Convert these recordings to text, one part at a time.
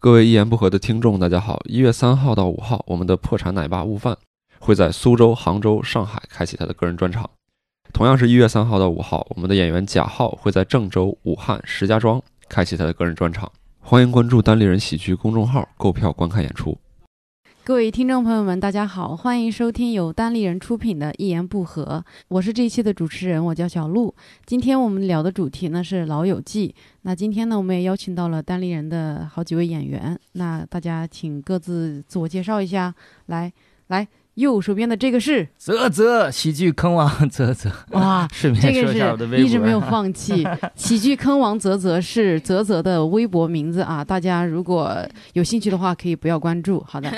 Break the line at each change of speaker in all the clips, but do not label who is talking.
各位一言不合的听众，大家好！一月三号到五号，我们的破产奶爸悟饭会在苏州、杭州、上海开启他的个人专场。同样是一月三号到五号，我们的演员贾浩会在郑州、武汉、石家庄开启他的个人专场。欢迎关注单立人喜剧公众号购票观看演出。
各位听众朋友们，大家好，欢迎收听由单立人出品的《一言不合》，我是这一期的主持人，我叫小鹿。今天我们聊的主题呢是《老友记》，那今天呢我们也邀请到了单立人的好几位演员，那大家请各自自我介绍一下。来来，右手边的这个 是
啧啧，喜剧坑王啧啧，
哇，
顺
这
便说
个
一下我的
是
微博，
一直没有放弃。喜剧坑王泽泽是泽泽的微博名字啊，大家如果有兴趣的话，可以不要关注。好 的，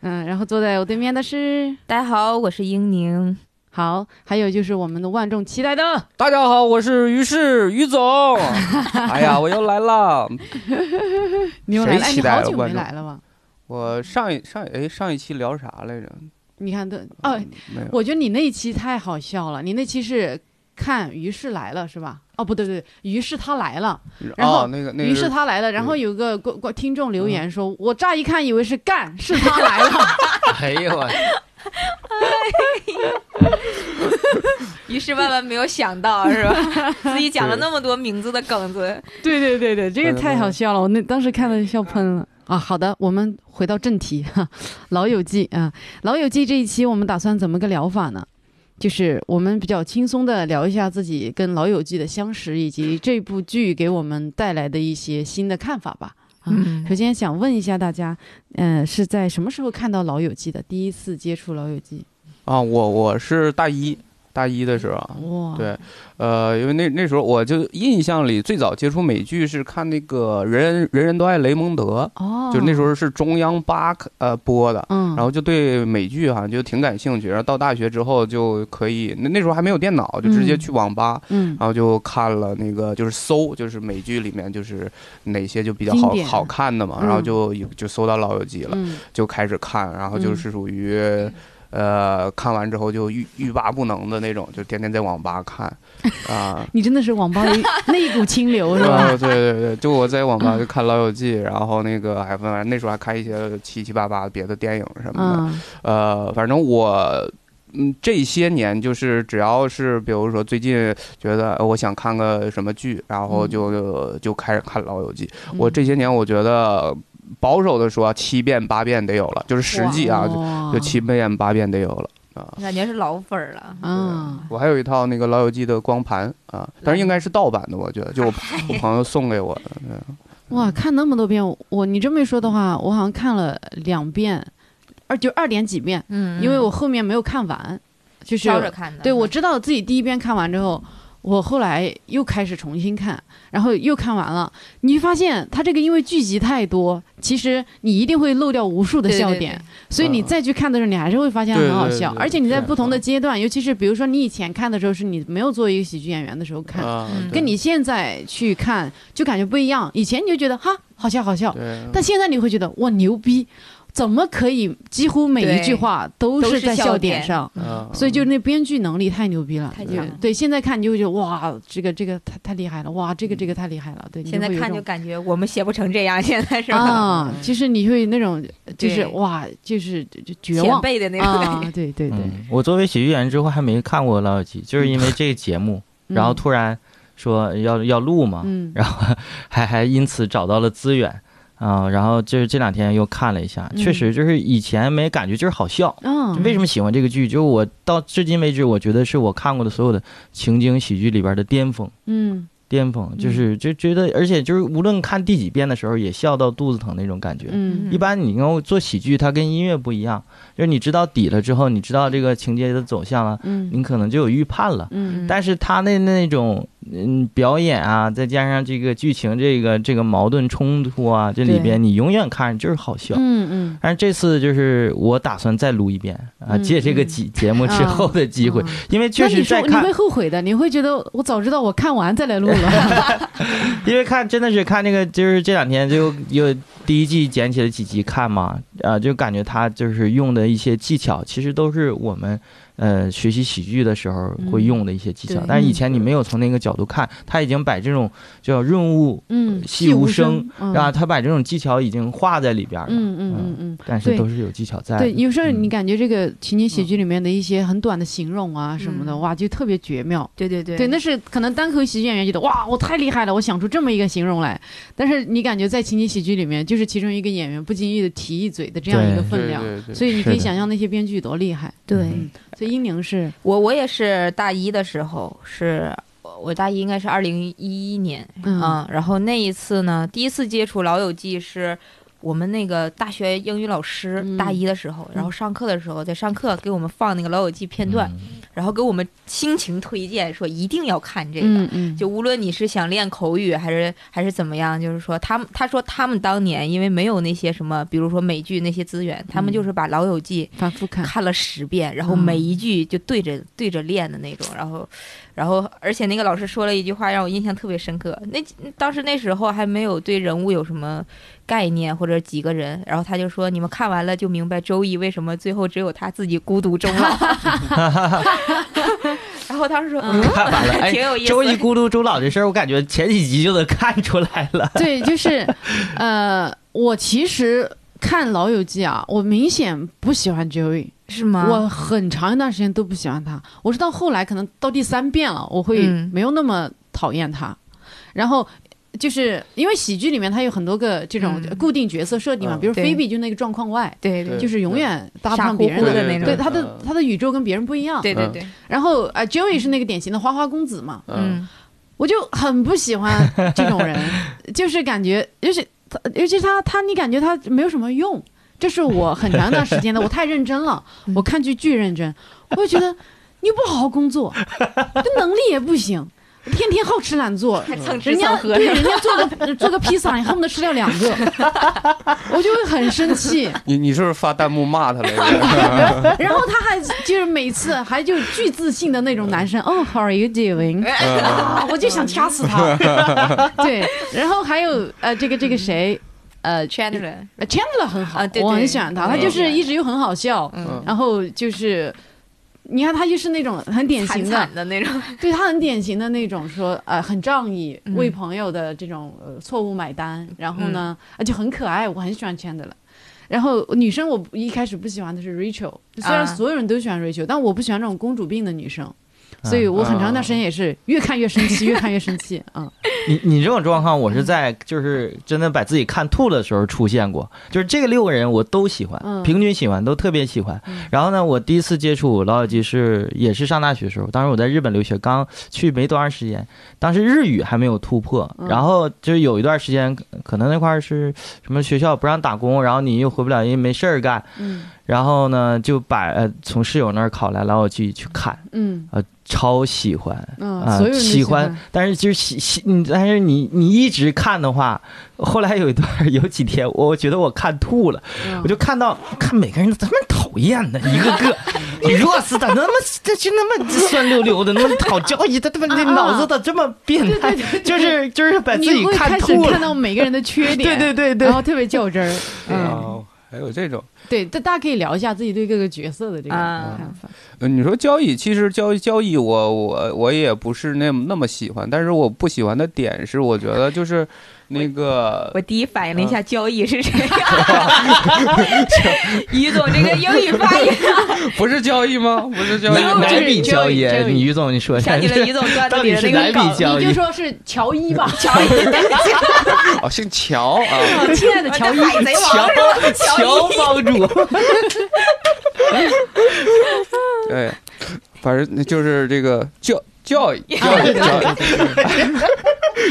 嗯，然后坐在我对面的是
大家好，我是英宁。
好，还有就是我们的万众期待的，
大家好，我是于适 于总。哎呀，我又来了。
你又来了，哎，
谁
你
期待
好
了
久没
观众
来了吧？
我上一上一哎上一期聊啥来着？
你看都哦，
没有，
我觉得你那一期太好笑了，你那期是看于是来了是吧？哦，不对不对，于是他来了，然后
哦那个那个嗯
于是他来了，然后有个观观听众留言说，我乍一看以为是干，是他来了。
哎呦我，
于是万万没有想到， 是吧？自己讲了那么多名字的梗子，
对对对对，这个
对对
太
对
好笑了，我那当时看的笑喷了。啊，好的，我们回到正题哈，《老友记》啊，《老友记》这一期我们打算怎么个聊法呢？就是我们比较轻松的聊一下自己跟《老友记》的相识，以及这部剧给我们带来的一些新的看法吧。啊
嗯
首，先想问一下大家，呃，是在什么时候看到《老友记》的？第一次接触《老友记
啊，我我是大一大一的时候，》？
哇，
对呃，因为那那时候我就印象里最早接触美剧是看那个人人人人都爱雷蒙德，
哦，
就那时，候是中央八呃播的。
嗯，
然后就对美剧哈、就挺感兴趣，然后到大学之后就可以，那那时候还没有电脑，就直接
嗯
去网吧，
嗯，
然后就看了那个，就是搜，就是美剧里面就是哪些就比较
经
好
典
好看的嘛，
嗯
然后就有就搜到《老友记》了，
嗯，
就开始看，然后就
嗯、
是属于，呃，看完之后就欲欲罢不能的那种，就天天在网吧看，啊
你真的是网吧里那一股清 流是吧？
然后对对对，就我在 网吧就看《老友记》，然后那个还分那时候还看一些七七八八的别的电影什么的，
嗯
呃，反正我。嗯，这些年就是只要是比如说最近觉得呃我想看个什么剧，然后就就就开始看《老友记》。我这些年我觉得保守的说七遍八遍得有了，就是实
嗯
际啊，就
哇
就七遍八遍得有了啊。
感觉是老粉儿了。
啊，
我还有一套那个《老友记》的光盘啊，但是应该是盗版的，我觉得 就我我朋友送给我的。
哇，看那么多遍，我你这么一说的话，我好像看了两遍，二就二点几遍，
嗯
因为我后面没有看完，就是
挑着看的。
对我知道自己第一遍看完之后，我后来又开始重新看，然后又看完了，你会发现它这个因为剧集太多，其实你一定会漏掉无数的
对对
笑
对
点，所以你再去看的时候，你还是会发现它很好笑，
嗯对对对对
而且你在
是
不同的阶段，尤其是比如说你以前看的时候，是你没有作为一个喜剧演员的时候看。
啊
嗯，
跟你现在去看就感觉不一样。以前你就觉得哈好笑好笑，
对，
但现在你会觉得哇牛逼，怎么可以几乎每一句
对
话都
都
是
是
在
笑
笑
点
点上？
嗯
所以就是那编剧能力太牛逼了，
太
就
强了
对，现在看你就会觉得哇，这个这个太太厉害了，哇，这个
嗯
这个太厉害了，对，你
现在
会有一
看就
种
感觉我们写不成这样， 现在是吧？
啊，就是你会那种就是
对
哇，就是就就绝
前
望
辈的那种感觉。
啊，对对对，
嗯，我作为喜剧演员之后还没看过《老友记》，就是因为这个节目，然后
嗯
突然说要要录嘛，
嗯
然后还还因此找到了资源啊、然后就是这两天又看了一下，
嗯
确实就是以前没感觉，就是好笑。
嗯，
为什么喜欢这个剧？就我到至今为止，我觉得是我看过的所有的情景喜剧里边的巅峰。
嗯
巅峰，就是就觉得，而且就是无论看第几遍的时候，也笑到肚子疼那种感觉。
嗯
一般你看做喜剧，它跟音乐不一样，就是你知道底了之后，你知道这个情节的走向了，
嗯
你可能就有预判了。
嗯
但是他那那种嗯表演啊，再加上这个剧情这个这个矛盾冲突啊，这里边你永远看着就是好笑。
嗯嗯，
但是这次就是我打算再撸一遍啊，
嗯
借这个
嗯
节节目之后的机会，
嗯
因为
那
确
你
实
说
在
你
看
会，后悔的，你会觉得我早知道我看完再来录了。
因为看真的是看那个，就是这两天就又第一季捡起了几集看嘛，啊、就感觉他就是用的一些技巧，其实都是我们呃学习喜剧的时候会用的一些技巧
嗯对。
但是以前你没有从那个角度看，他已经把这种叫润物
嗯，
细无声
声，嗯
啊，他把这种技巧已经画在里边了。
嗯嗯嗯嗯，
但是都是有技巧在的。
对，有时候你
嗯
感觉这个情景喜剧里面的一些很短的形容啊什么的，
嗯
哇，就特别绝妙。
对对对
对，那是可能单口喜剧演员觉得哇，我太厉害了，我想出这么一个形容来。但是你感觉在情景喜剧里面，就是其中一个演员不经意的提一嘴的这样一个分量，
对对对，
所以你可以
是的
想象那些编剧多厉害。
对
嗯
所以英宁是
我我也是大一的时候，是我大一应该是二零一一年
嗯
啊、然后那一次呢，第一次接触《老友记》是。我们那个大学英语老师
嗯
大一的时候，然后上课的时候，在上课给我们放那个《老友记》片
嗯
段，然后给我们亲情推荐，说一定要看这个。
嗯嗯，
就无论你是想练口语还是还是怎么样，就是说他们他说他们当年因为没有那些什么，比如说美剧那些资源，
嗯
他们就是把《老友记
反复》看，
看了十遍，然后每一句就对着对着练的那种，然后然后而且那个老师说了一句话让我印象特别深刻，那当时那时候还没有对人物有什么概念或者几个人，然后他就说你们看完了就明白周易为什么最后只有他自己孤独终老， 然后当时说嗯。
看 完了， 哎，
挺有意思
周一咕噜周老这事儿，我感觉前几集就能看出来 了。
对，就是，呃，我其实看《老友记》啊，我明显不喜欢 Joey，、
是吗？
我很长一段时间都不喜欢他。我是到后来可能到第三遍了，我会
嗯
没有那么讨厌他。然后就是因为喜剧里面它有很多个这种
嗯
固定角色设定嘛，
嗯
比如
对
菲比就那个状况外，
对对
就是永远搭不上别人
傻乎乎
的。
的那种
对他的
嗯
他的宇宙跟别人不一样，
对对
嗯
对，
然后啊、呃、，Joey 是那个典型的花花公子嘛，
嗯，
我就很不喜欢这种 人，就是感觉，尤其他，尤其他，他，你感觉他没有什么用，这是我很长一段时间的，我太认真了，
嗯
我看剧巨认真，我就觉得你又不好好工作，这能力也不行，天天好吃懒做，
还蹭吃
人家
蹭喝
对人家做个做个披萨，你恨不得吃掉两个， 我就会很生气。
你你是不是发弹幕骂他 来着？
然后他还就是每次还就巨自信的那种男生，哦、h o w are you doing？啊，我就想掐死他。对，然后还有呃，这个这个谁，呃
Chandler，
，Chandler 很好，
啊对对
我很喜欢他，
嗯
他就是一直又很好笑，
嗯，
然后就是。你看他就是那种很典
惨
型的，
惨的那种，
对他很典型的那种说，呃，很仗义，
嗯
为朋友的这种呃错误买单，
嗯
然后呢，而且很可爱，我很喜欢 Chandler。然后女生我一开始不喜欢的是 Rachel，虽然
啊
所有人都喜欢 Rachel，、但我不喜欢这种公主病的女
啊
生，所以我很长一段时间也是越看越生 气，越看越生气啊。
你你这种状况，我是在就是真的把自己看吐的时候出现过。就是这个六个人我都喜欢，
嗯
平均喜欢，都特别喜欢。
嗯
然后呢，我第一次接触老友记是也是上大学的时候，当时我在日本留学，刚去没多长时间，当时日语还没有突破，
嗯
然后就是有一段时间，可能那块儿是什么学校不让打工，然后你又回不了，因为没事儿干，
嗯
然后呢就把呃从室友那儿考来老友记去看，
嗯
呃，超喜欢。
嗯，
啊、
所有人都
喜
欢
欢，，但是就是喜喜，你但是你你一直看的话，后来有一段有几天，我觉得我看吐了，
嗯
我就看到看每个人都他妈讨厌的，一个个你 弱死的，那么这这那么酸溜溜的，那么讨教育，他他妈那
啊啊
脑子咋这么变
啊
态？就是就是把自
你
己
会开
看
始
吐
看
了，
到每个人的缺
对
点，
对对对
然，后特别较真儿。 嗯，
哦，还有这种。
对，大大家可以聊一下自己对各个角色的这个
啊
看法。
呃，你说交易，其实交易交易我，我我也不是那么那么喜欢，但是我不喜欢的点是，我觉得就是那个
我第一反应了一下，交易是这样。于总这个英语发音，
不是交易吗？不是交易
哪
因为
吗
我这
哪
个
笔
就
交易
就？
你于总你说一下
想起了 于总段子里的那
到
个
底是哪
梗
里，交
你
易
就说是乔伊吧，
交易，
哦，姓乔啊。
亲爱的乔 伊，
海贼王
乔
是吧？
乔帮主，
对，哎反正就是这个教 教育教育教育。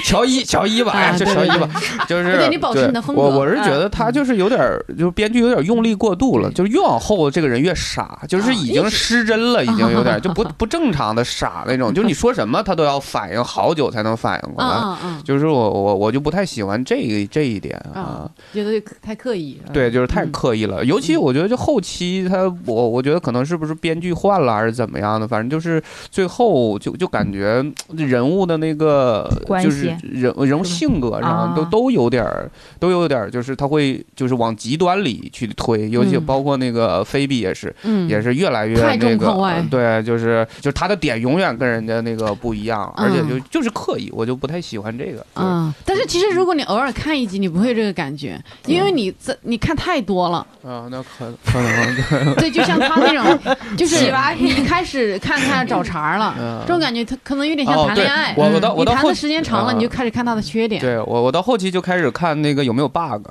乔伊，乔伊吧，
啊
哎呀，就
对
乔伊吧， 就是
而且你保持
对
你的风
我
格嗯
我是觉得他就是有点儿，就是编剧有点用力过度了，就是越往后这个人越傻，就是已
啊
经失真了，已经有点 就不不正常的傻那种，就是你说什么他都要反应好久才能反应过
嗯
来。
嗯嗯，
就是我我我就不太喜欢这个这一点啊
啊，觉得太刻意。
对，就是太
嗯
刻意了。尤其我觉得，就后期他，我我觉得可能是不是编剧换了还是
嗯
怎么样的，反正就是最后就就感觉人物的那个
关
就是
系变
人人物性格上都
啊
都有点儿，都有点儿，就是他会就是往极端里去推，尤其
嗯
包括那个菲比也是，
嗯，
也是越来越
太
那
重
个
口味，
对，就是就是他的点永远跟人家那个不一样，而且
嗯
就就是刻意，我就不太喜欢这个。对
嗯，但是其实如果你偶尔看一集，你不会有这个感觉，
嗯
因为你在你看太多了。
啊，那可可能，
对，就像他那 种，就是
洗白
你开始看他找茬儿了，
嗯
这种感觉他可能有点像
哦
谈
对
恋爱。
我我
嗯
到我
你
到
谈
后
的时间长了，
嗯
你就开始看他的缺点。
对我我到后期就开始看那个有没有 bug，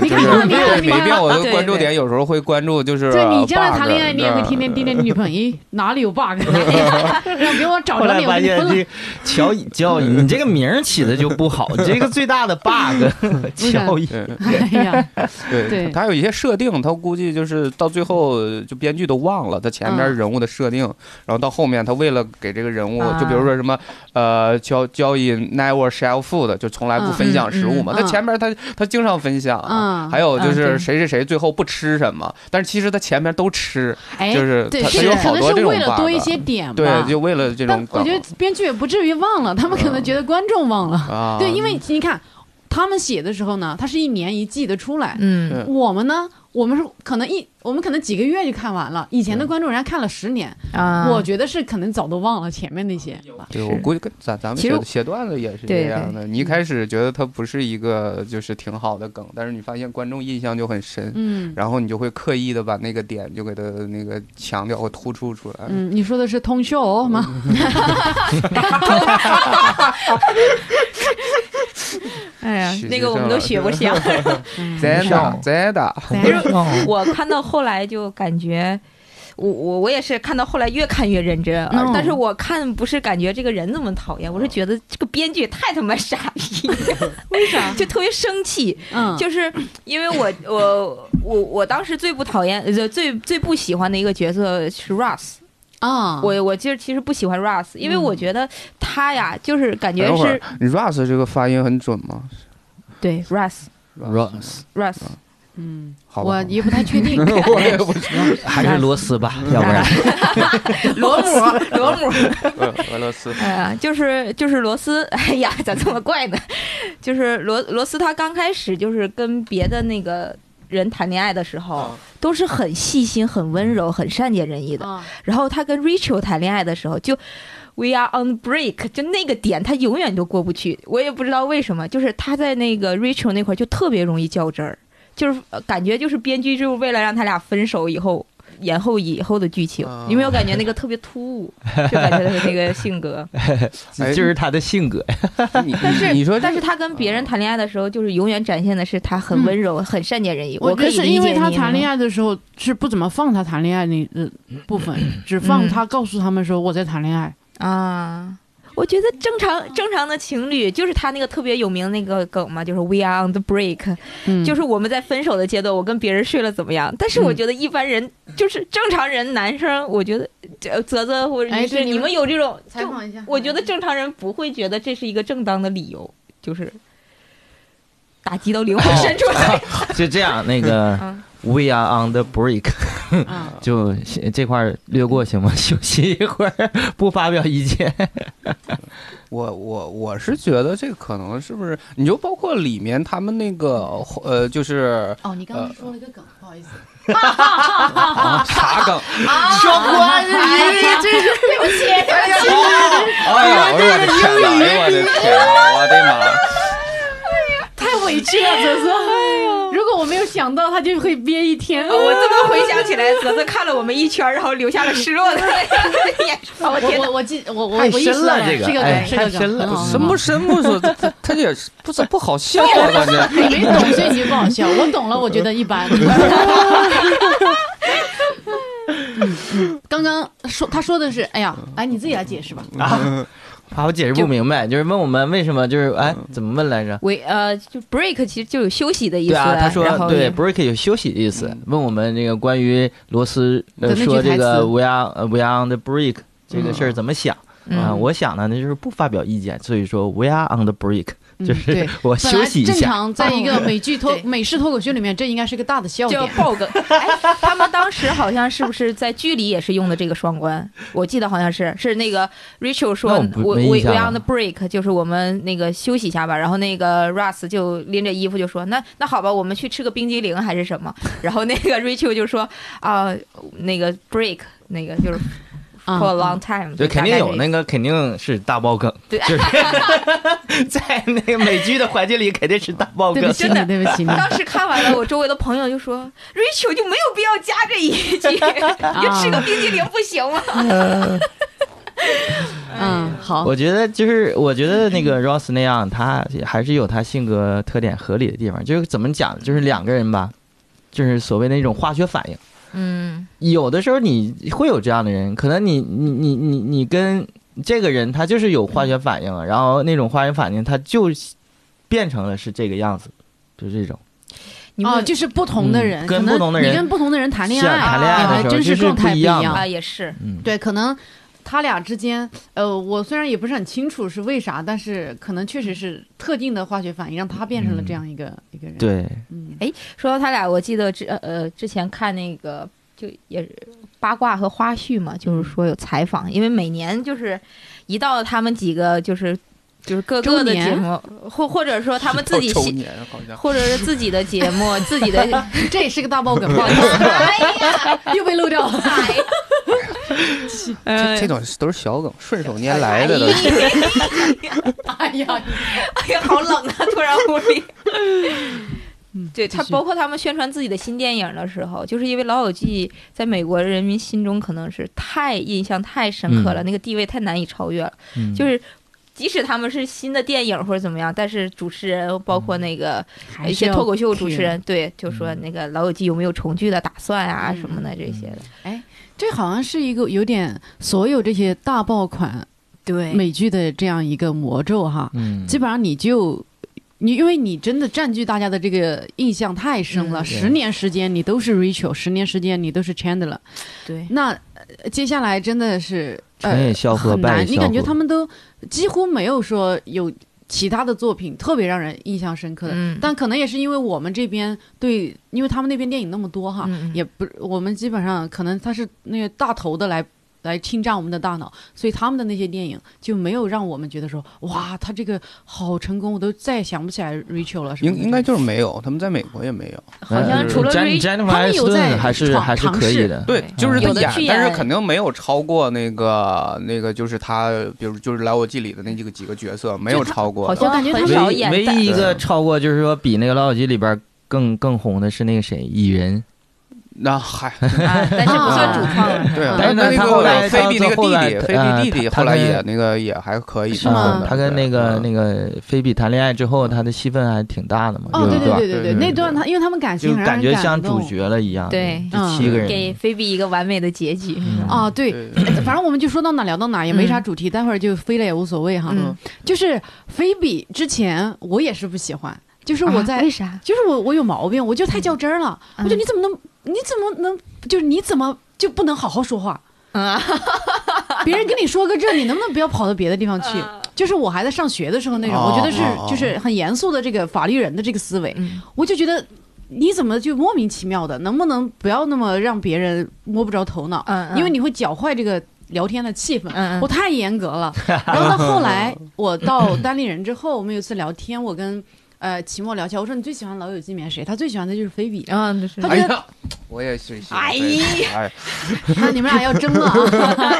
你
就
看有
是
没有
每一
bug 啊
遍我的
对
关注
对
点有时候会关注就是啊
就是你将来谈
bug，嗯
恋爱，你也会
对
天天盯着你女朋友，咦，哪里有 bug？让给我找
后
着
来
你，我
发
跟你
现
分了。
这乔伊乔伊，你这个名儿起的就不 好，你这个最大的 bug 乔伊。
嗯
哎 呀，
对，
对
他有一些设定，他估计就是到最后呃就编剧都忘了他前面
嗯
人物的设定，然后到后面他为了给这个人物，
啊
就比如说什么呃交交易 never share food，就从来不分享食物嘛，
嗯嗯嗯
他前面他他经常分享，
嗯
还有就
嗯
是
对
谁谁谁最后不吃什么，但是其实他前面都吃，
哎，
就是
对，
他他
是
有
可
好
能
多
是
这种
为了
bug，
多一些点吧。
对，就为了这
啊嗯但
种
我
梗，
觉得编剧也不至于忘了，他们可能觉得观众忘了。
啊，
对，因为你看他们写的时候呢，它是一年一季的出来。
嗯，
我们呢，我们是可能一，我们可能几个月就看完了。以前的
对
观众人家看了十年，
啊，
我觉得是可能早都忘了前面那些了。
对，
是
我估计跟咱咱们
其
写
实
写段子也是这
对
样的。
嗯
你一开始觉得它不是一个就是挺好的梗，但是你发现观众印象就很深，
嗯
然后你就会刻意的把那个点就给它那个强调和突出出来。
嗯，你说的是通秀哦吗？
哎呀
是，
那个我们都学不像。
嗯
真的
嗯
真的，
其实我看到后来就感觉。我我我也是看到后来越看越认真，啊
嗯
但是我看不是感觉这个人怎么讨厌，我是觉得这个编剧太他妈傻逼，
为啥？
就特别生气。
嗯，
就是因为我我我我当时最不讨厌、呃最最不喜欢的一个角色是 Russ，
啊，
我我其实其实不喜欢 Russ，因为我觉得他呀，就是感觉
等会儿
是
你 Russ 这个发音很准吗
对 Russ
Ross
Russ，
嗯，
好吧
我也不太确 定。
我也不知
还是罗斯吧，要不然
罗姆罗姆，
道，呃俄 罗斯
哎呀，就是就是罗斯，哎呀，咋这么怪呢？就是罗罗斯他刚开始就是跟别的那个人谈恋爱的时候，
啊
都是很细心、很温柔、很善解人意的。
啊，
然后他跟 Rachel 谈恋爱的时候，就 We are on break，就那个点他永远都过不去。我也不知道为什么，就是他在那个 Rachel 那块儿就特别容易较真儿，就是呃感觉就是编剧就是为了让他俩分手以后。延后以后的剧情
啊，
你没有感觉那个特别突兀，就感觉他的那个性 格。
哎
就是他的性格。
你
但是
你说这
但是他跟别人谈恋爱的时候，就是永远展现的是他很温柔、很善解人意。
我
嗯可
觉得
以
是
理
因
解
为他
你
谈恋爱的时候是不怎么放他谈恋爱那呃部分，只放
嗯
他告诉他们说我在谈恋爱。
啊。我觉得正常正常的情侣，就是他那个特别有名那个梗嘛，就是 We are on the break，、
嗯，
就是我们在分手的阶段，我跟别人睡了怎么样？但是我觉得一般人，就是正常人，男生，我觉得呃泽泽或者
哎
你
对
是
你
你
们
们有这种，
采
就
访一下，
我觉得正常人不会觉得这是一个正当的理由，就是打击到灵魂
哦
深处来。
就这样，那个
嗯
We are on the break， 嗯
啊，
就这块儿略过行吗？休息一会儿，不发表意见。
我我我是觉得这个可能是不是你就包括里面他们那个呃就是
哦，你刚刚
呃
说了一个梗，不好 意思。
啥梗
小
啊
关系，
哎呀，我的天哪！哎呦我的天哪！我的妈！
太委屈了，泽泽。啊
哎
如果我没有想到，他就会憋一天。
我这么回想起来，泽泽看了我们一圈，然后留下了失落的眼神。我天哪
我！我记我我
太
我意识
深了这
这
个
个
哎
梗是个
太深
梗，
了
很好
什么？什么说他他也是不是不好笑啊？感觉
很好你没懂，所以你就不好笑。我懂了，我觉得一 般。嗯嗯，刚刚说他说的是，哎呀，
嗯
哎，你自己来解释吧。
啊，啊，我解释不明白，就是问我们为什么，就是哎，怎么问来着？
为呃，就 break 其实就有休息的意思。
对啊，他说
然后
对，break 有休息的意思。问我们这个关于罗斯
的
呃
嗯那句
说这
台词
个 we are 呃 we are on the break 这个事儿怎么想啊？
嗯
我想呢，那就是不发表意见，所以说 we are on the break
嗯
就
对
是 我
本
休
来
息一
正
下。
常在一个美剧脱
对
美式脱口秀里面，这应该是个大的笑
叫
点。
爆梗。哎，他们当时好像是不是在剧里也是用的这个双关？我记得好像是是那个 Rachel 说
那我不
，We We
没
we
印象了
on the break，就是我们那个休息一下吧。然后那个 Russ 就拎着衣服就说，那那好吧，我们去吃个冰激凌还是什么？ 然后那个 Rachel 就说啊、那个 break，那个就是 for a
啊
long time，
就嗯肯定有那
个
个，肯定是大爆梗，
对
就是 在那个美剧的环境里，肯定是大爆
对不
梗。
起
真
你，
的
对不 起你
当时看完了，我周围的朋友就说，Rachel 就没有必要加这一 句，你就吃个
啊！
冰激凌不行吗？
嗯，好，
我觉得就是，我觉得那个 Ross 那样，他还是有他性格特点合理的地方。就是怎么讲，就是两个人吧，就是所谓的那种化学反应。
嗯，
有的时候你会有这样的人，可能你你你你你跟这个人他就是有化学反应，然后那种化学反应他就变成了是这个样子，就这种。
你
啊，
们
就是不同的
嗯
人，
跟
可能
不同的人
你跟不同的人谈恋爱，
是啊谈恋
啊
爱
还
的时候
真
就是
状态
不
不
一
一
样的
样
啊也是，
嗯，
对，可能他俩之间，呃，我虽然也不是很清楚是为啥，但是可能确实是特定的化学反应让他变成了这样一个、一个人。，
对，
嗯，
说到他俩，我记得之呃呃之前看那个就也是八卦和花絮嘛，就是说有采访，因为每年就是一到他们几个就是就是各个的
周年
节目，或或者说他们自己
周
写，
年好像
或者是自己的节目，自己的，
这也是个大爆梗，不好意思
哎呀，
又被漏掉了。
哎
这这种都是小梗，顺手拈来的都
哎
是。
哎呀，
哎呀，好冷啊！突然屋里。
嗯
对他，包括他们宣传自己的新电影的时候，就是因为《老友记》在美国人民心中可能是太印象太深刻了，那个地位太难以超越了。
嗯
就是即使他们是新的电影或者怎么样，但是主持人包括那个
还
一
是
些
要
脱口秀主持
care
人，对，就说那个《老友记》有没有重聚的打算啊
嗯
什么的这些的。
这好像是一个有点所有这些大爆款
对，
美剧的这样一个魔咒哈，
嗯，
基本上你就。你因为你真的占据大家的这个印象太深了，
嗯
十年时间你都是 Rachel，十年时间你都是 Chandler，
对，
那呃接下来真的是呃
成也萧何
很
败也
难，你
萧
感觉
何
他们都几乎没有说有其他的作品特别让人印象深刻的，
嗯，
但可能也是因为我们这边对，因为他们那边电影那么多哈，
嗯嗯
也不我们基本上可能他是那个大头的来。来侵占我们的大脑，所以他们的那些电影就没有让我们觉得说，哇，他这个好成功，我都再也想不起来 Rachel 了。什么
应
的
应该就是没有，他们在美国也没有。
好像
嗯
除了
詹
Rachel-
詹妮弗
他
·艾
们
斯
有在
顿还是
尝
还是可以的。
对，就是
有的
他
去
演，但
演
是肯定没有超过那个那个，就是他，比如就是《来我记》里的那几个几个角色，没有超
好
过的。
像
我感觉他
很
们
少
唯一
演
唯
在
一一个超过就是说比那个《老友记》里边更更红的是那个谁蚁人，
那嗨，
啊，但是不算主创了。
对啊，
但
是呢
那
他后来
个菲比那个
到后来
弟弟，菲
呃
比弟弟
他
后来
他跟
也那个也还可以，
是吗
嗯
他跟那个那
嗯
个菲比谈恋爱之后，他的戏份还挺大的嘛，
哦，
有
对
一段
对对
对对
那
对
段他因为他们感情
就
很让
感
人
觉像主
动
角了一样。
对
这七个人
给菲比一个完美的结局。
嗯
啊，对，
对
反正我们就说到哪聊到哪，也没啥主题，待会儿就飞了也无所谓哈。
嗯
就是菲比之前我也是不喜欢，就是我在，
啊为啥？
就是我我有毛病，我就太较真儿了。我觉得你怎么能，你怎么能，就是你怎么就不能好好说话？
啊，
别人跟你说个这，你能不能不要跑到别的地方去？就是我还在上学的时候那种，
哦
我觉得是
哦哦
就是很严肃的这个法律人的这个思维，
嗯
我就觉得。你怎么就莫名其妙的？能不能不要那么让别人摸不着头脑？
嗯
因为你会搅坏这个聊天的气氛。
嗯
我太严格了。然后到后 来，我到单立人之后，我们有一次聊天，我跟呃齐墨聊起来，我说你最喜欢《老友记》里面谁？他最喜欢的就是菲比。
嗯，就是
他
哎
觉得
呀，我也是喜欢菲比，哎，
那你们俩要争了 啊！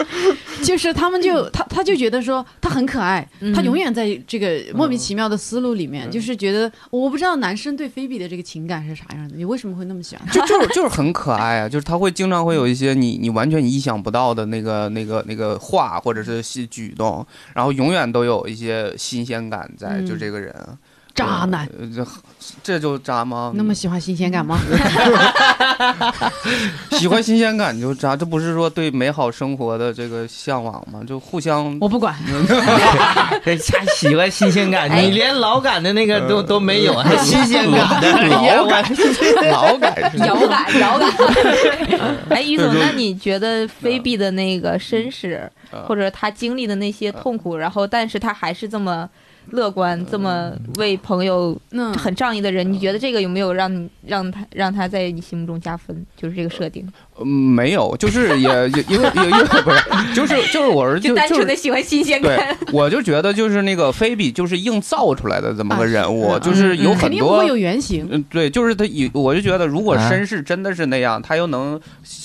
就是他们就他他就觉得说他很可爱，
嗯
他永远在这个莫名其妙的思路里面，
嗯
就是觉得我不知道男生对菲比的这个情感是啥样的，你为什么会那么喜欢他？
就就是就是很可爱啊，就是他会经常会有一些你你完全意想不到的那个那个那个话或者是是举动，然后永远都有一些新鲜感在，
嗯
就这个人
渣男，
呃这这就渣吗？
那么喜欢新鲜感吗？
喜欢新鲜感就渣，这不是说对美好生活的这个向往吗？就互相
我不管，
对，还喜欢新鲜感，
哎
你连老感的那个都都没有，还新鲜感哎的，
呃 老感老感是吧
摇摆 摇摆。哎，于总，
对就
那你觉得菲比的那个身世，
嗯
或者他经历的那些痛苦，然后但是他还是这么乐观，这么
嗯
为朋友
那
很仗义的人，你觉得这个有没有让你让他让他在你心目中加分？就是这个设定，
嗯，没有，就是也也因为因为因为不是，就是就是我是
就
就
单
就
纯
是
的喜欢新鲜
对
感。，
我就觉得就是那个菲比就是硬造出来的这么个人物，
啊是嗯
就是有
嗯肯
很
定不
多
会有原型。
嗯，对，就是他有，我就觉得，如果
啊
绅士真的是那样，他又能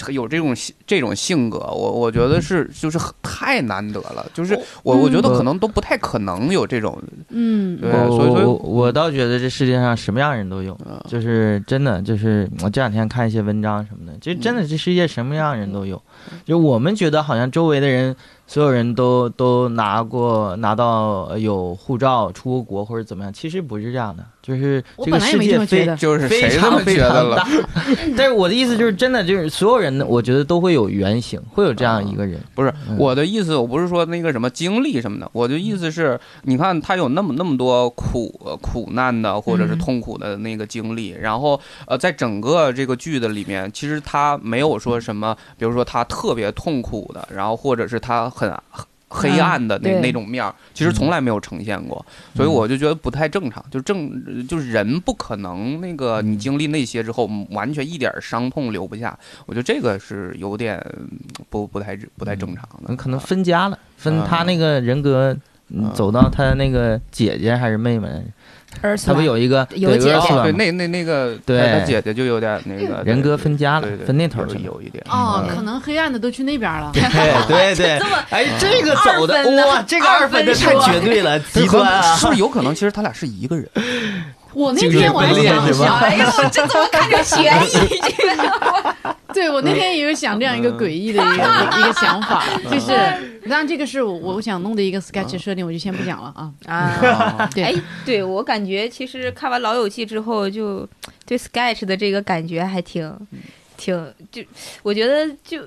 有这种性这种性格，我我觉得是就是很太难得了，
哦
就是我我觉得可能都不太可能有这种，
嗯，
对
我
所以所以
我我倒觉得这世界上什么样人都有，
嗯
就是真的，就是我这两天看一些文章什么的，就
嗯
真的这世界什么样人都有。就我们觉得好像周围的人，所有人都都拿过拿到呃有护照出过国或者怎么样，其实不是这样的，就是
我
这
本
个
来也
世
没这
界
么
非
觉得。
就是
非
谁这
常
么
非
觉得
常
了
大， 但是我的意思就是，真的就是所有人，我觉得都会有原型，会有这样一个人。
不是
嗯
我的意思，我不是说那个什么经历什么的，我的意思是，你看他有那么那么多苦呃苦难的或者是
嗯
痛苦的那个经历，然后呃，在整个这个剧的里面，其实他没有说什么，比如说他特别痛苦的，然后或者是他很。黑暗的那、
对
那种面儿，其实从来没有呈现过，所以我就觉得不太正常。就正呃就是人不可能那个你
嗯
经历那些之后，完全一点儿伤痛留不下。我觉得这个是有点不不太不太正常的，
嗯可能分家了，分
嗯
他那个人格嗯
嗯
走到他那个姐姐还是妹妹，
而
他不有一个
啊有
对
姐姐
俄斯
哦
兰
对，
吗
那那那个
对
他他姐姐就有点那个
人格分家了
对，对
分那头
有
去了。
有一点
哦，
嗯
可能黑暗的都去那边了。
对对对，哎，这个走
二
的
分呢
哇，这个二分的
二分
太
说
绝对了，极
可
端
能
啊
是！不是有可能？其实他俩是一个人，
我那
精神
天我还
分裂
想
是吧
想，
哎呀，我这怎么看着悬
啊
疑？
对我那天也有想这样一个诡异的一个、一个想法，就是，当然这个是我我想弄的一个 sketch 设定，我就先不讲了啊。
啊，
对
哎，对我感觉其实看完《老友记》之后，就对 Sketch 的这个感觉还挺
嗯
挺就，我觉得就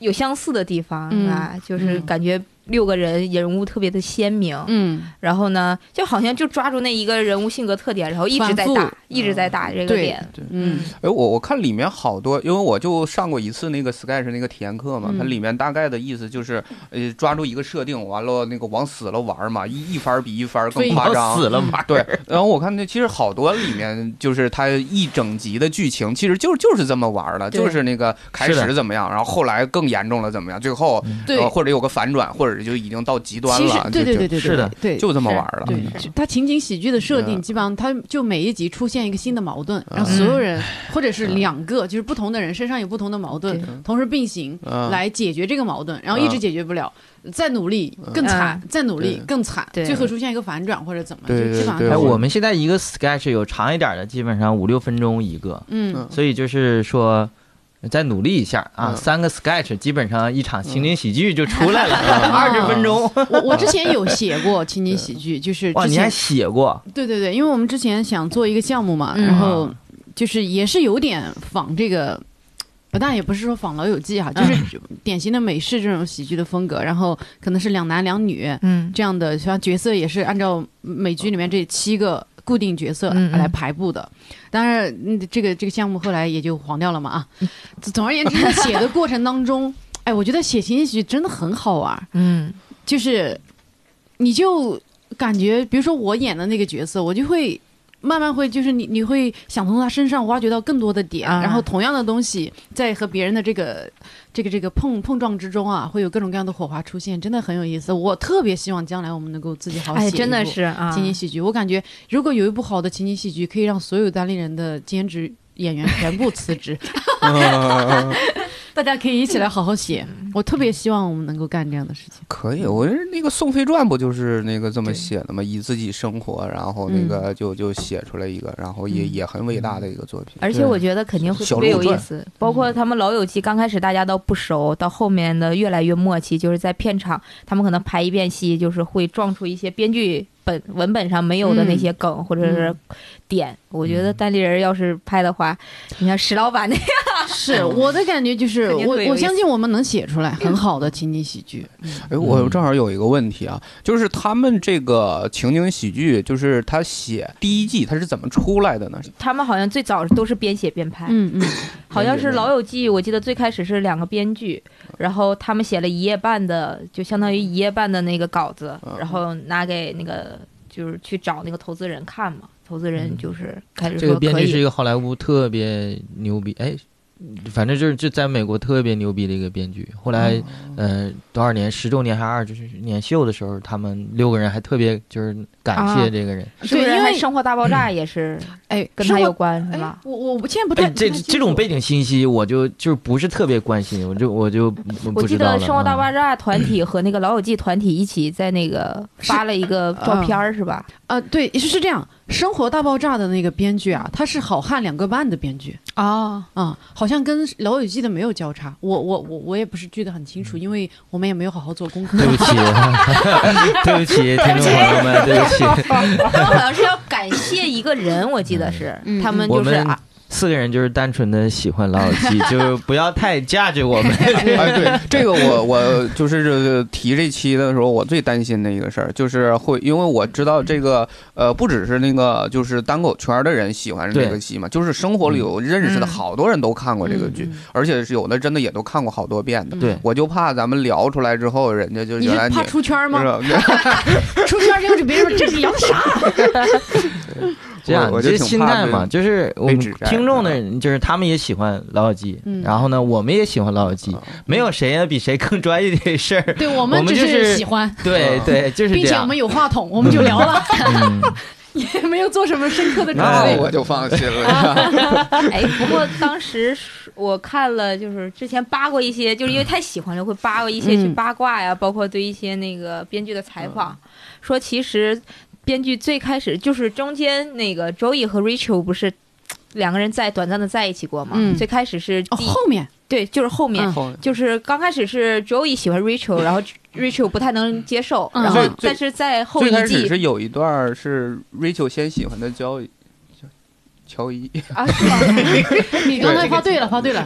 有相似的地方
嗯
啊，就是
嗯
感觉六个人人物特别的鲜明，
嗯，
然后呢，就好像就抓住那一个人物性格特点，然后一直在
反复
打，一直在打这个
对
点。
嗯，
哎，我我看里面好多，因为我就上过一次那个 Sketch 那个体验课嘛，
嗯
它里面大概的意思就是，呃，抓住一个设定，完了那个往死了玩儿嘛，一一番儿比一番儿更
对
夸张，
死了嘛？
对，然后我看那其实好多里面就是它一整集的剧情，其实就是就是这么玩儿的，
对
就是那个开
是
始
的
怎么样，然后后来更严重了怎么样，最后
对
呃，或者有个反转，或者就已经到极端
其实
了，
对对对对
是的
对
就就就这么玩儿了。
对，就它情景喜剧的设定，
嗯
基本上它就每一集出现一个新的矛盾，让所有人或者是两个，就是不同的人身上有不同的矛盾，同时并行
嗯
来解决这个矛盾，然后一直解决不了，再努力更惨，
嗯
再努力
嗯对
更惨，
对
最后出现一个反转或者怎么，就
对
基本上
对
都
哎，
是
我们现在一个 sketch 有长一点的，基本上五六分钟一个，
嗯
所以就是说。再努力一下啊！
嗯
三个 sketch 基本上一场
嗯
情景喜剧就出 来了，二十、分钟。
我 我之前有写过情景喜剧，就是
哇，
之
你还
前
写过？
对对对，因为我们之前想做一个项目嘛，
嗯
然后就是也是有点仿这个，不但也不是说仿《老友记》哈，就是
嗯
典型的美式这种喜剧的风格，然后可能是两男两女
嗯
这样的，像角色也是按照美剧里面这七个固定角色
嗯嗯
来排布的。当然，嗯这个这个项目后来也就黄掉了嘛啊。总而言之，在写的过程当中，哎，我觉得写情景喜剧真的很好玩儿。
嗯
就是你就感觉，比如说我演的那个角色，我就会慢慢会就是你你会想从他身上挖掘到更多的点，
啊
然后同样的东西在和别人的这个这个这个碰碰撞之中啊，会有各种各样的火花出现，真的很有意思。我特别希望将来我们能够自己好好写
哎，
一部
真的是啊，
情景喜剧，我感觉如果有一部好的情景喜剧，可以让所有单立人的兼职。演员全部辞 职，大家可以一起来好好写。我特别希望我们能够干这样的事情。
可以，我觉得那个《宋飞传》不就是那个这么写的吗？以自己生活，然后那个就就写出来一个，然后也
嗯
也很伟大的一个作品。
而且我觉得肯定会
小
特别
鹿
有意
传
思，包括他们《老友记》刚开始大家都不熟，到后面的越来越默契，就是在片场他们可能排一遍戏，就是会撞出一些编剧本文本上没有的那些梗、或者是点。我觉
嗯
得单立人要是拍的话，你看石老板那
是我的感觉就是，
嗯肯定
我
会有
我
意思
相信我们能写出来很好的情景喜剧。
哎，我正好有一个问题啊，就是他们这个情景喜剧，就是他写第一季他是怎么出来的呢？
他们好像最早都是边写边拍，
嗯嗯，
好像是《
边写边
老友记》，我记得最开始是两个编剧，然后他们写了一夜半的，就相当于一夜半的那个稿子
嗯，
然后拿给那个就是去找那个投资人看嘛，投资人就是开始
这
说
个编
可
剧是一
以，
个好莱坞特别牛逼，哎，反正就是就在美国特别牛逼的一个编剧。后来，
嗯
呃，多少年十周年还是二十年秀的时候，他们六个人还特别就是感
啊
谢这个人。
是不
对
是
因
还
为
生活大爆炸也是
哎，
跟
生
他
活
有关是
哎
吧，？
我我我现在不太
哎，这
不太清
这种
楚
背景信息我就就是不是特别关心，我就我就不
我
不知
记
道
得
了。
《生活大
嗯
爆炸》团体和那个《老友记》团体一起在那个发了一个照片儿是吧？
啊，对，是是这样，《生活大爆炸》的那个编剧啊，他是《好汉两个半》的编剧
哦，
啊、好像跟《老友记》的没有交叉。我我我我也不是记得很清楚，因为我们也没有好好做功课。
嗯对不起，对不起， 听众朋友们，对不起，
他们好像是要感谢一个人，我记得是
嗯
他们
我
就是
们
啊，
四个人就是单纯的喜欢老友 记，就不要太嫁着我们。
哎，对这个我我就是呃提这期的时候，我最担心的一个事儿就是会，因为我知道这个呃，不只是那个就是单口圈的人喜欢这个戏嘛，就是生活里有认识的
嗯
好多人都看过这个剧，
嗯
而且是有的真的也都看过好多遍的。
对
我就怕咱们聊出来之后，人家就
你
觉
是
得
怕出圈儿吗？
不是
出圈儿之后就别人说这是聊的啥？
这样，
我我
这
就是挺
心
怕
态
被
嘛，就是我
被
们
指摘
听众的
是
人，就是他们也喜欢老友记，
嗯
然后呢，我们也喜欢老友记，没有谁比谁更专业这事 儿。
对我
我
们
们
只
就是
喜欢，
对
嗯
对，就是
并
这
且我
样
们。有话筒，我们就聊 了，
嗯，
也没有做什么深刻的准
那
备。
我就放心 了。
哎，不过当时是我看了，就是之前扒过一些，就是因为太喜欢了，会扒过一些
嗯
去八卦呀，包括对一些那个编剧的采访，说其实编剧最开始就是中间那个 Joey 和 Rachel 不是。两个人在短暂的在一起过嘛？
嗯
最开始是
哦，
第
后面
对，就是后面、
嗯
后
就是刚开始是 Joey 喜欢 Rachel，然后 Rachel 不太能接受，
嗯
然后
最最
但是在后
最
一
开始
季
是有一段是 Rachel 先喜欢的交乔伊，
啊，是吗？
你刚才发对了，发对了。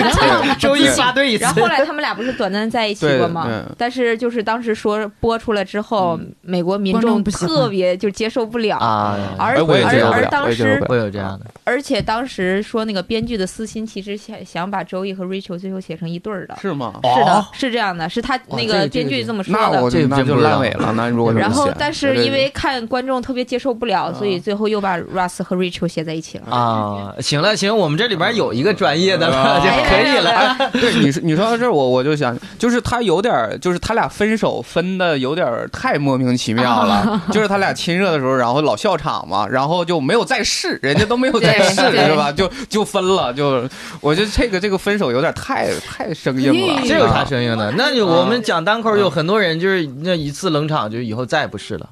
周一发 对一次
然，后后来他们俩不是短暂在一起过
对
吗
对？嗯
但是就是当时说播出来之后，美国民
观众
众
不喜欢
特别就接受不了，
啊，
而
哎我也
而
接受不
而
了我
当
也接受
时
不了
会有这样的，
而且当时说那个编剧的私心其实想想把周易和 Rachel 最后写成一对儿的，
是吗？
是的
哦，
是这样的，是他
哇
那
这
个
个
编
这
剧
个
这么说
那
的
我。
这个
那
真
就
不知
烂
道
尾了。那如果这么
然后
写，
但是
对嗯
因为看观众特别接受不了，所以最后又把 Russ 和 Rachel 写在一起了。
啊，行了行，我们这里边有一个专业的了，
哦
啊
哎
哎
就可以了。
了，
对你说你说到这儿，我我就想，就是他有点儿，就是他俩分手分的有点儿太莫名其妙了。 就是他俩亲热的时候，然后老笑场嘛，然后就没有再试，人家都没有再
对
试，
对
是吧？就就分了，就我觉得这个这个分手有点太太生硬了。
嗯
哎这有啥
啊
声音呢？那就我们讲单口，有很多人就是那一次冷场，就以后再也不是了。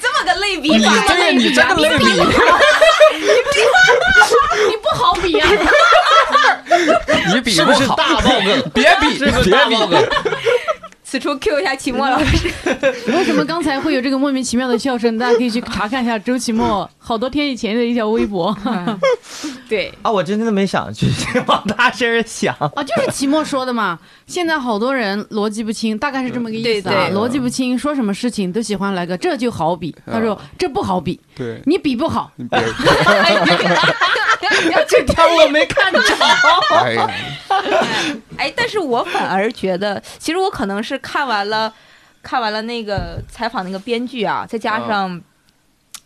这么个类比
你
法，
这个你这个类比，
你不好比啊！
你比
是不是
好，
大爆梗？
别比，
是不是
别
大
比
爆。梗？
此处 Q 一下期 末老师，
为什么刚才会有这个莫名其妙的笑声？大家可以去查看一下周奇墨好多天以前的一条微 博啊
对，
啊，我真的没想去 往大声想。
啊，就是奇墨说的嘛。现在好多人逻辑不清，大概是这么个意思啊，
对对嗯
逻辑不清，说什么事情都喜欢来个这就好比，他说这不好比，
对，
你比不好，
你别比。
这条我没看 着。
哎呀，
哎，但是我反而觉得，其实我可能是看完了，看完了那个采访那个编剧啊，再加上，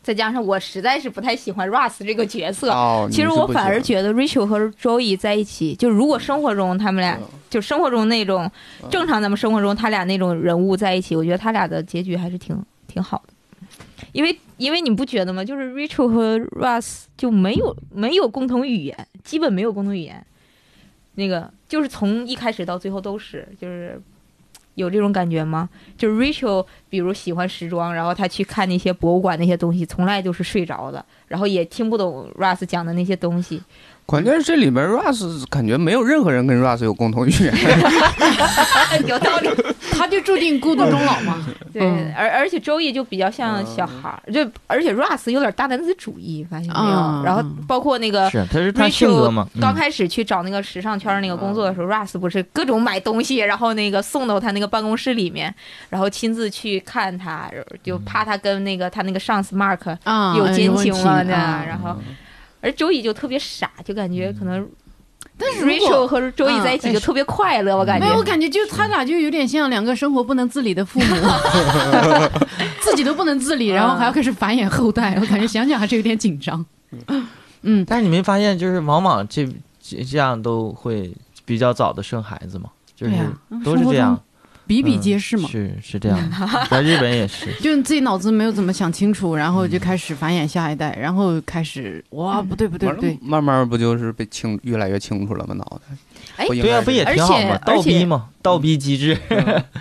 再加上我实在是不太喜欢 Russ 这个角色。
哦，
其实
你是
我
不
反而
行
觉得 Rachel 和 Joey 在一起，就如果生活中他
啊
们俩，就生活中那种
嗯
正常咱们生活中他俩那种人物在一起，我觉得他俩的结局还是挺挺好的。因为因为你不觉得吗？就是 Rachel 和 Russ 就没有没有共同语言，基本没有共同语言。那个就是从一开始到最后都是，就是有这种感觉吗？就是 Rachel，比如喜欢时装，然后他去看那些博物馆那些东西，从来就是睡着的，然后也听不懂 Russ 讲的那些东西。
关键是这里面 Russ 感觉没有任何人跟 Russ 有共同语言。
啊有道理。
他就注定孤独终老嘛。
对，
嗯
而而且周易就比较像小孩儿，就而且 Russ 有点大男子主义，发现没有？
嗯
然后包括那个。
是，他是他
Rachel
性格嘛？嗯
刚开始去找那个时尚圈那个工作的时候、r
嗯
u s s 不是各种买东西，然后那个送到他那个办公室里面，然后亲自去看他，就怕他跟那个他那个上司 Mark
嗯啊，
有奸
问
情
题
了呢。
啊
然后，而周易就特别傻，就感觉可能
但是嗯如
Rachel
果嗯
和周易在一起就特别快乐，我感
没有，我
觉。
感觉就他俩就有点像两个生活不能自理的 父母，自己都不能自理，然后
啊
还要开始繁衍后代，我感觉想想还是有点紧张。嗯，
但是你没发现，就是往往这这这样都会比较早的生孩子嘛，就是
对呀
都是这样，嗯
比比皆是
嗯
嘛。
是是这样的，在日本也 是。
就你自己脑子没有怎么想清楚，然后就开始繁衍下一代，然后开始哇，
嗯
不对不对不对，
慢慢不就是被清越来越清楚了吗？脑袋，
哎
应
对
该
啊，
是
不也挺好吗？
而且
倒逼嘛，倒逼机制。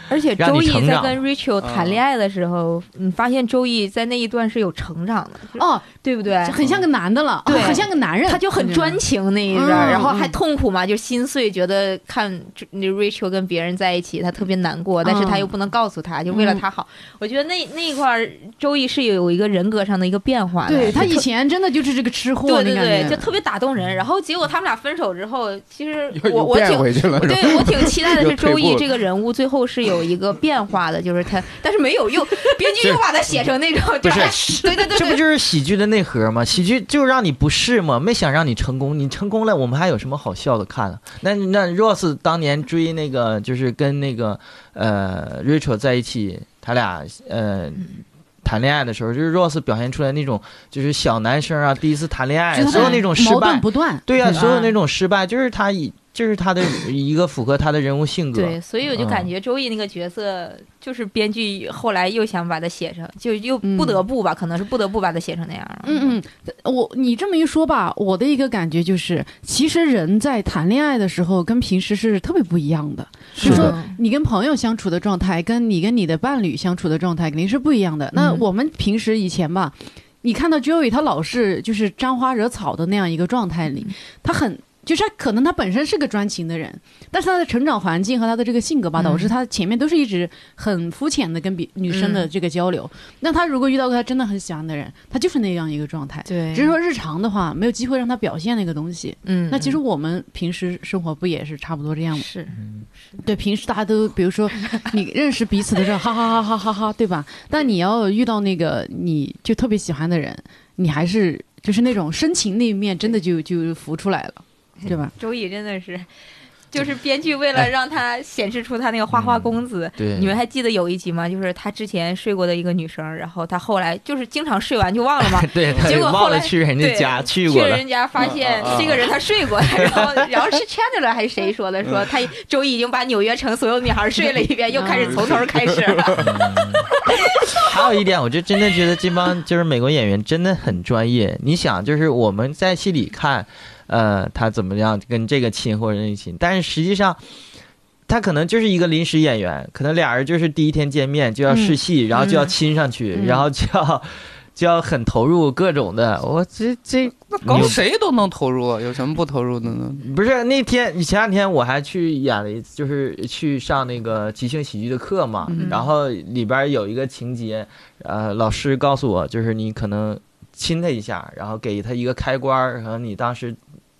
而且
让
周
你
易
成
在
长
跟 Rachel
嗯
谈恋爱的时候，你发现周易在那一段是有成长的，
哦，
对不对？
很像个男的了，哦
哎对
很像个男人，
他就很专情那一段，
嗯
然后还痛苦嘛，就心碎，觉得看那 Rachel 跟别人在一起，他特别难过，但是
嗯
他又不能告诉他，就为了他好。我觉得那那一块儿周易是有一个人格上的一个变化的，
对他
就
以
特
前真的就是这个嗯吃货，
对
那
对
感
对，
觉
就特别打动人。然后结果他们俩分手之后，其实我
又又
我
变
挺。
回去了，是吧？
对我挺期 待的
又
是
退
周
步
易
了
这个人物最后是有一个变化的，就是他，但是没有用，编剧
这
又把他写成那种，
不
就
是
还对对 对
这不
对，
就是喜剧的内核吗？喜剧就是让你不适嘛，没想让你成功，你成功了，我们还有什么好笑的看了？那那 Rose 当年追那个，就是跟那个呃 Rachel 在一起，他俩呃。谈恋爱的时候，就是 Rose 表现出来那种就是小男生啊，第一次谈恋爱，
就他
所有
俩
那种失
矛盾
败，
不断，
对
啊
嗯
呀、所有那种失败，就是他以就是他的一个符合他的人物性格。嗯
对，所以我就感觉周易那个角色，就是编剧后来又想把他写成，就又不得不吧，可能是不得不把他写成那样了。
嗯嗯，我你这么一说吧，我的一个感觉就是，其实人在谈恋爱的时候跟平时是特别不一样的。
是
就说
的，
你跟朋友相处的状态，跟你跟你的伴侣相处的状态肯定是不一样的。那
嗯
我们平时以前吧，你看到 Joey 他老是就是沾花惹草的那样一个状态里，他很。就是他可能他本身是个专情的人，但是他的成长环境和他的这个性格吧，
嗯
导致他前面都是一直很肤浅的跟比女生
嗯
的这个交流。那他如果遇到个他真的很喜欢的人，他就是那样一个状态。
对
只是说日常的话，没有机会让他表现那个东西。
嗯，
那其实
嗯
我们平时生活不也是差不多这样吗？
是
嗯
对，平时大家都比如 说你认识彼此的时候，哈哈哈哈哈哈，对吧？但你要遇到那个你就特别喜欢的人，你还是就是那种深情那一面，真的就就浮出来了，对吧？
周易真的是，就是编剧为了让他显示出他那个花花公子。
嗯对，
你们还记得有一集吗？就是他之前睡过的一个女生，然后他后来就是经常睡完就忘了嘛，
对，他
结
也
果后
忘了
来
去人家
对
家去
去
过了，
人家发现这个人他睡过，然后然后是 Chandler 还是谁说的？说他周易已经把纽约城所有女孩睡了一遍，又开始从头开始了。
还有一点，我就真的觉得这帮就是美国演员真的很专业。你想，就是我们在戏里看，呃，他怎么样跟这个亲或者那个亲，但是实际上。他可能就是一个临时演员，可能俩人就是第一天见面就要试戏，然后就要亲上去，
嗯
然后就要就要很投入各种的。我这这
那搞谁都能投入，啊有什么不投入的呢？
不是那天，你前两天我还去演了一次，就是去上那个即兴喜剧的课嘛。
嗯
然后里边有一个情节，呃，老师告诉我，就是你可能亲他一下，然后给他一个开关儿，然后你当时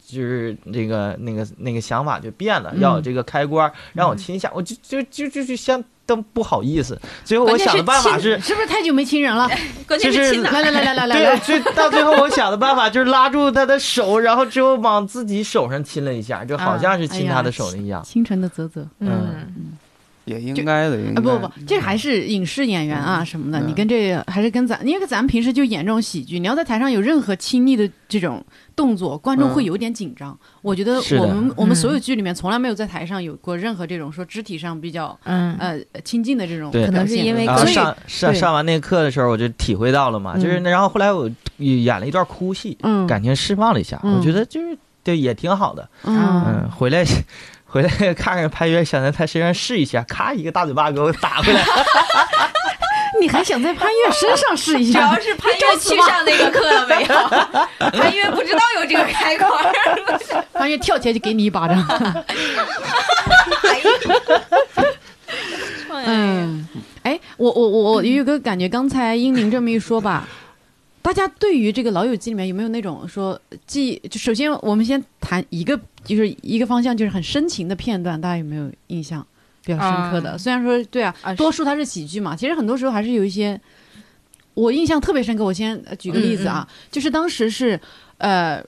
就是那个那个那个想法就变了，
嗯
要有这个开关儿，让我亲一下，我就就就就就相当不好意思。最后我
关键
想
是
的办法是，
是不是太久没亲人 了？
关键
就是
亲哪
来来
儿？
来来来来
对啊，
来，
最到最后我想的办法就是拉住他的手，然后之后往自己手上亲了一下，就好像是亲他的手那一样。
清晨的泽泽，
嗯，
也应该的，应
啊
该
不不，这还是影视演员啊什么的，
嗯
你跟这个还是跟咱，因为咱们平时就演这种喜剧，你要在台上有任何亲昵的这种动作，观众
嗯
会有点紧张。我觉得
是的
我们我们
嗯
所有剧里面从来没有在台上有过任何这种说肢体上比较
嗯
呃亲近的这种表
对
现，
可能是因为
然
各
哎
后
所以
上上
对
上完那个课的时候，我就体会到了嘛，就是那然后后来我演了一段哭戏，
嗯
感情释放了一下，
嗯
我觉得就是对也挺好的。
嗯
啊
嗯，回来 回来看看潘越，想在他身上试一下，咔一个大嘴巴给我打回来。
你还想在潘越身上试一
主
下
要？是潘越去上那个课了没 有？潘越不知道有这个开关儿。
潘越跳起来就给你一巴掌。
嗯
嗯，哎，我我我我有一个感觉，刚才英宁这么一说吧，大家对于这个《老友记》里面有没有那种说，既就首先我们先谈一个，就是一个方向，就是很深情的片段，大家有没有印象比较深刻的？
嗯
虽然说对啊，
啊是
多数它是喜剧嘛，其实很多时候还是有一些。我印象特别深刻，我先呃举个例子啊，就是当时是，呃，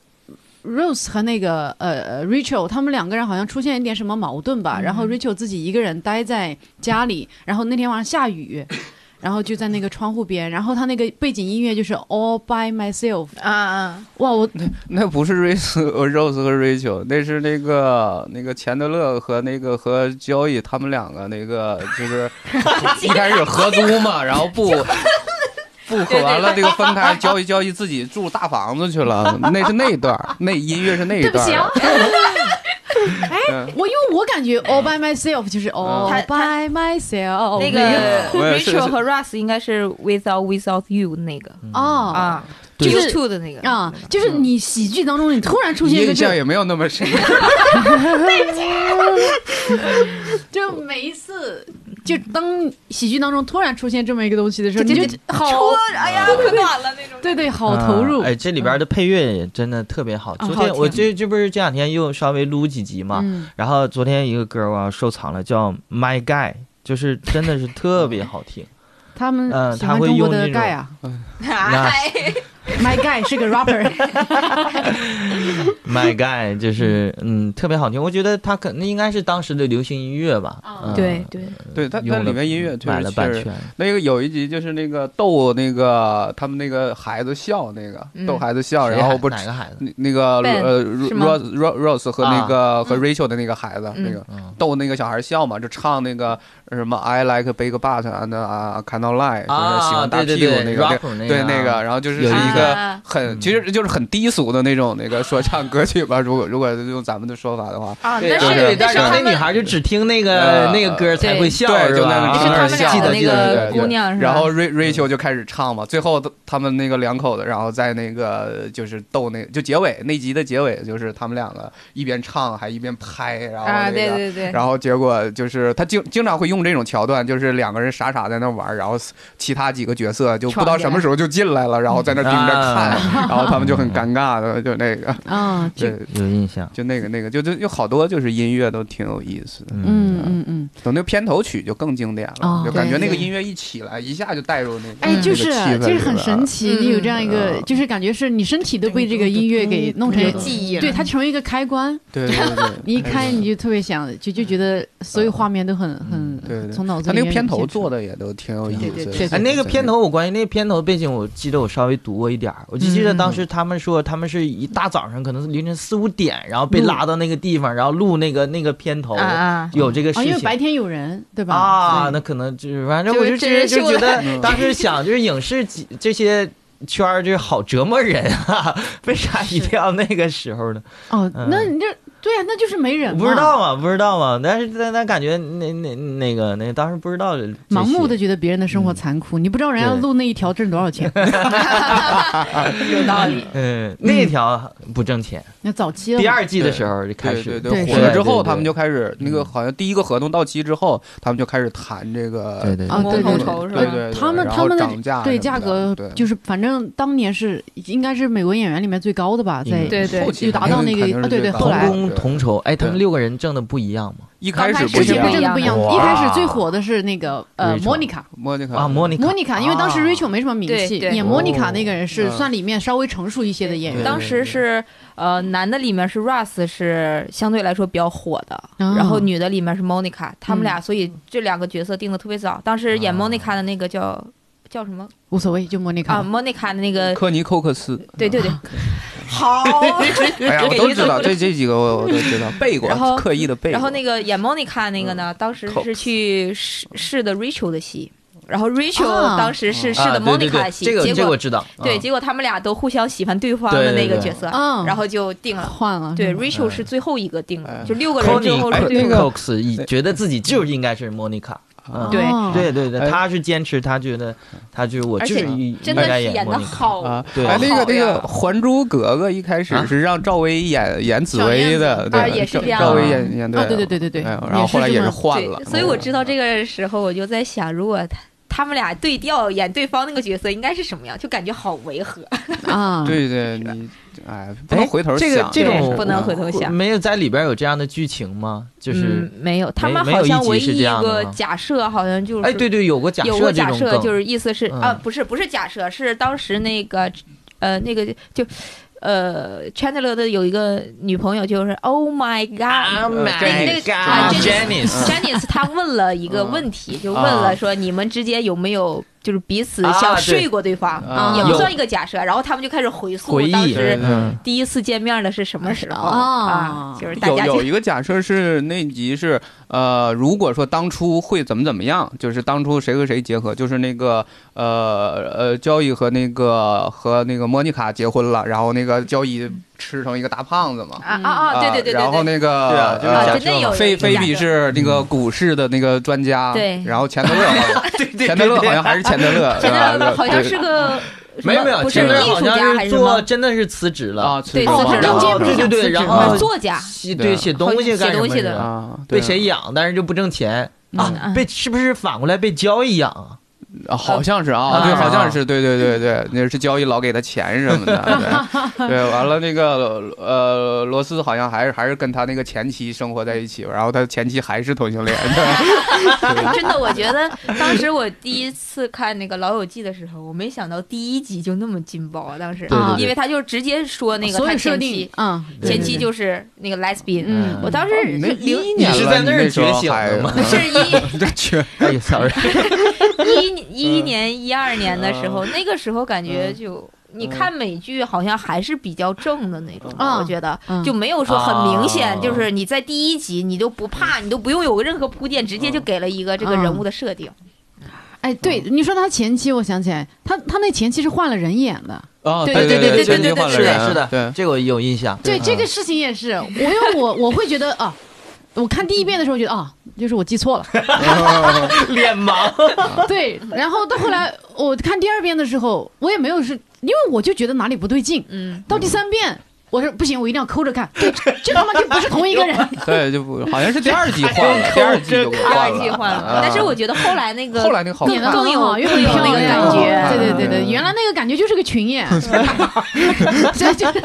Rose 和那个呃呃 Rachel 他们两个人好像出现一点什么矛盾吧，
嗯
然后 Rachel 自己一个人待在家里，然后那天晚上下雨。然后就在那个窗户边，然后他那个背景音乐就是 All by myself，
啊啊，
哇，我
那不是 Rose Rose 和 Rachel，那是那个那个钱德勒和那个和交易他们两个那个就是 一开始合租嘛，然后不。不合完了，这个分开，交易交易自己住大房子去了，那是那一段儿，那音乐是那一
对
段。
不起哎啊，
嗯，
我因为我感觉 All by myself 就是 All
他
by myself
那
个
个
我也是
Rachel 和 Russ 应该是 Without Without You 那个
哦
啊
对就是
，YouTube 的那个
啊，就是你喜剧当中你突然出现一个
印
这
象
种
也没有那么深。
就每一次，就当喜剧当中突然出现这么一个东西的时候，
就
你
就
就好，
戳，哎呀，可暖了那种。
对对， 好投入
啊。哎，这里边的配乐也真的特别好。
啊
昨
好
天
听
我这这不是这两天又稍微撸几集嘛，
嗯，
然后昨天一个歌我收藏了，叫《My Guy》，就是真的是特别好听。
他们
嗯
呃
喜欢
他会
中国
用
的
这种
guy 啊
哎，
，My guy 是个
啊
rapper，
My Guy 就是嗯特别好听，我觉得它可能应该是当时的流行音乐吧。嗯
对，对，
对，它它
用
里
了
面音乐确
买
实
了
确
版
实
权。
那个有一集就是那个逗那个他们那个孩子笑，那个、
嗯
逗孩子笑，
谁
然后
喊
不
哪个孩子？
那那个
Ben，
呃
是吗
，Rose Rose 和那个、和 Rachel 的那个孩子，
嗯
那个
啊嗯
逗那个小孩笑嘛，就唱那个什么 I like big butt and uh, kind of like，就是喜
啊，
欢大
对对
屁股那
对
个，
，rapper 那个，啊
对那个，然后就是是
有
一
印
个
啊
很
嗯
其实就是很低俗的那种那个说唱歌曲吧，如果如果用咱们的说法的话，
啊，
对
但
就是
对，
是
但
但
是
是
他
那
们
女孩就只听那个
呃
那个歌才会笑，
对
是
就
吧？
那
是
女孩
他
儿
们
笑
俩
的
的
对
那
对
个
对
姑娘是吧？
然后
嗯
Ray Rachel 就开始唱嘛，最后他们那个两口子，然后在那个就是逗那就结尾那集的结尾，就是他们两个一边唱还一边拍，然后那个。
啊，对对对，
然后结果就是他经经常会用这种桥段，就是两个人傻傻在那玩，然后其他几个角色就不知道什么时候就进来了，然后在那盯着看，然后他们就很尴尬的，就那个，
啊，就
对，
有印象，
就那个那个，就就有好多就是音乐都挺有意思的，
嗯嗯嗯，
等那片头曲就更经典
哦
了，就感觉
对
那个
对
音乐一起来，一下就带入那个，
哎，就
嗯那个
是
气氛
就是很
里边
神奇，
嗯
你有这样一个，
嗯
就是感觉是你身体都被这个音乐给弄成
有记忆了
对，它成为一个开关，
对对对，
你一开
哎
你就特别想，就就觉得所有画面都很很
嗯对对
从脑子
他
里
那个
面
片
涌
头
现出
做的也都挺有意
对对对
思
对
的。
对
哎，那个片头我关心，那个片头背景我记得我稍微读过一点儿，我就记得当
嗯
时他们说他们是一大早上，可能是凌晨四五点，然后被
录
拉到那个地方，然后录那个那个片头
啊，啊，
有这个
啊，
事
因为
情
白。天有人，对吧？
啊，
嗯
那可能就是反正
就
我
是
就觉
真人
得就
秀
觉
的
嗯
得当时想就是影视几这些圈儿就是好折磨人啊， 为啥一定要那个时候呢？
哦，
嗯
那你这对啊呀，那就是没人
我
嘛，
不知道嘛，不知道嘛，但是但但感觉那那那个那个当时不知道这些，
盲目的觉得别人的生活
嗯
残酷，你不知道人家
对
录那一条挣多少 钱。
有道理。
嗯，那条不挣钱。
那早期了嘛，
第二季的时候就开
对
始
对
对
火了之后，
对对
他们就开始那个
嗯
好像第一个合同到期之后，他们就开始谈这个嗯
对对
啊，对
对
对
统
对
筹是吧
对对对，
他们
然
他
后
们
涨价
的对
啊
什么
价
的
格
对
就是，反正当年是应该是美国演员里面最高的吧，
嗯
在
对对
后期
有达到那个
肯定是
啊对对
最高
后
同
来
的
工
对
同酬，哎，他们
对
六个人挣的不一样吗？
一开始
刚
不
开
之
始
前
一样
不
真的不一样。
哇
一开始最火的是那个呃
Rachel
莫妮卡，
莫妮卡
啊，莫妮卡
莫妮卡，因为当时
啊嗯
Rachel 没什么名
对
气，
对
演莫妮卡那个人是
哦
算里面稍微成熟一些的演员。
对
当时是呃，男的里面是 Russ 是相对来说比较火的，
啊
然后女的里面是 Monica，他们俩
嗯
所以这两个角色定的特别早。当时演
啊
Monica 的那个叫叫什么
无所谓，就莫妮
啊
卡。
？Monica 的那个，
科尼寇克斯，
对对对， 好。
哎呀，我都知道这这几个我我都知道背过
然后，
刻意的背过。
然后那个演 Monica 那个呢，当时是去试试的 Rachel 的戏，然后 Rachel
啊
当时是试的
啊对对
Monica
对
的戏，
这个
结
这个我
果
知道，
对，
嗯
结果他们俩都互相喜欢对方的
对对
那个
对
角色，
嗯，
啊然后就定了。
换了。
对
是吧
，Rachel
嗯
是最后一个定的，
哎
就六个人最后是
Connie，
最
哎
后
那个
Cox 以觉得自己就应该是莫妮卡，嗯，
对
哦
对对
哎
对，他是坚持，他觉得他就我
而
就是
且
应
真的
该
是
演
演
莫
的
妮卡。
嗯
好
啊，
对
哎，那
好
个那个
呀
《还珠格格》一开始
啊
是让赵薇演演紫薇的，
小燕子
对
啊
也是
赵
这样
赵
啊
薇演演
啊，对对
对
对对对，
哎呦然后后来也
这
是
么
换了嗯
对，，所以
嗯
我知道这个时候，我就在想，如果他他们俩对调演对方那个角色，应该是什么样？就感觉好违和。嗯
啊，
对对，你哎，不能回头
这个
想
这
对
种
不能回头想
没有在里边有这样的剧情吗？就是
嗯，没有，他们
没有
好像
一集
唯
是
一
这样的
个
吗
假设，好像就是
哎，对对，有过假
有
设
个
这
假
种
设，
梗，
就是意思是
嗯
啊，不是不是假设，是当时那个呃那个就呃，Chandler 的有一个女朋友就是 Oh my
啊
God，
my
那个那个啊
God，
这
j
个
e n n i c e
Janice 她问了一
嗯
个问题，就问
啊
了说你们之间有没有就是彼此想睡过对方，
啊
也
有
不算一个假设。然后他们就开始回溯
回
当
忆，
时
嗯，哦
第一次见面的是什么时候
啊
啊？就是大
有
家
有
就
一个假设是那集是呃，如果说当初会怎么怎么样，就是当初谁和谁结合，就是那个呃呃交易和那个和那个莫妮卡结婚了，然后那个交易吃成一个大胖子嘛。
啊啊啊！对对对对
然后
对。
那个
对啊就是
呃
啊，
假
真的有
菲菲比
比
是那个股市的那个专家，
对
然后钱德勒好 像，
对对
钱德勒好像还是钱 德勒，
钱
对
啊
吧
德好像是个
没有没有，
不是
前面
艺
好
术
像
家还是什
做
么？
真的是辞职了，
啊，
对，辞
是吧
职
然
了，
后
坚
对
决
对
不
对然
想辞职
后
啊作家
写
对
对
啊
写东西干
写东西的
什么
啊，
被
对啊
谁养，但是就不挣钱啊
嗯，
被是不是反过来被交易养啊？
啊，好像是啊，
啊
对，好像是，对对对对，那是交易老给他钱什么的，对，对完了那个呃，罗斯好像还是还是跟他那个前妻生活在一起，然后他前妻还是同性恋，对
真的，我觉得当时我第一次看那个《老友记》的时候，我没想到第一集就那么劲爆啊！当时
对对，对
因为他就直接说那个
所
他
有设
前
定
妻，
啊，
对
前妻就是那个 lesbian。
嗯
我当时
你那
是零
一年
你是
了
在那儿
时候
觉醒的
还
吗
是一
这去，
哎呀，sorry，嗯
一一年一二年的时候，那个时候感觉就。
嗯
你看美剧好像还是比较正的那种的，
嗯
我觉得
嗯
就没有说很明显，
啊
就是你在第一集你都不怕，你都不用有任何铺垫，直接就
嗯
给了一个这个人物的设定。
哎，对，你说他前妻，我想起来，他他那前妻是换了人演的，
啊，
对
对
对
对
对对
前妻
对对
换了
是
人
的，是的，
对，
这个我有印象。
对
嗯
这个事情也是，我因为我我会觉得啊，我看第一遍的时候觉得啊，就是我记错 了，
脸盲，
对，然后到后来我看第二遍的时候，我也没有是因为我就觉得哪里不对劲，
嗯，
到第三遍我说不行，我一定要抠着看，对，这这他妈就不是同一个人，
对，就不好像是第二季换了，第二季就
第二
换
季换
了
了，，但是我觉得后来那个
后来那个好
演的
看，
很好，
更
又
有
很漂
更有
亮，
那个感觉
对对对对，
嗯
原来那个感觉就是个群演， 就就就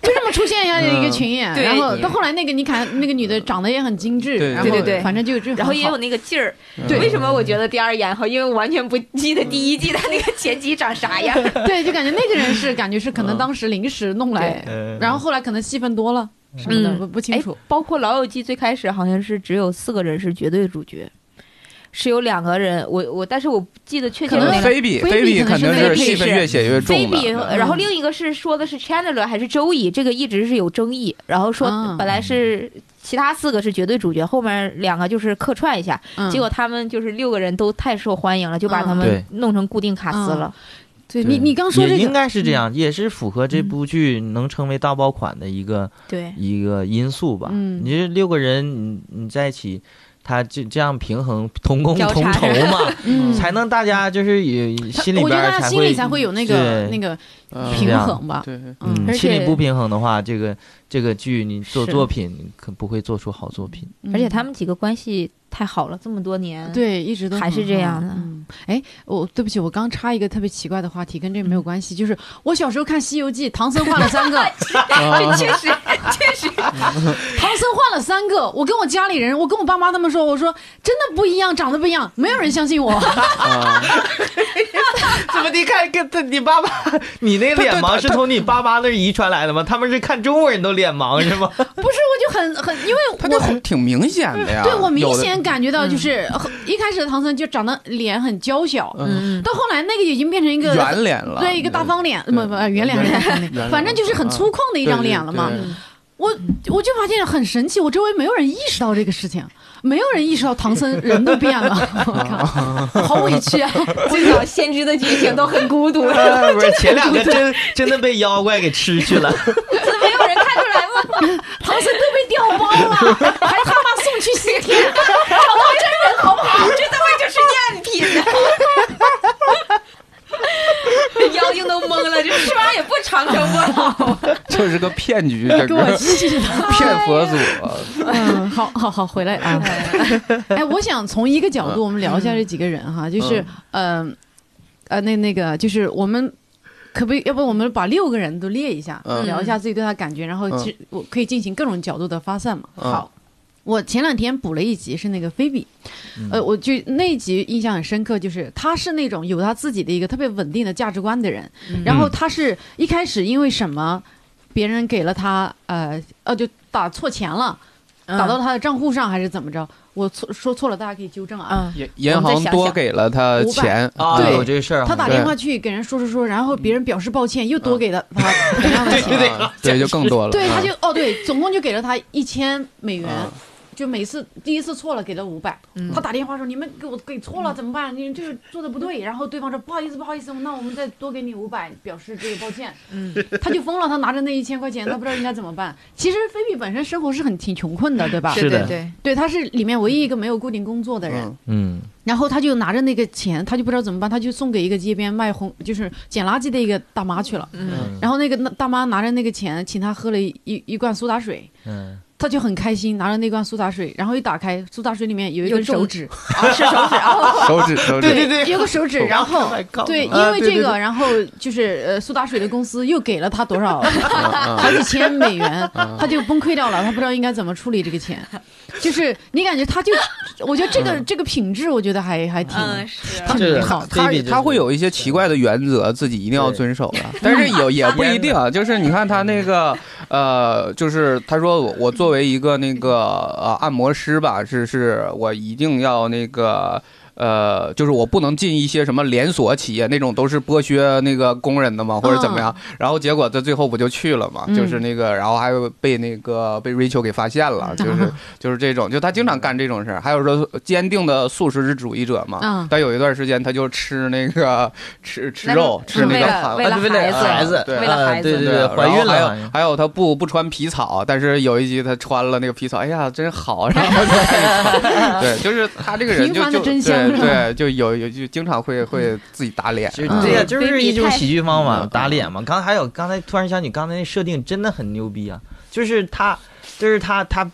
这么出现一下一个群演，
对
然后到后来那个你看那个女的长得也很精致，
对
然后
对对对
反正就就
然后
很
也有
好
那个劲儿。
对
为什么我觉得第二眼好？因为我完全不记得第一季的那个前妻长啥样。
对，就感觉那个人是感觉是可能当时临时弄来，
嗯
然后后来可能戏份多了什么的，
嗯
不不 清楚。
包括《老友记》最开始好像是只有四个人是绝对主角，是有两个人，我我但是我记得确切
可能
那个
菲比
菲比
菲比
可能是
肯定
那
是
个
戏份
配饰
越写越
菲
重嗯的，
比，然后另一个是说的是 Chandler 还是周易，这个一直是有争议。然后说
啊
本来是其他四个是绝对主角，后面两个就是客串一下，
嗯
结果他们就是六个人都太受欢迎了，就把他
嗯
们
对
弄成固定卡司
嗯
了。
对你你刚说
也
这
应
个，嗯
该是这样，也是符合这部剧能成为大爆款的一个
对，
一个因素吧。
嗯
你这六个人，你你在一起，他就这样平衡同工
交
同
叉
酬嘛，
嗯，
才能大家就 是也心里
我觉得
边
大
儿
家
才
心里
会
才会有那个
对
那个
嗯
平
这样
衡吧。
对。
嗯
嗯，
而
心
且
理不平衡的话，这个这个剧你做
是
作品可不会做出好作品。
嗯
而且他们几个关系太好了，这么多年。
对，一直都
嗯还
很
是这
好
样的
嗯，哎，我对不起，我刚插一个特别奇怪的话题，跟这没
嗯
有关系。就是我小时候看《西游记》，唐僧换了 三个，
对，确实确实，
唐僧换了三个。我跟我家里人，我跟我爸妈他们说，我说真的不一样，长得不一样，没有人相信 我。啊
怎么的看跟他你爸爸， 你那
脸盲是
从你爸妈那遗传来的吗？他们是看中国人都脸 盲是吗？
不是，我就很很，因为
他
我嗯
这很挺明显的呀，
对我明
有的嗯
显感觉到，就是、很一开始的唐僧就长得脸很娇小，
嗯，
到后来那个已经变成一个
圆脸了，
对一个大方脸，不不圆脸还是大方脸，
脸嗯
反正就是很粗犷的一张脸了嘛。嗯
对对
我就发现很神奇，我周围没有人意识到这个事情，没有人意识到唐僧人都变了， 我靠，好委屈啊！
最早先知的剧情都很孤独，没
不是前两个真真的被妖怪给吃去了。
有人看出来吗？
唐僧都被调包了，还他妈送去西天，
这他妈就是赝品。妖精都懵了，这吃完也不长生不老。
就是个骗局， 这
给我
个
气的。
骗佛祖。
嗯，好好好，回来啊！
嗯
哎，我想从一个角度，我们聊一下这几个人哈，就是嗯呃那那个就是我们。可不可以？要不我们把六个人都列一下，
嗯
聊一下自己对他感觉，然后
嗯
其实我可以进行各种角度的发散嘛。
嗯
好，我前两天补了一集是那个菲比，
嗯
呃，我就那一集印象很深刻，就是他是那种有他自己的一个特别稳定的价值观的人，然后他是一开始因为什么。别人给了他呃呃就打错钱了，打到他的账户上还是怎么着？我错说错了，大家可以纠正啊。
嗯
银银
我们
行
再想
多
想
给了他
500
钱嗯
啊，
对
有这事儿，
他打
对
电话去给人说说说，然后别人表示抱歉，又多给了他同样的钱。
对对，就更多了。
对，他
嗯
就哦对，总共就给了他一千美元，
嗯
就每次第一次错了给了五百。
嗯
他打电话说你们给我给错了怎么办？你们这个做的不对。然后对方说不好意思不好意思，那我们再多给你五百表示这个抱歉。
嗯，
他就疯了，他拿着那一千块钱，他不知道应该怎么办。其实菲比本身生活是很挺穷困的，对吧？
是的
对对
对，他是里面唯一一个没有固定工作的人。
嗯
嗯，
然后他就拿着那个钱，他就不知道怎么办，他就送给一个街边卖红就是捡垃圾的一个大妈去了。
嗯
然后那个那大妈拿着那个钱请他喝了一一一罐苏打水，
嗯，
他就很开心，拿着那罐苏打水，然后一打开苏打水里面有一
有
根
中
手指，
啊，是手指啊，
手指手指，
对对，Oh
有个手指，然后
哎
对，因为这个，然后就是呃，苏打水的公司又给了他多少
嗯
好几千美元，他就崩溃掉了，他不知道应该怎么处理这个钱。就是你感觉他就，我觉得这个这个品质，我觉得还还挺
嗯是，
挺
是
美好的。
他
Baby
他会有一些奇怪的原则，自己一定要遵守的，但是也也不一定啊。就是你看他那个呃，就是他说我我作为一个那个呃按摩师吧，是是我一定要那个。呃，就是我不能进一些什么连锁企业那种，都是剥削那个工人的嘛，或者怎么样。然后结果他最后不就去了嘛，
嗯
就是那个，然后还被那个被 Rachel 给发现了，就是就是这种，就他经常
嗯
干这种事儿。还有说坚定的素食主义者嘛，
嗯
他有一段时间他就吃那个 吃吃
那个
肉，吃那
为
个
了
韩
为了
啊为了
孩
孩
子
子，
对
为了孩
啊对
子，
对对，怀
然后
孕了
还有
嘛，
还有他不不穿皮草，但是有一集他穿了那个皮草，哎呀，真好，然后就 被对，就是他这个人
平
就
凡的
就
真香
对
是吧
对，就有有就经常会会自己打脸，
就
嗯
对呀，
嗯
就是一种喜剧方法
嗯，
打脸嘛。刚才还有，刚才突然想起刚才那设定真的很牛逼啊，就是他，就是他，他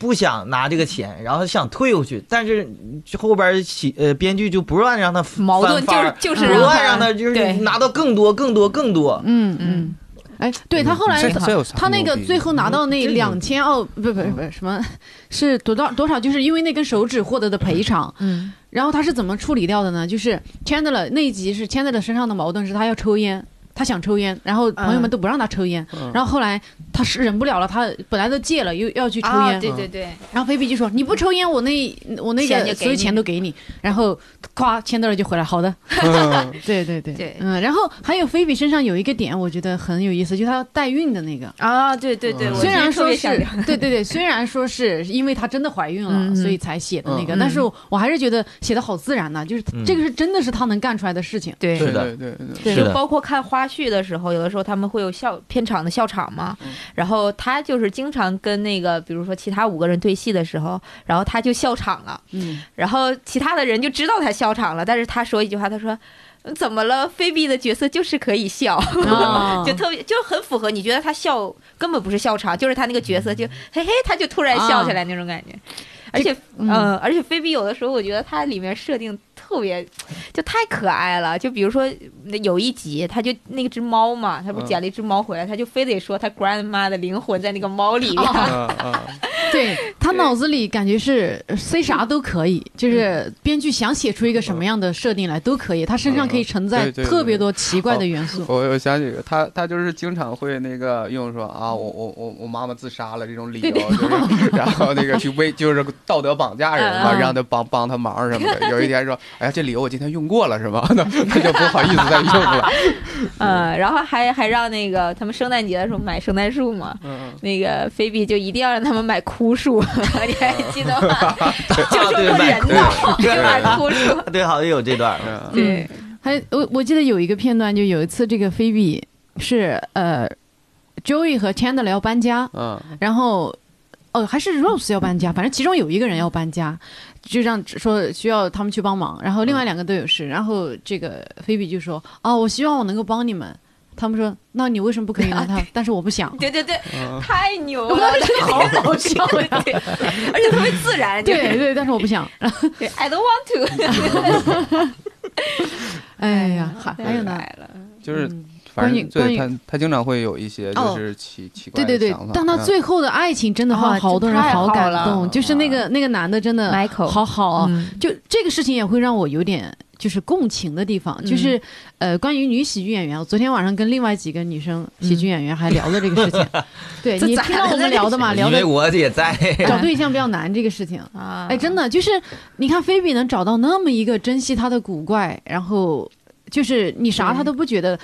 不想拿这个钱，然后想退回去，但是后边喜呃编剧就不乱让他翻
矛盾
番
就
儿
是就是
不
让
乱让他就是
对
拿到更多更多更多。
嗯嗯，哎，对他后来
这这有啥
他那个
牛逼
最后拿到那
嗯
两千哦，不不不什么，是多少多少，就是因为那根手指获得的 赔偿。
嗯
然后他是怎么处理掉的呢？就是 Chandler 那一集是 Chandler 身上的矛盾是他要抽烟，他想抽烟，然后朋友们都不让他抽烟，
嗯
然后后来他是忍不了了，他本来都戒了，又要去抽
啊，
烟，
对对对，
然后菲比就说你不抽烟，我那我那
钱
个
就给
所有
你
钱都给你，然后夸 Chandler 就回来，好的，对对对
对
嗯，然后还有菲比身上有一个点，我觉得很有意思，就是她代孕的那个。
啊，对对对，
嗯
我
虽
其
然
实特
说
别
是
想聊，
对对对，虽然说是因为她真的怀孕了，
嗯嗯
所以才写的那个，
嗯嗯
但是我还是觉得写的好自然呐、就是
嗯
这个是真的是她能干出来的事情。
对
对
是的
对对对
对
是的
就包括看花絮的时候，有的时候他们会有笑片场的笑场嘛，
嗯
然后他就是经常跟那个，比如说其他五个人对戏的时候，然后他就笑场了，
嗯，
然后其他的人就知道他笑场了，但是他说一句话，他说。嗯怎么了？菲比的角色 就是可以笑，
嗯
啊
就特别就很符合。你觉得他笑根本不是笑场，就是他那个角色
嗯
就嘿嘿，他就突然笑起来那种感觉。而且，
嗯
嗯，而且菲比有的时候，我觉得它里面设定特别，就太可爱了。就比如说那有一集，他就那只猫嘛，他不
嗯
捡了一只猫回来，他就非得说他 grandma 的灵魂在那个猫 里面。
嗯嗯
对她脑子里感觉是呃 say 啥都可以，就是编剧想写出一个什么样的设定来都可以，她身上可以承载
哦对对对
特别多奇怪的元素。
我我想起一个他，他就是经常会那个用说啊，
嗯
我我我我妈妈自杀了这种理由，就是然后那个去威，就是道德绑架人嘛，
嗯嗯
让他帮帮他忙什么的。有一天说，哎呀，这理由我今天用过了是吧？ 那他就不好意思再用 了。
嗯，然后还还让那个他们圣诞节的时候买圣诞树嘛，
嗯，
那个菲比就一定要让他们买枯树， 你还记 得吗？就说不
对买
人
枯
道， 就买枯树。
对，好像有这段儿，
嗯
对，
还我我记得有一个片段，就有一次这个菲比是呃，Joey 和 Chandler 要搬家，
嗯
然后哦还是 Rose 要搬家，反正其中有一个人要搬家，就让说需要他们去帮忙，然后另
嗯
外两个都有事，然后这个菲比就说哦，我希望我能够帮你们，他们说那你为什么不可以呢？ 他但是我不想。
对对对，
嗯，
太牛
我
了！
当时觉得好搞笑呀！
对，而且特别自然，就是
对对，但是我不 想。
对，I don't want to。
哎呀，
嗯
还还有呢，
太可爱了，
就是
嗯
反正
关
对
于
他他经常会有一些
哦
就是奇奇怪
对
的
对对
想法。，
但他
嗯
最后的爱情真的
啊
让好多人
这太好
感
了嗯
动，就是那个那个男的真的
Michael
好好啊，
嗯
就这个事情也会让我有点就是共情的地方，
嗯
就是呃，关于女喜剧演员，我昨天晚上跟另外几个女生喜剧演员还聊了这个事 情。对
这
你
咋
听到我们聊的嘛？聊
因
的
为我也 在，
找对象比较难这个事情。
啊，
哎，真的就是，你看菲比能找到那么一个珍惜他的古怪，然后就是你啥
对
他都不觉得，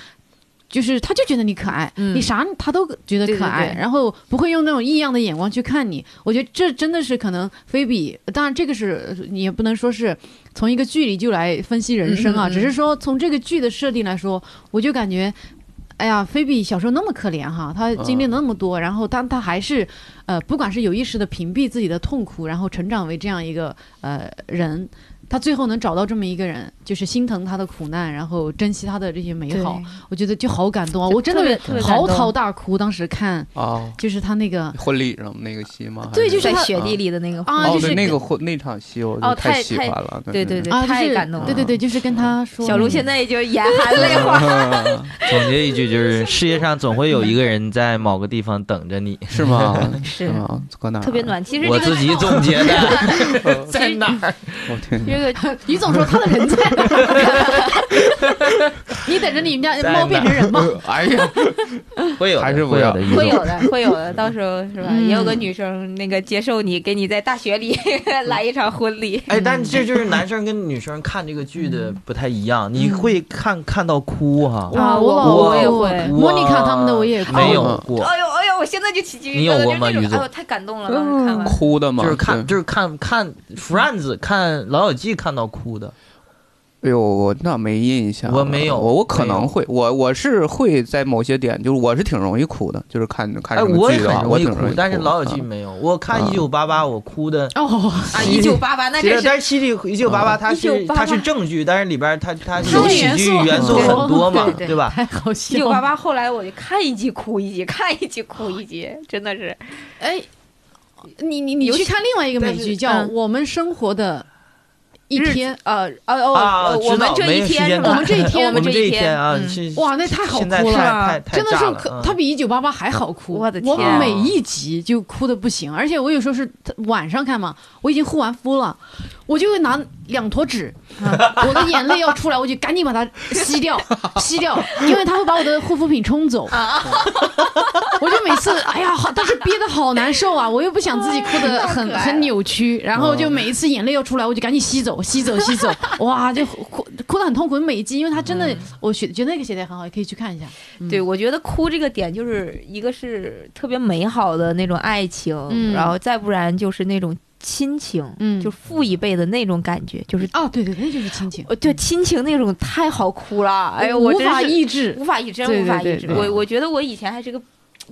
就是他就觉得你可爱，
嗯
你啥他都觉得
对
可
对
爱，
对
然后不会用那种异样的眼光去看你。我觉得这真的是可能菲比，当然这个是你也不能说是从一个剧里就来分析人生啊，
嗯嗯嗯
只是说从这个剧的设定来说，我就感觉。哎呀，菲比小时候那么可怜哈，她经历了那么
嗯
多，然后但她还是，呃，不管是有意识的屏蔽自己的痛苦，然后成长为这样一个呃人，她最后能找到这么一个人，就是心疼她的苦难，然后珍惜她的这些美
对
好，，我觉得就好感动啊！
就
我真的
特别
是
特别感
嚎
动
啕大哭，当时看
哦，
就是她那个
婚礼上那个戏吗？还
对就是
在
他
雪地里的那个
啊
哦，
就
对
是
那个婚那场戏，我
哦
就
太
喜
太
欢了。
对对对，
啊，就
太
是
感动了。
对对对，就是跟她说
小卢现在就眼含泪花，
嗯
总结一句就是，世界上总会有一个人在某个地方等着你。
是吗？
是
吗？搁哪儿？ 啊
特别暖。其实
我
这个
自己总结的， 在哪儿？
我天哪，
这 个
于总说他的人在 哪儿，你等着你们家猫变成人吧。
哎呀，会有的，
还是不
会有
要
的，
会
一
有
种
的，会有的，到时 候是吧？
嗯
也有个女生那个接受你，给你在大学里 来一场婚礼。
哎，但这就是男生跟女生看这个剧的不太一样，你会看看到哭哈、
啊，
我
老
我
也
我
会，莫妮卡他们的我也哭
没有过，
哎呦哎呦，我现在就起鸡皮
你
疙
有
瘩，就
过
是
吗
那种
于
哎
总
呦太感动了，当时看完。
哭的嘛，
就是看
对
就是看看 Friends 看《老友记》看到哭的，
哎呦，我那没印象了，
我没有
我我可
没有
能会，我我是会在某些点，就是我是挺容易哭的，就是看看
哎，
什么
我也
剧的
很
话，
容
我
易
挺
哭
容易，
但是《老友记》
啊
没有。我看《一九八八》，我哭的。
哦，
啊，一九八八那
其
真
实，
是
但是《犀利一九八八》它是
1988
它是正剧，但是里边它它
它
有
的
喜
元
剧
素
元素
很
很多嘛
多，对
对吧？
太好
一
笑
九
了
八。八。后来我就看一集哭一集，看一集哭一集，真的是
哎，你你你
尤
去
其
看另外一个美
但
剧
是
叫《
嗯
我们生活的一
日
天》，
呃哦哦，
啊
呃我
知
们
道
这
没
一
有
天
时
是
间
吧？
我们这 一天
我
我
们
们
这
一
天啊，
嗯
是
哇，那太好
现在
哭
是
了。啊
吧
太太太
真的
炸
是
了
可，
嗯
它比一九八八还好哭。
我的
我啊
天
每一集就哭的不行，而且我有时候是晚上看嘛，我已经护完肤了，我就会拿两坨纸， 我的眼泪要出来，我就赶紧把它吸 掉，吸掉，因为它会把我的护肤品冲走。 我就每次哎呀，好，但是憋得好难受啊，我又不想自己哭得很
太可爱了
很扭曲，然后就每一次眼泪要出来，我就赶紧吸 走，吸走，吸走，哇，就哭哭得很痛苦。每一集，因为它真的，我学觉得那个写的很好，也可以去看一下。
对，我觉得哭这个点就是一个是特别美好的那种爱情，
嗯
然后再不然就是那种亲情，
嗯
就父一辈的那种感觉，就是
哦，对对，那就是亲情。
呃，对亲情那种太好哭了，哎呦，我
无
真
法
是
抑制。
无法抑制，
对
无法
对
抑制。
对对
我我觉得我以前还是个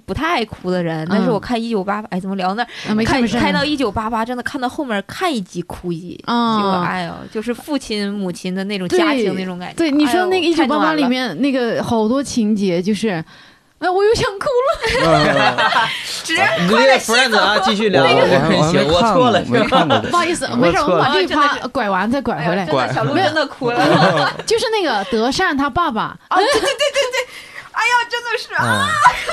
不太爱哭的人，但是
嗯
我看一九八八，哎，怎么聊到那儿？
啊没事
看
没事
看到一九八八，真的看到后面看一集哭一集，
啊
就哎呦，就是父亲母亲的那种
对
家庭那种感觉。
对，你说那个
哎
一
呦
九
太
八
暖
八
了
里面那个好多情节就是。哎，我又想哭了。
直
你这个 Friends 啊，继续
我
聊，
我还
很
我还没
行，我
看
错
过
了，是
没
吧？
看过的
不。好意思，没事，我们把
错
这
了
一趴拐完再拐
哎
回
呦
来。
真的小鹿真的哭了， 啊，
就是那个德善他爸爸，
对对对对对，哎呀，真的是，啊，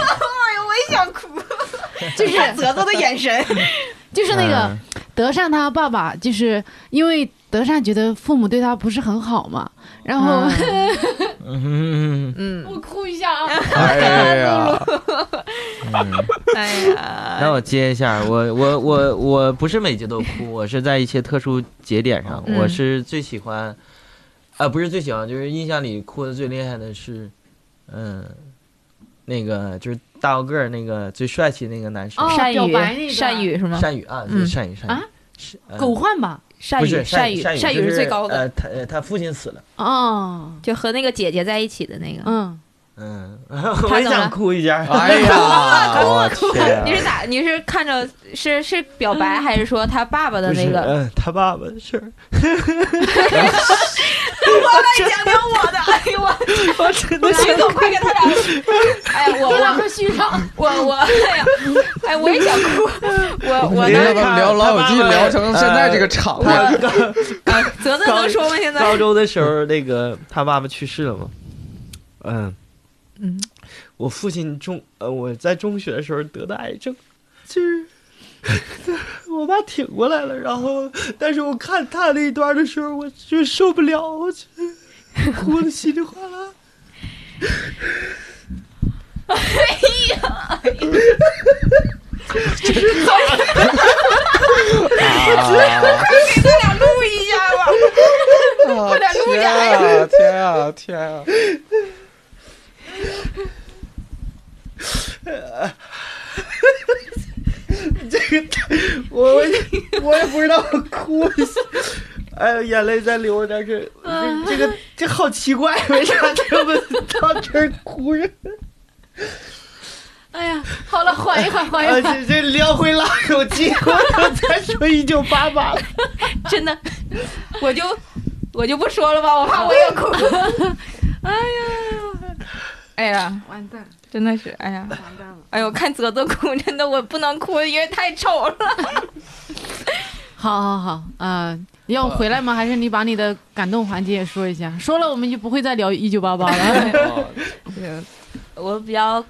嗯，
哎呦，我也想哭，
就是
看泽泽的 眼神，
就是那个
嗯
德善他爸爸，就是因为德善觉得父母对他不是很好嘛，然后
嗯，
嗯，
我哭一下啊，
哎呀，
哎呀，
让我接一下，我我我我不是每集都哭，我是在一些特殊节点上，
嗯
我是最喜欢，啊、不是最喜欢，就是印象里哭的最厉害的是，嗯、那个就是大高个儿那个最帅气那个男生，
哦
善
表白那
宇，
个
善宇是吗？
善宇啊，
嗯
对善宇善宇
啊
是 呃
狗焕吧，
善
不
宇，
是
善
宇，
宇，
善
善宇
就是
最高的，
呃，他呃他父亲死了，
哦，
就和那个姐姐在一起的那个。
嗯，
嗯，
怎
我
么
也
了啊
想哭一下，
哎呀，我天！
你是啊咋？你是看着是是表白，
嗯
还是呃说他爸爸的
不
那
是，
个？
嗯，他爸爸的事儿，
再讲讲我的，哎呦 我，我真的徐总，快给他俩！ 哎呀，我
你俩
我
快续上，
我我，哎呀，哎，我也想哭，我我
你
别
怎
呢？
么聊《老友记》聊成现在这个场
我
面？
泽泽能说吗？现在
高中的时候，那个他爸爸去世了嘛，嗯，
嗯，
我父 亲中呃我在中学的时候得的癌症，就是我我爸挺过来了，然后，但是我看他那一段的时候，我就受不了，我就哭的稀里哗啦。
咱俩录一下吧。
我
俩录
天啊天啊天啊！
我我也我也不知道我哭的，哎呦，眼泪在流，但是
啊
这这个这好奇怪，为啥这么到这儿哭着？
哎呀，好了，缓一缓，缓
啊，
一缓，
这这撩回拉手机，我再说一九八八了。
真的，我就我就不说了吧，我怕我也哭。哎呀，哎呀，
完蛋，
真的是，哎呀，
完蛋了。
哎呦，看泽泽哭，真的我不能哭，因为太丑了。
好好好啊、你要回来吗？还是你把你的感动环节也说一下？说了我们就不会再聊一九八八了。
我比较。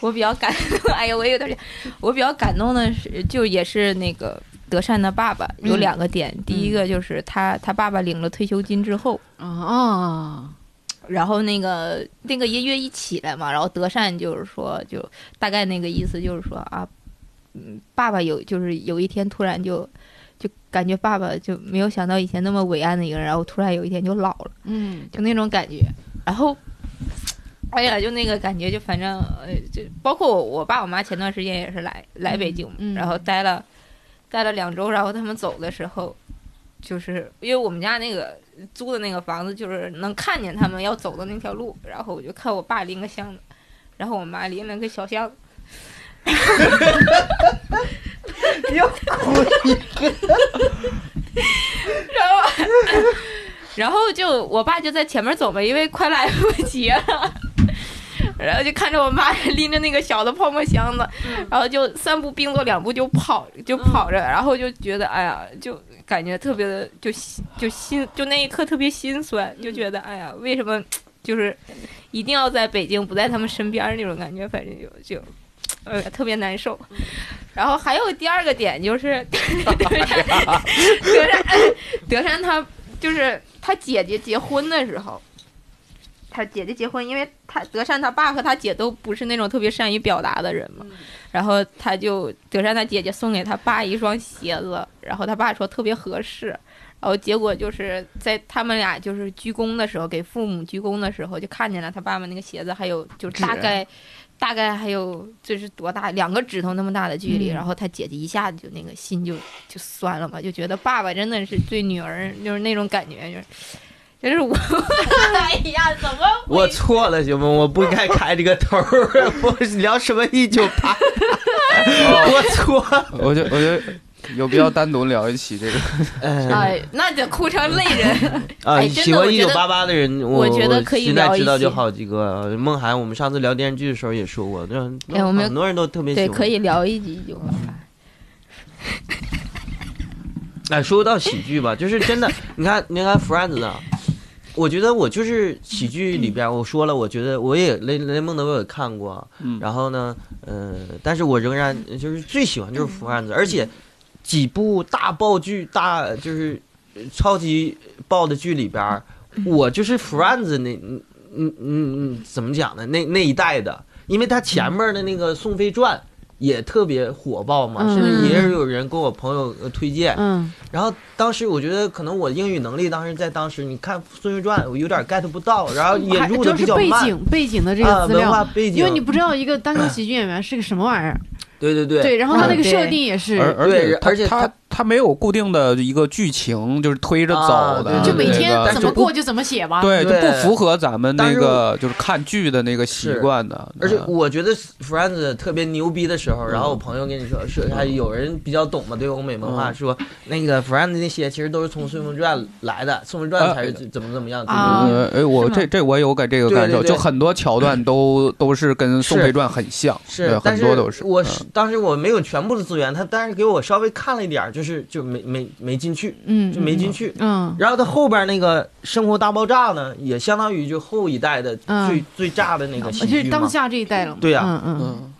我比较感动，哎呀，我有点儿，我比较感动的是，就也是那个德善的爸爸有
嗯
两个点，第一个就是他他爸爸领了退休金之后，
啊啊，
然后那个那个音乐一起来嘛，然后德善就是说，就大概那个意思就是说啊，嗯，爸爸有就是有一天突然就就感觉爸爸就没有想到以前那么伟岸的一个人，然后突然有一天就老了，
嗯
就那种感觉。然后，哎呀，就那个感觉，就反正呃，就包括我我爸我妈前段时间也是来来北京嘛，
嗯嗯
然后待了待了两周，然后他们走的时候，就是因为我们家那个租的那个房子，就是能看见他们要走的那条路，然后我就看我爸拎个箱子，然后我妈拎了个小箱子。然后，然后就我爸就在前面走嘛，因为快来不及了。然后就看着我妈 拎着那个小的泡沫箱子，然后就三步并作两步就跑，就跑着，然后就觉得哎呀，就感觉特别的就心就心就那一刻特别心酸，就觉得哎呀，为什么就是一定要在北京不在他们身边儿那种感觉，反正就就。哎呀，特别难受。然后还有第二个点就是， 德山，德山，德山他就是他姐姐结婚的时候，他姐姐结婚，因为他德善他爸和他姐都不是那种特别善于表达的人嘛，然后他就德善他姐姐送给他爸一双鞋子，然后他爸说特别合适，然后结果就是在他们俩就是鞠躬的时候，给父母鞠躬的时候，就看见了他爸爸那个鞋子，还有就是大
指
概。大概还有就是多大，两个指头那么大的距离，
嗯
然后他姐姐一下子就那个心就就酸了嘛，就觉得爸爸真的是对女儿就是那种感觉，就是就是我，哎呀，怎么会
我错了，行吗？我不该开这个头儿，我聊什么一九 八，
哎
我错了。
我觉我觉得有必要单独聊一期这个。
哎
哎，那得哭成泪人。
啊，
哎真的
喜欢
我
一
觉
九
得
八八的人，
我觉得可以
现在
聊一
知道就
期
好几个。呃孟涵，我们上次聊电视剧的时候也说过，对，
哎我们
很多人都特别喜
对，
欢。
可以聊一集就好了。
哎，说到喜剧吧，就是真的，你看，你看 Friends 啊，我觉得我就是喜剧里边，我说了，我觉得我也雷雷蒙德我也看过，
嗯
然后呢，呃，但是我仍然就是最喜欢就是 Friends，而且几部大爆剧、大就是呃超级爆的剧里边，我就是 Friends 那嗯嗯嗯嗯怎么讲呢？那那一代的，因为他前面的那个《宋飞传》也特别火爆嘛，
嗯
甚至也是有人跟我朋友呃推荐。
嗯
然后当时我觉得可能我英语能力当时在当时你看《孙玉传》，我有点 get 不到，然后也入
嗯
的
就
比
是
较
背
慢
景背景的这
啊，
个资
文
料，
化背景，
呃因为你不知道一个单口喜剧演员是个什么玩意儿，
对对对
对，然后他那个
嗯对
设定也 是，
而而
对
且他
而且
他
他
他没有固定的一个剧情，就是推着走的，
啊
就
对
每
这
天
个
怎
就
么
不
过就怎么写吧。
对，就
对
不符合咱们
但
那
是
个就是看剧的那个习
是
惯的。
而且
嗯
我觉得 Friends 特别牛逼的时
嗯
候，然后我朋友跟你说，说还有人比较懂嘛，对欧美文化，
嗯
说那个 Friends 那些其实都是从《孙风传》来的，《孙风传》才是
啊
怎么怎么样。
啊
呃，哎，我
是吗
这这我有感这个
对
感
对
受，
对
就很多桥段 都都是跟《宋
是
飞传》很像，对
是，但
很多都是。
我
嗯
是当时我没有全部的资源，他但是给我稍微看了一点儿，就是就没没没进去，
嗯，
就没进
去。
去。
嗯
然后他后边那个《生活大爆炸》呢，也相当于就后一代的最、
嗯
最炸的那个喜
就是
剧嘛
当。下这一代了嘛。
对呀
嗯嗯
嗯，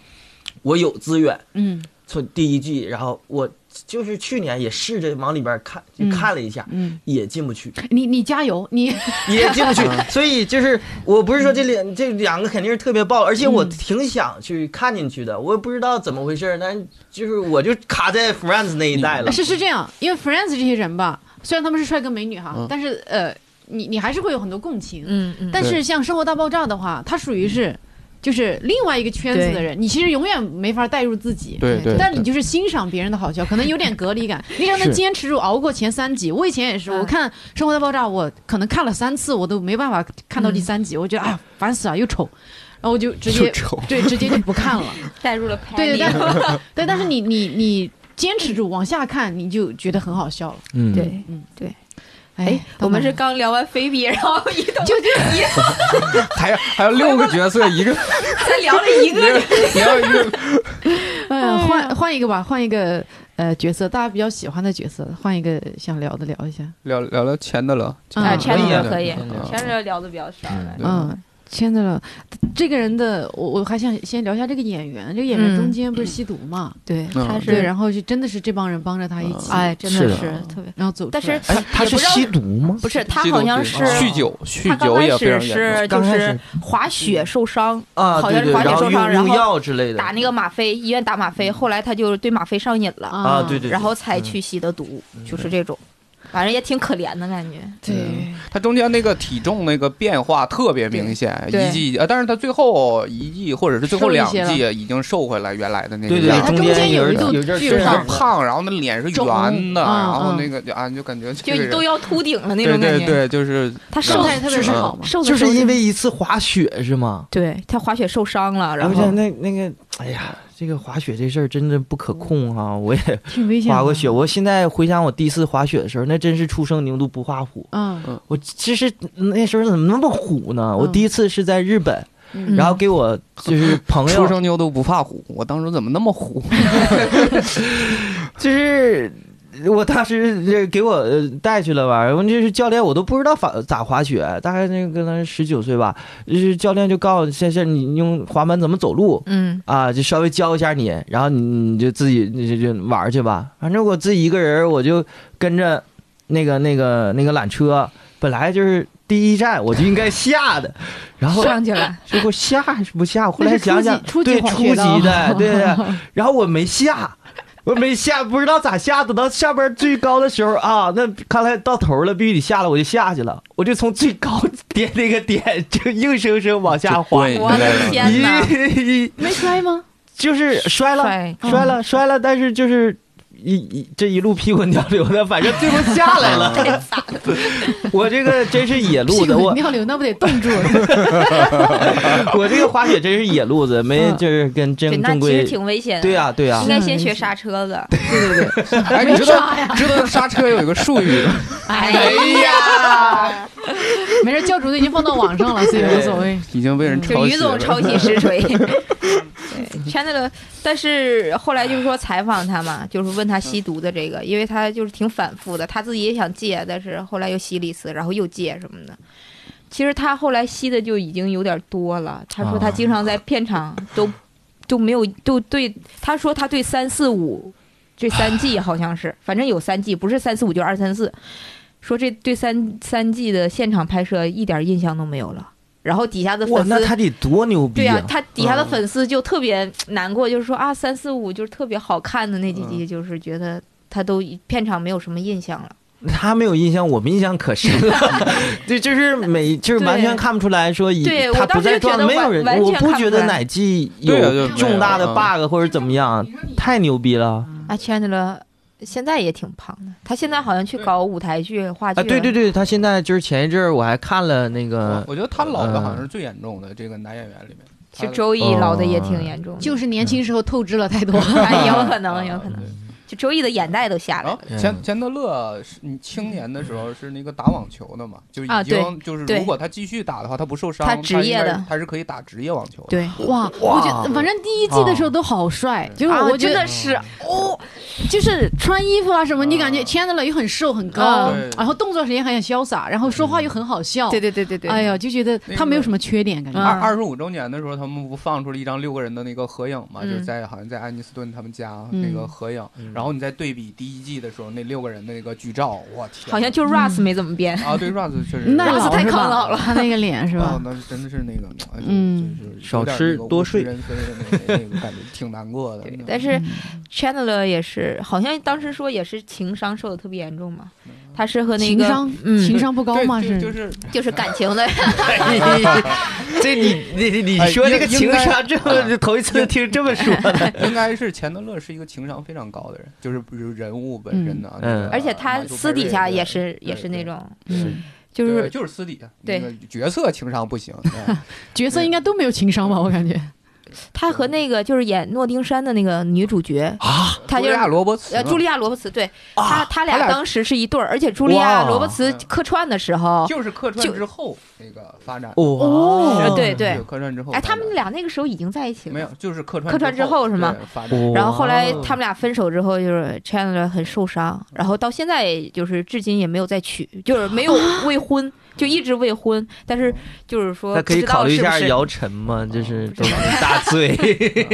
我有资源，
嗯
从第一季，然后我就是去年也试着往里边看，就
嗯
看了一下，
嗯，
也进不去，
你你加油，你
也进不去。所以就是，我不是说这两这两个肯定是特别爆，而且我
嗯
挺想去看进去的，我也不知道怎么回事儿，但就是我就卡在 Friends 那一代了。
是是这样，因为 Friends 这些人吧，虽然他们是帅哥美女哈，
嗯
但是呃，你你还是会有很多共情。
嗯嗯，
但是
对
像《生活大爆炸》的话，它属于是就是另外一个圈子的人，你其实永远没法带入自己。
对对，
但你
对
就是欣赏别人的好笑，可能有点隔离感。你让他
是
坚持住，熬过前三集。我以前也是，
嗯
我看《生活大爆炸》，我可能看了三次，我都没办法看到第
嗯
三集，我觉得哎呀烦死了，又丑，然后我就直接
就丑
对直接就不看了。
带入了
对对，
叛 逆
但对，但是你你你坚持住往下看，你就觉得很好笑了。
嗯
对
嗯，
对。
哎，
我们是
当
刚聊完菲比，然后一头
就就
还有还有六个角色，一 个
才聊了一个
你要一个
然
哎
呃换换一个吧，换一个呃角色，大家比较喜欢的角色，换一个想聊的聊一下。
聊聊聊钱的了，
啊
啊，
嗯
前女友
嗯
可以
嗯，
前女友聊的比较少了。
对
嗯，签的了。这个人的，我我还想先聊一下这个演员，这个演员
嗯
中间不是吸毒嘛？
对，
嗯
他
对，
是
然后就真的是这帮人帮着他一起，
哎，真
是
的
的
是特别，
然后走出来。
但是
哎，他
也
是
不知道
吸毒吗？
不是他
激动
好像
对
是
酗酒，酗
他刚
酒
开
也非
始
常严
是
重。
就
刚开
是
始
滑雪受伤，
啊，
好
对
像是
对，
滑雪
然
受
后
伤，然
用用
后
药之类的
打那个吗啡，医院打吗啡，后来他就对吗啡上瘾了，
啊，对对，对
然后才去吸的毒，就是这种，反正也挺可怜的感觉。
对，
他中间那个体重那个变化特别明显，
嗯对
一季呃，但是他最后一季或者是最后
瘦一
两
些了
季已经瘦回来原来的那个
对
样
他
中
子
中
间
间
有
有
一
一
段
度
有一阵儿
剧
就是是
上
胖，然后那脸是圆的，
肿
然后
嗯嗯
那个就啊，你就感觉
就
这个人
都要秃顶了那
对
种感觉。
对对，就是
他
状
瘦
态特别
就是
不好嘛。
瘦的
就是
时候
因为一次滑雪是吗？
对他滑雪受伤了，然
我觉得
后
那那个，哎呀，这个滑雪这事儿真的不可控啊！我也
挺危险的。
滑过雪，我现在回想我第一次滑雪的时候，那真是初生牛犊不怕虎。
嗯，
我其实那时候怎么那么虎呢？我
嗯
第一次是在日本，
嗯
然后给我就是朋
初
友，
生牛犊不怕虎，我当初怎么那么虎？
就是我当时这给我呃带去了吧，我就是教练，我都不知道法咋滑雪，大概那个当时十九岁吧，就是教练就告诉我，先生你用滑板怎么走路，
嗯
啊，就稍微教一下你，然后你你就自己你就就玩儿去吧。反正我自己一个人儿，我就跟着那个那个那个缆车，本来就是第一站我就应该下的，然后
上去了，
结果下还是不下？后
那
来
是初
想
级
想，
初级
对
滑
初
雪
级
道
的，对对， 然后我没下。我没下，不知道咋下。等到下边最高的时候啊，那看来到头了，必须得下了，我就下去了。我就从最高点那个点，就硬生生往下滑，
对
我的天哪！
一
没摔吗？
就是摔了，
帅
嗯
摔了，摔了，但是就是一一这一路屁滚尿流的，反正最后下来了。我这个真是野路
屁
子，
股
我
尿流那不得冻住？
我这个滑雪真是野路子，没
嗯
就是跟
对，
正
那
正
其实
规。
挺危险的。
对啊嗯呀、对呀、
应该先学刹车的。
啊
哎，你知道知道刹车有一个术语，
哎
哎
呀，
没事，教主都已经放到网上了，所以无所谓。
已经被人
就
抄袭
于总
了。
抄袭实 锤。对，Chandler，但是后来就是说采访他嘛，就是问他
嗯
吸毒的这个，因为他就是挺反复的，他自己也想戒，但是后来又吸了一次，然后又戒什么的。其实他后来吸的就已经有点多了，他说他经常
啊
在片场都、都没有，都对他说他对三四五这三季好像是，反正有三季，不是三四五就是二三四。说这对三三季的现场拍摄一点印象都没有了，然后底下的
哇，
粉丝
那他得多牛逼啊
对啊
呀、
呀、他底
嗯
下的粉丝就特别难过，就是说啊，三四五就是特别好看的那几
嗯
集，就是觉得他都片场没有什么印象了。
他没有印象，我们印象可深 了。对，就是每就是完全
对
看不出来说以
对
他
我当
不
时
在
就觉
状，
得
没有
完
人
完，
我
全
不
看
觉
不出
得
来
哪季
对呀就
有
没
重大的
有
bug 或者怎么样，太牛逼了。
嗯
啊，Chandler 现在也挺胖的，他现在好像去搞舞台剧、话剧
啊，
了。
对对对，他现在就是前一阵儿我还看了那个，
我觉得他老的好
呃
像是最严重的这个男演员里面，
其
他
实周易老的也挺严重的，
哦就是啊年轻时候透支了太多。
哎，有可能，有可能
对，
就周易的眼袋都
嗯
下来
然
了
后。哦钱钱德勒是你青年的时候是那个打网球的嘛，就已
啊对
经就是
对
如果他继续打的话，他不受伤，
他职业的
应该他是可以打职业网球的。
对，
哇，我觉得反正第一季的时候都好帅，结果
啊
我觉
真
得
的是哦，
就是穿衣服啊什么，
嗯
你感觉 Chandler 又很瘦很高
对，
然后动作时间很潇洒，然后说话又很好笑。
对对对对对，
哎呀，就觉得他没有什么缺点，感觉。
嗯
二二十五周年的时候，他们不放出了一张六个人的那个合影嘛？
嗯
就是在好像在安妮斯顿他们家
嗯
那个合影。然后你再对比第一季的时候那六个人的那个剧照，我天哪！
好像
嗯
就 Russ 没怎么变，
啊，对 Russ 确实
那
老
老
太
是
抗
吧
老了
他那个脸是
啊
吧，？
那真的是那个，哎就
嗯
就是有
少
点
吃
那个
多
物是
睡
人非的那个那个感觉挺难过的
对。但
是
是
嗯
Chandler 也是，好像当时说也是情商受的特别严重嘛，他是和那
嗯情
个
商
嗯
情商不高吗？
对，
是
就就是
就是感情的，
这你你你
哎
说这个
应
情
该
商这么头一次听这 么说的，
应该是钱德勒是一个情商非常高的人，就是比如人物本身的啊，
嗯
那个
而且他
马修
私底下也是
对
也是那种，
对
嗯
就
对
是
就是私底下，
对
那个角色情商不 行，对
角色应该都没有情商吧？我感觉
他和那个就是演诺丁山的那个女主角，
啊，
他就
茱
是
莉亚罗伯茨嘛，
呃茱莉亚罗伯茨，对他他
他
俩
俩
当时是一对儿，而且茱莉亚
哇
罗伯茨客串的时候，
就是客
就
串之后那个发展，
哇
呃对对
客串之后发
哎，
展，
他们俩那个时候已经在一起了，
没有，就是客串
客串之后是吗？
对发展
哦
然后后来
哇
他们俩分手之后，就是 Chandler 很受伤，然后到现在就是至今也没有再娶，就是没有未婚，就一直未婚。但是就是说，
那可以
不知道
考虑一下
是不是
姚晨吗？就是
不知
都是大醉，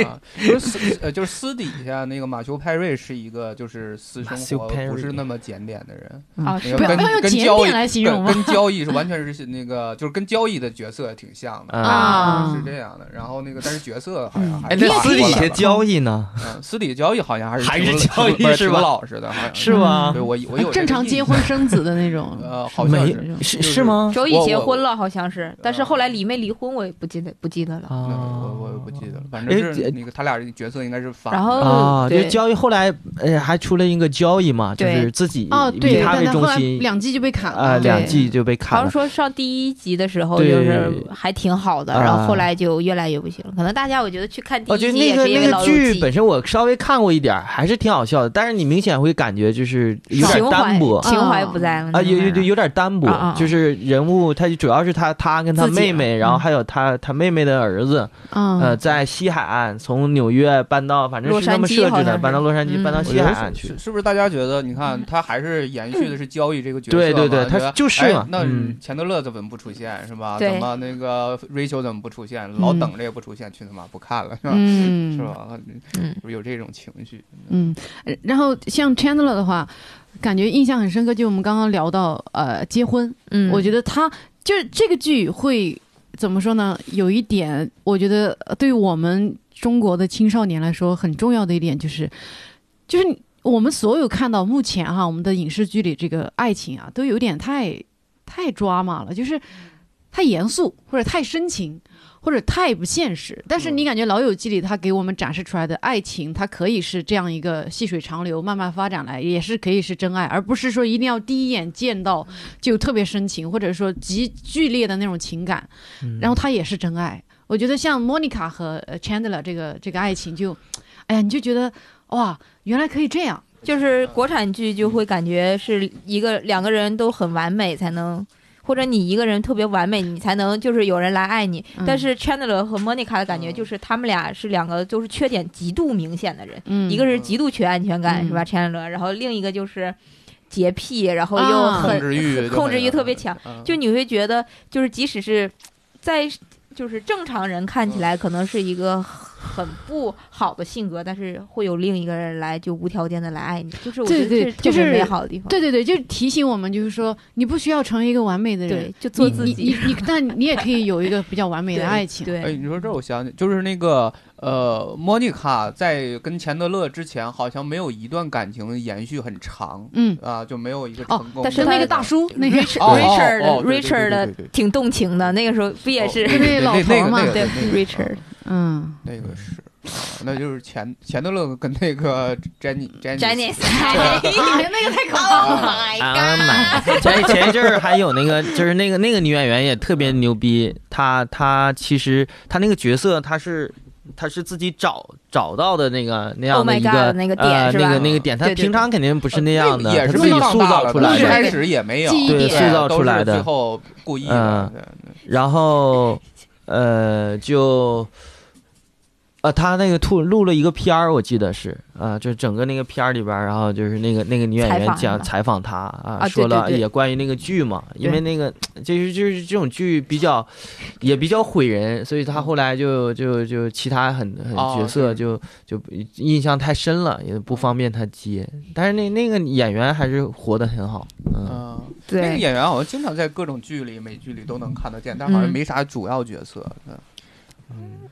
啊，就是私呃，就是私底下那个马修派瑞是一个就是私
马
生
修
活
派瑞嗯
不是那么检点的人，
啊，
那
是
个
不要
跟
不要用
跟
检
交易
点来形容
跟
吧。
跟交易是完全是那个就是跟交易的角色挺像的
啊
是这样的。然后那个但是角色好像还
嗯哎，
是
那
反
私
过
底
来
下
了
交易呢？
嗯私底交易好像还是
还
挺
是交易
挺不
是
挺
吧
老实的，好像嗯
是吗
对？我我有这个
正常
印
结
象
婚生子的那种，
呃好像
没
是
嗯是
就是
是吗？
周易
我
结
我
婚了，好像是，但是
呃
后来离没离婚，我也不记得不记得了。
那
啊
嗯
哦
我我也不记得了，反
哎
正
这
是那个他俩这个角色应该是反
然后
啊，就
哦对
交易后来呃还出了一个交易嘛，就
对
是自己
哦，
以
对，
他
但
为
他后
中
来
心，
两季就被砍
呃
了，
两
两
季就被
好
砍
像
了。
说上第一集的时候，就
对
是还挺好的，
啊
然后后来就越来越不行。可能大家我觉得去看第
哦，
一
就
集
那
啊也
个
是因
那
为
个
老
剧
友
本
记。
身我稍微看过一点儿，还是挺好笑的，但是你明显会感觉就是有
情
点单
怀
薄
情怀不在了
啊，有有有
有
有点单
啊啊
薄
啊，
就是人物他主要是他他跟他
自己嗯
妹妹，然后还有他他妹妹的儿子，呃，
嗯，
在西海岸从纽约搬到反正
洛
是那
杉
么
矶
设
好
置的，
像
搬到
是
洛杉矶，
嗯
搬到
我
我
西
觉
海
得
岸
是
去
是。是不是大家觉得，你看他还是延续的是交易这个角色嘛？
对对对
觉得
他就是
哎
嘛
那
嗯
钱德勒怎么不出现是吧？
对
怎么那个 Rachel 怎么不出现？老
嗯
等着也不出现，去他妈不看了是吧？
嗯，
是吧？
嗯
有这种情绪，
嗯，呃然后像 Chandler 的话，感觉印象很深刻，就我们刚刚聊到呃结婚，
嗯，
我觉得他就是这个剧会怎么说呢？有一点，我觉得呃对我们中国的青少年来说很重要的一点就是，就是你我们所有看到目前哈，我们的影视剧里这个爱情啊，都有点太太抓马了，就是太严肃或者太深情。或者太不现实，但是你感觉《老友记》里他给我们展示出来的爱情，它可以是这样一个细水长流，慢慢发展来，也是可以是真爱，而不是说一定要第一眼见到就特别深情，或者说极剧烈的那种情感，
嗯
嗯
然后它也是真爱。我觉得像 Monica 和呃 Chandler 这个这个爱情，就，哎呀，你就觉得哇，原来可以这样，
就是国产剧就会感觉是一个两个人都很完美才能，或者你一个人特别完美，你才能就是有人来爱你。
嗯
但是 Chandler 和 Monica 的感觉
嗯
就是他们俩是两个就是缺点极度明显的人，
嗯
一个是极度缺安全感、
嗯
是吧？Chandler，然后另一个就是洁癖，然后又
啊
很、
控制欲就
控制
没
欲
了
特别强，
嗯
就你会觉得就是即使是在。就是正常人看起
嗯
来可能是一个很不好的性格，但是会有另一个人来就无条件的来爱你，就是我觉得
对
这
对
是特
就
别
是
美好的地方。
对对对，就是提醒我们，就是说你不需要成为一个完美的人，
对，就做
你
自
你
己。
你你，但你也可以有一个比较完美的爱情。
哎，
对，
你说这我想起，就是那个呃，莫妮卡在跟钱德勒之前，好像没有一段感情延续很长
嗯，
啊，就没有一个成
哦
功，的。
但是那个大叔，那个
Richard
哦
Richard
哦哦对对对
Richard
对对
的
对对
挺动情的，那个时候不也是
哦
那 个老头
那
儿嘛
那个
对
那个
Richard
嗯，
那个是，啊那就是钱钱德勒跟那个 Jenny Jenny
Jenny？
哎那个太可怕
Oh
了。
啊妈！ 前前一阵儿还有那个，就是那个那个女演员也特别牛逼，她她其实她那个角色她是。她是自己找找到的那个那样
Oh
的
my
一个
God，那个点
呃
是
那
吧
个那个点，她
对对
平常肯定不是那样的，
呃也
她
是
自己
被放
塑
大
造
了
出
吧
来
最
的。
开始也没有，
记忆
对
点
塑造出来的嗯
都是最后故意的。对
然后呃就呃，他那个吐录了一个 PR，我记得是，啊、就整个那个 PR 里边儿，然后就是那个那个女演
采
员
访
讲
了
采访他啊，
啊对
说
对
了
对
也关于那个剧嘛，因为
对
那个就是就是这种剧比较也比较毁人，所以他后来就就就其他很很
哦
角色
是
就、就印象太深了，也不方便他接，但是那那个演员还是活得很好，嗯，
嗯，那个
对，
演员好像经常在各种剧里、美剧里都能看得见，但好像
嗯
没啥主要角色。嗯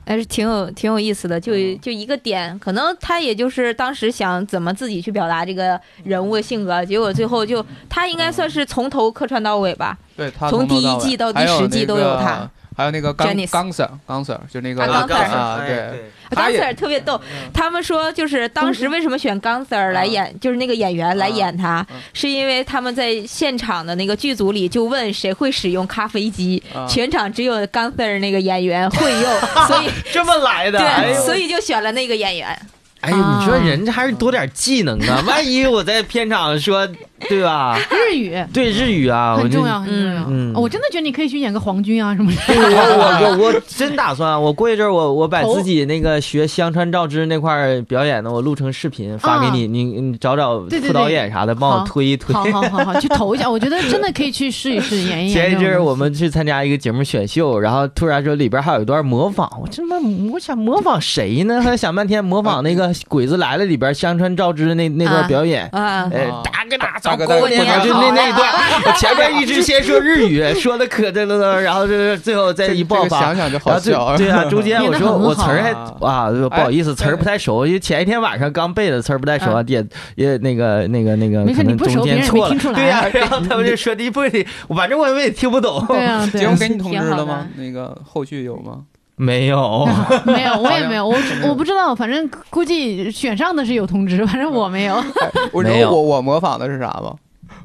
还哎是挺有挺有意思的。就
嗯
就一个点，可能他也就是当时想怎么自己去表达这个人物的性
嗯
格，结果最后就他应该算是从头客串到尾吧。
对他
从
头
第一
尾
季到第
还有
十季
那
都有
个
他，
还有那个钢
Janice
钢 Sir 钢 Sir 就那个
啊
啊
钢 Sir
啊，对，嗯
对，
钢
他也
Sir 特别逗，他们说就是当时为什么选钢 Sir 来演，就是那个演员来演他
嗯嗯嗯，
是因为他们在现场的那个剧组里就问谁会使用咖啡机，
啊
全场只有钢 Sir 那个演员会 用，所以
这么来的，哎
对，
呦
所以就选了那个演员。
哎，
啊
你说人家还是多点技能 啊！万一我在片场说，对吧？
日语
对日语啊，我
很
这
重要，很重要。
嗯
哦我真的觉得你可以去演个皇军啊什么的。
对我我我我真打算，我过一阵儿我我把
头
自己那个学香川照之那块儿表演的，我录成视频发给你，你你找找
啊对对
副导演啥的，帮我
好
推一推。
好好好好，去投一下，我觉得真的可以去试一试，演一演。
前一阵儿我们去参加一个节目选秀，然后突然说里边还有一段模仿，我这妈我想模仿谁呢？后来想半天模仿那个《鬼子来了》里边香川照之的那那段
啊
表演，
嗯
啊，
哎
啊，
大哥大
大
早
哥大
过年啊
过年
就那
好
那一段， 我前面一直先说日语，说的可这这这，然后这最后再
这
一
这
爆
个
发
想。想就
然
好
后最
笑。
对 啊，中间
演
我
得
说
很
我词
好
儿还
啊
啊，不好意思，词儿不太熟，因为前一天晚上刚背的词儿不太熟，啊也也那个那个那个，
嗯没事
可能
你不熟
中
别
间
人也
错了
没听出来
对呀，然后他们就说你不得，反正我也听不懂。
对啊，对
节
啊
目，给你通知
挺好
了
的
吗？那个后续有吗？
没有，
没有，我也没有，我我不知道，反正估计选上的是有通知，反正我没有。
我
没
知
有
道我我模仿的是啥吗？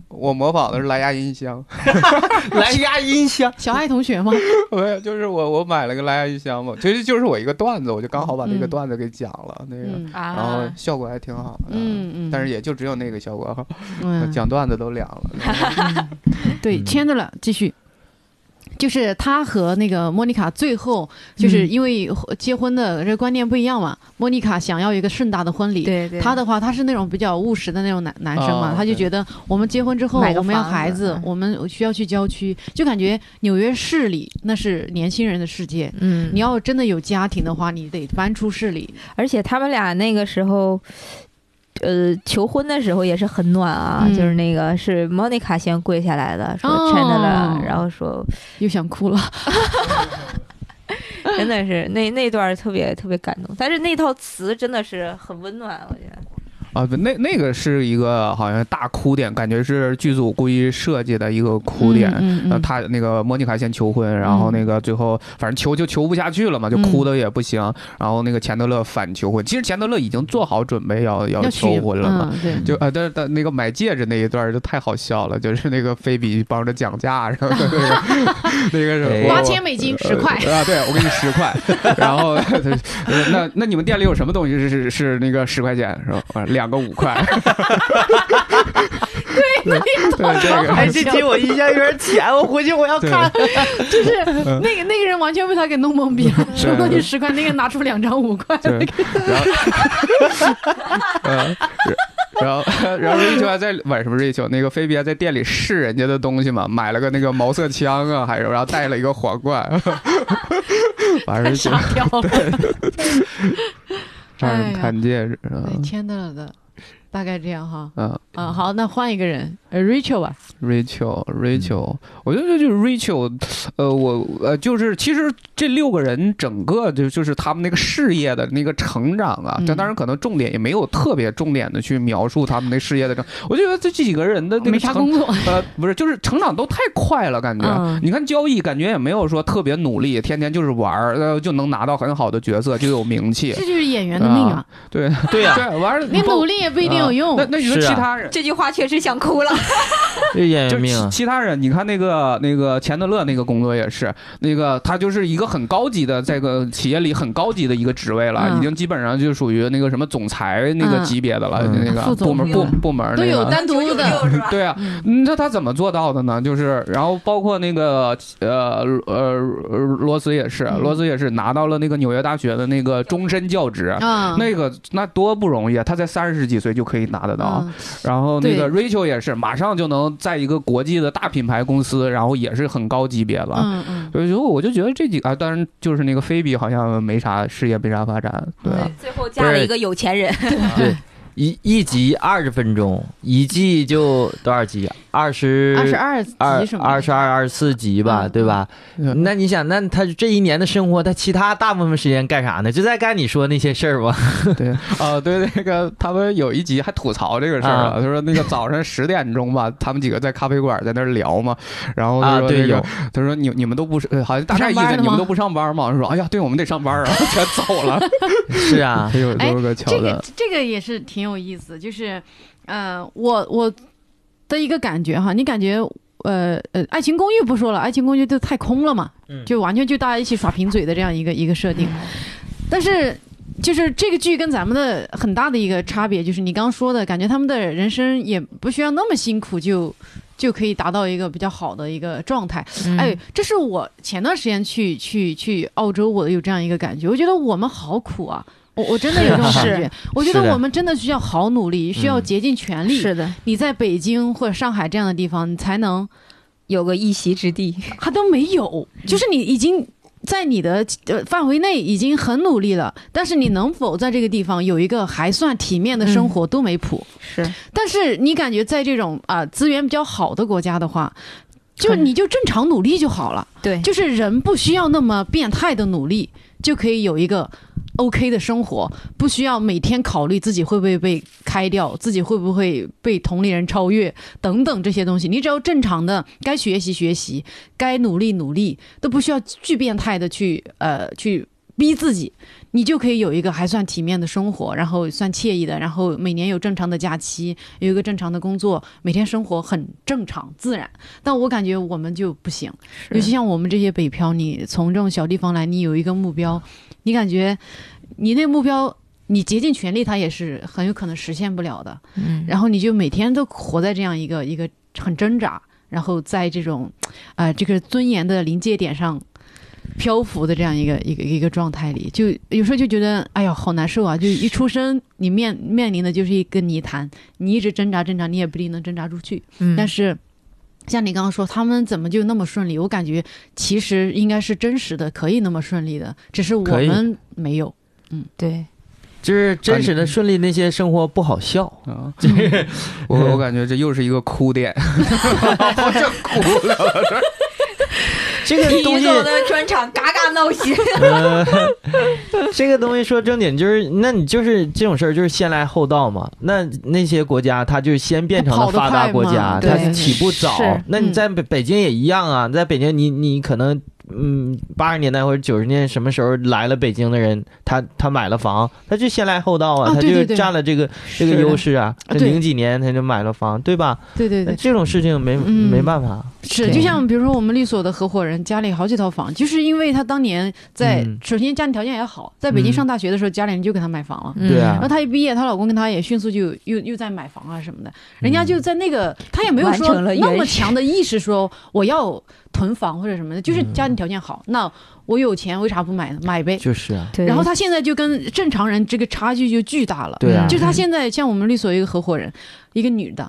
我模仿的是蓝牙音箱，
蓝牙音箱，
小爱同学吗？
没有，就是我我买了个蓝牙音箱嘛，其实就是我一个段子，我就刚好把那个
嗯
段子给讲了，那个，
嗯
啊，
然后效果还挺好的，
嗯嗯，
但是也就只有那个效果，
嗯
讲段子都凉了。
对，
嗯
签的了，继续。就是他和那个莫妮卡最后就是
嗯
因为结婚的这观念不一样嘛，莫妮卡想要一个盛大的婚礼，
对对，
他的话他是那种比较务实的那种男男生嘛
哦，
他就
对
觉得我们结婚之后
买个
我们要
房子
孩子
嗯，
我们需要去郊区，就感觉纽约市里那是年轻人的世界。
嗯，
你要真的有家庭的话，你得搬出市里。
而且他们俩那个时候。呃，求婚的时候也是很暖啊，
嗯
就是那个是 Monica 先跪下来的，说
哦
Chandler，、然后说
又想哭了，
真的是那那段儿特别特别感动，但是那套词真的是很温暖，我觉 得。
啊，不，那那个是一个好像大哭点，感觉是剧组故意设计的一个哭点。
嗯嗯
呃
嗯
他那个莫妮卡先求婚，然后
嗯
那个最后反正求就求不下去了嘛，就
嗯
哭的也不行。然后那个钱德勒反求婚，其实钱德勒已经做好准备要要
要娶
求婚了 嘛。
嗯，对，
就啊，但是但那个买戒指那一段儿就太好笑了，就是那个菲比帮着讲价，然后那 个那个
哎
是我
八千美金十块，
啊，对我给你十块，然后呃那那你们店里有什么东西是是是那个十块钱是吧？啊两个五块， 对这个
哎，这集我印象有点浅，我回去我要看。
就是那个那个人完全被他给弄懵逼了，什么东西
嗯对
十块，那个拿出两张五 块，
对，然后嗯。然后，然后瑞秋还在晚什么瑞秋？那个菲比还在店里试人家的东西嘛，买了个那个毛瑟枪啊，还有然后带了一个皇冠， 完事儿就
傻 掉了。
啊让
哎
人
呀
看戒指啊
对，哎天呐的，大概这样哈。
啊
啊，好，那换一个人呃，Rachel 吧。嗯
！Rachel，Rachel，我觉得就是 Rachel，呃，我呃，就是其实这六个人整个就就是他们那个事业的那个成长啊，
嗯
但当然可能重点也没有特别重点的去描述他们那事业的成，我就觉得这这几个人的那
没
个
啥
成
工作，
呃，不是，就是成长都太快了，感觉。
嗯
你看交易，感觉也没有说特别努力，天天就是玩儿，呃，就能拿到很好的角色，就有名气
这。就是演员的命啊！
对
对呀
对，玩儿
你努力也不一定有用
啊。那那你说
是啊
其他人？
这句话确实想哭了，
这演
就
员命
其
啊，
其他人，你看那个那个钱德勒那个工作也是，那个他就是一个很高级的，在个企业里很高级的一个职位了，
嗯
已经基本上就属于那个什么总裁那个
嗯
级别的了，
嗯
那
副
个
总
部门部
嗯
部门
都
那
有
个。
单独的，
996是吧？
对啊，
嗯
嗯，那他怎么做到的呢？就是，然后包括那个呃呃罗斯也是，
嗯
罗斯也是拿到了那个纽约大学的那个终身教
嗯
职，
啊，
那个那多不容易啊！他才三十几岁就可以拿得到，
嗯
然后那个
对
Rachel 也是，马上就能在一个国际的大品牌公司，然后也是很高级别了。
嗯嗯，
所以说，我就觉得这几个啊，当然就是那个菲比好像没啥事业，没啥发展，对啊，
最后嫁了一个有钱人，
啊
一一集二十分钟，一季就多少集？二
呃
十
二十二级什么的？
二十二、二十四集吧，
嗯
对吧？
嗯
那你想，那他这一年的生活，他其他大部分时间干啥呢？就在干你说那些事儿 吧。
对，呃，对那个他们有一集还吐槽这个事儿了，
啊
他说那个早上十点钟吧，他们几个在咖啡馆在那儿聊嘛，然后他
啊，
说
对，
那个、
有
他说你你们都不是，呃好像大概意
不上班
思
的
你们
吗
都不上班吗？说哎呀，对我们得上班啊， 全走了，
是啊，
有
哎
有个
这
桥段
个，
这个也是挺有意思，就是，呃，我我的一个感觉哈，你感觉呃呃，《爱情公寓》不说了，《爱情公寓》就太空了嘛，
嗯
就完全就大家一起耍贫嘴的这样一个一个设定。但是就是这个剧跟咱们的很大的一个差别，就是你刚刚说的感觉，他们的人生也不需要那么辛苦就就可以达到一个比较好的一个状态。
嗯
哎，这是我前段时间去去去澳洲，我有这样一个感觉，我觉得我们好苦啊。我我真的有这种感觉，我觉
是
得
的
我们真的需要好努力，需要
嗯
竭尽全力。
的，
你在北京或者上海这样的地方，你才能
有个一席之地，
他都没有，
嗯
就是你已经在你的呃范围内已经很努力了，但是你能否在这个地方有一个还算体面的生活都没谱。
嗯
是
但是你感觉在这种啊、资源比较好的国家的话，就
很
你就正常努力就好了，
对，
就是人不需要那么变态的努力就可以有一个。OK 的生活，不需要每天考虑自己会不会被开掉，自己会不会被同龄人超越等等这些东西。你只要正常的该学习学习，该努力努力，都不需要巨变态的去呃去逼自己，你就可以有一个还算体面的生活，然后算惬意的，然后每年有正常的假期，有一个正常的工作，每天生活很正常自然。但我感觉我们就不行，尤其像我们这些北漂，你从这种小地方来，你有一个目标，你感觉你那目标。你竭尽全力，它也是很有可能实现不了的。
嗯
然后你就每天都活在这样一个一个很挣扎，然后在这种，啊、这个尊严的临界点上漂浮的这样一个一个一个状态里，就有时候就觉得，哎呀，好难受啊！就一出生，你面面临的就是一个泥潭，你一直挣扎挣扎，你也不一定能挣扎出去。
嗯
但是。像你刚刚说，他们怎么就那么顺利？我感觉其实应该是真实的，可以那么顺利的，只是我
可以
们没有。
对，
就是真实
啊
的顺利那些生活不好笑。
啊，我我感觉这又是一个哭点， 我这哭了，我这
这 个东
于
西，
总的专场嘎嘎闹 心，
呃，这个东西说正经就是，那你就是这种事儿，就是先来后到嘛。那那些国家，它就是先变成了发达国家，
它跑得
它
快嘛对嗯
起步早
是。
那你在北北京也一样啊，在北京你你可能。嗯，八十年代或者九十年代什么时候来了北京的人，他他买了房，他就先来后到啊，
啊
他
对
就
对对
占了这个这个
是的
优势啊。
啊
他
对
零几年他就买了房，对吧？
对对
那
对，
这种事情没
嗯
没办法。
是，
对
就像比如说我们律所的合伙人，家里好几套房，就是因为他当年在，
嗯
首先家庭条件也好，在北京
嗯
上大学的时候，家里人就给他买房了。
对啊
然
嗯
后她一毕业，她老公跟她也迅速就又又在买房啊什么
嗯
的，人家就在那个，她也没有
完
说
成了原
那
始
么强的意识说我要囤房或者什么的，就是
嗯
家庭条件好，那我有钱为啥不买呢？买呗。
就是啊，
对
然后她现在就跟正常人这个差距就巨大了，
嗯
对啊，
就是她现在像我们律所一个合伙人，一个女的，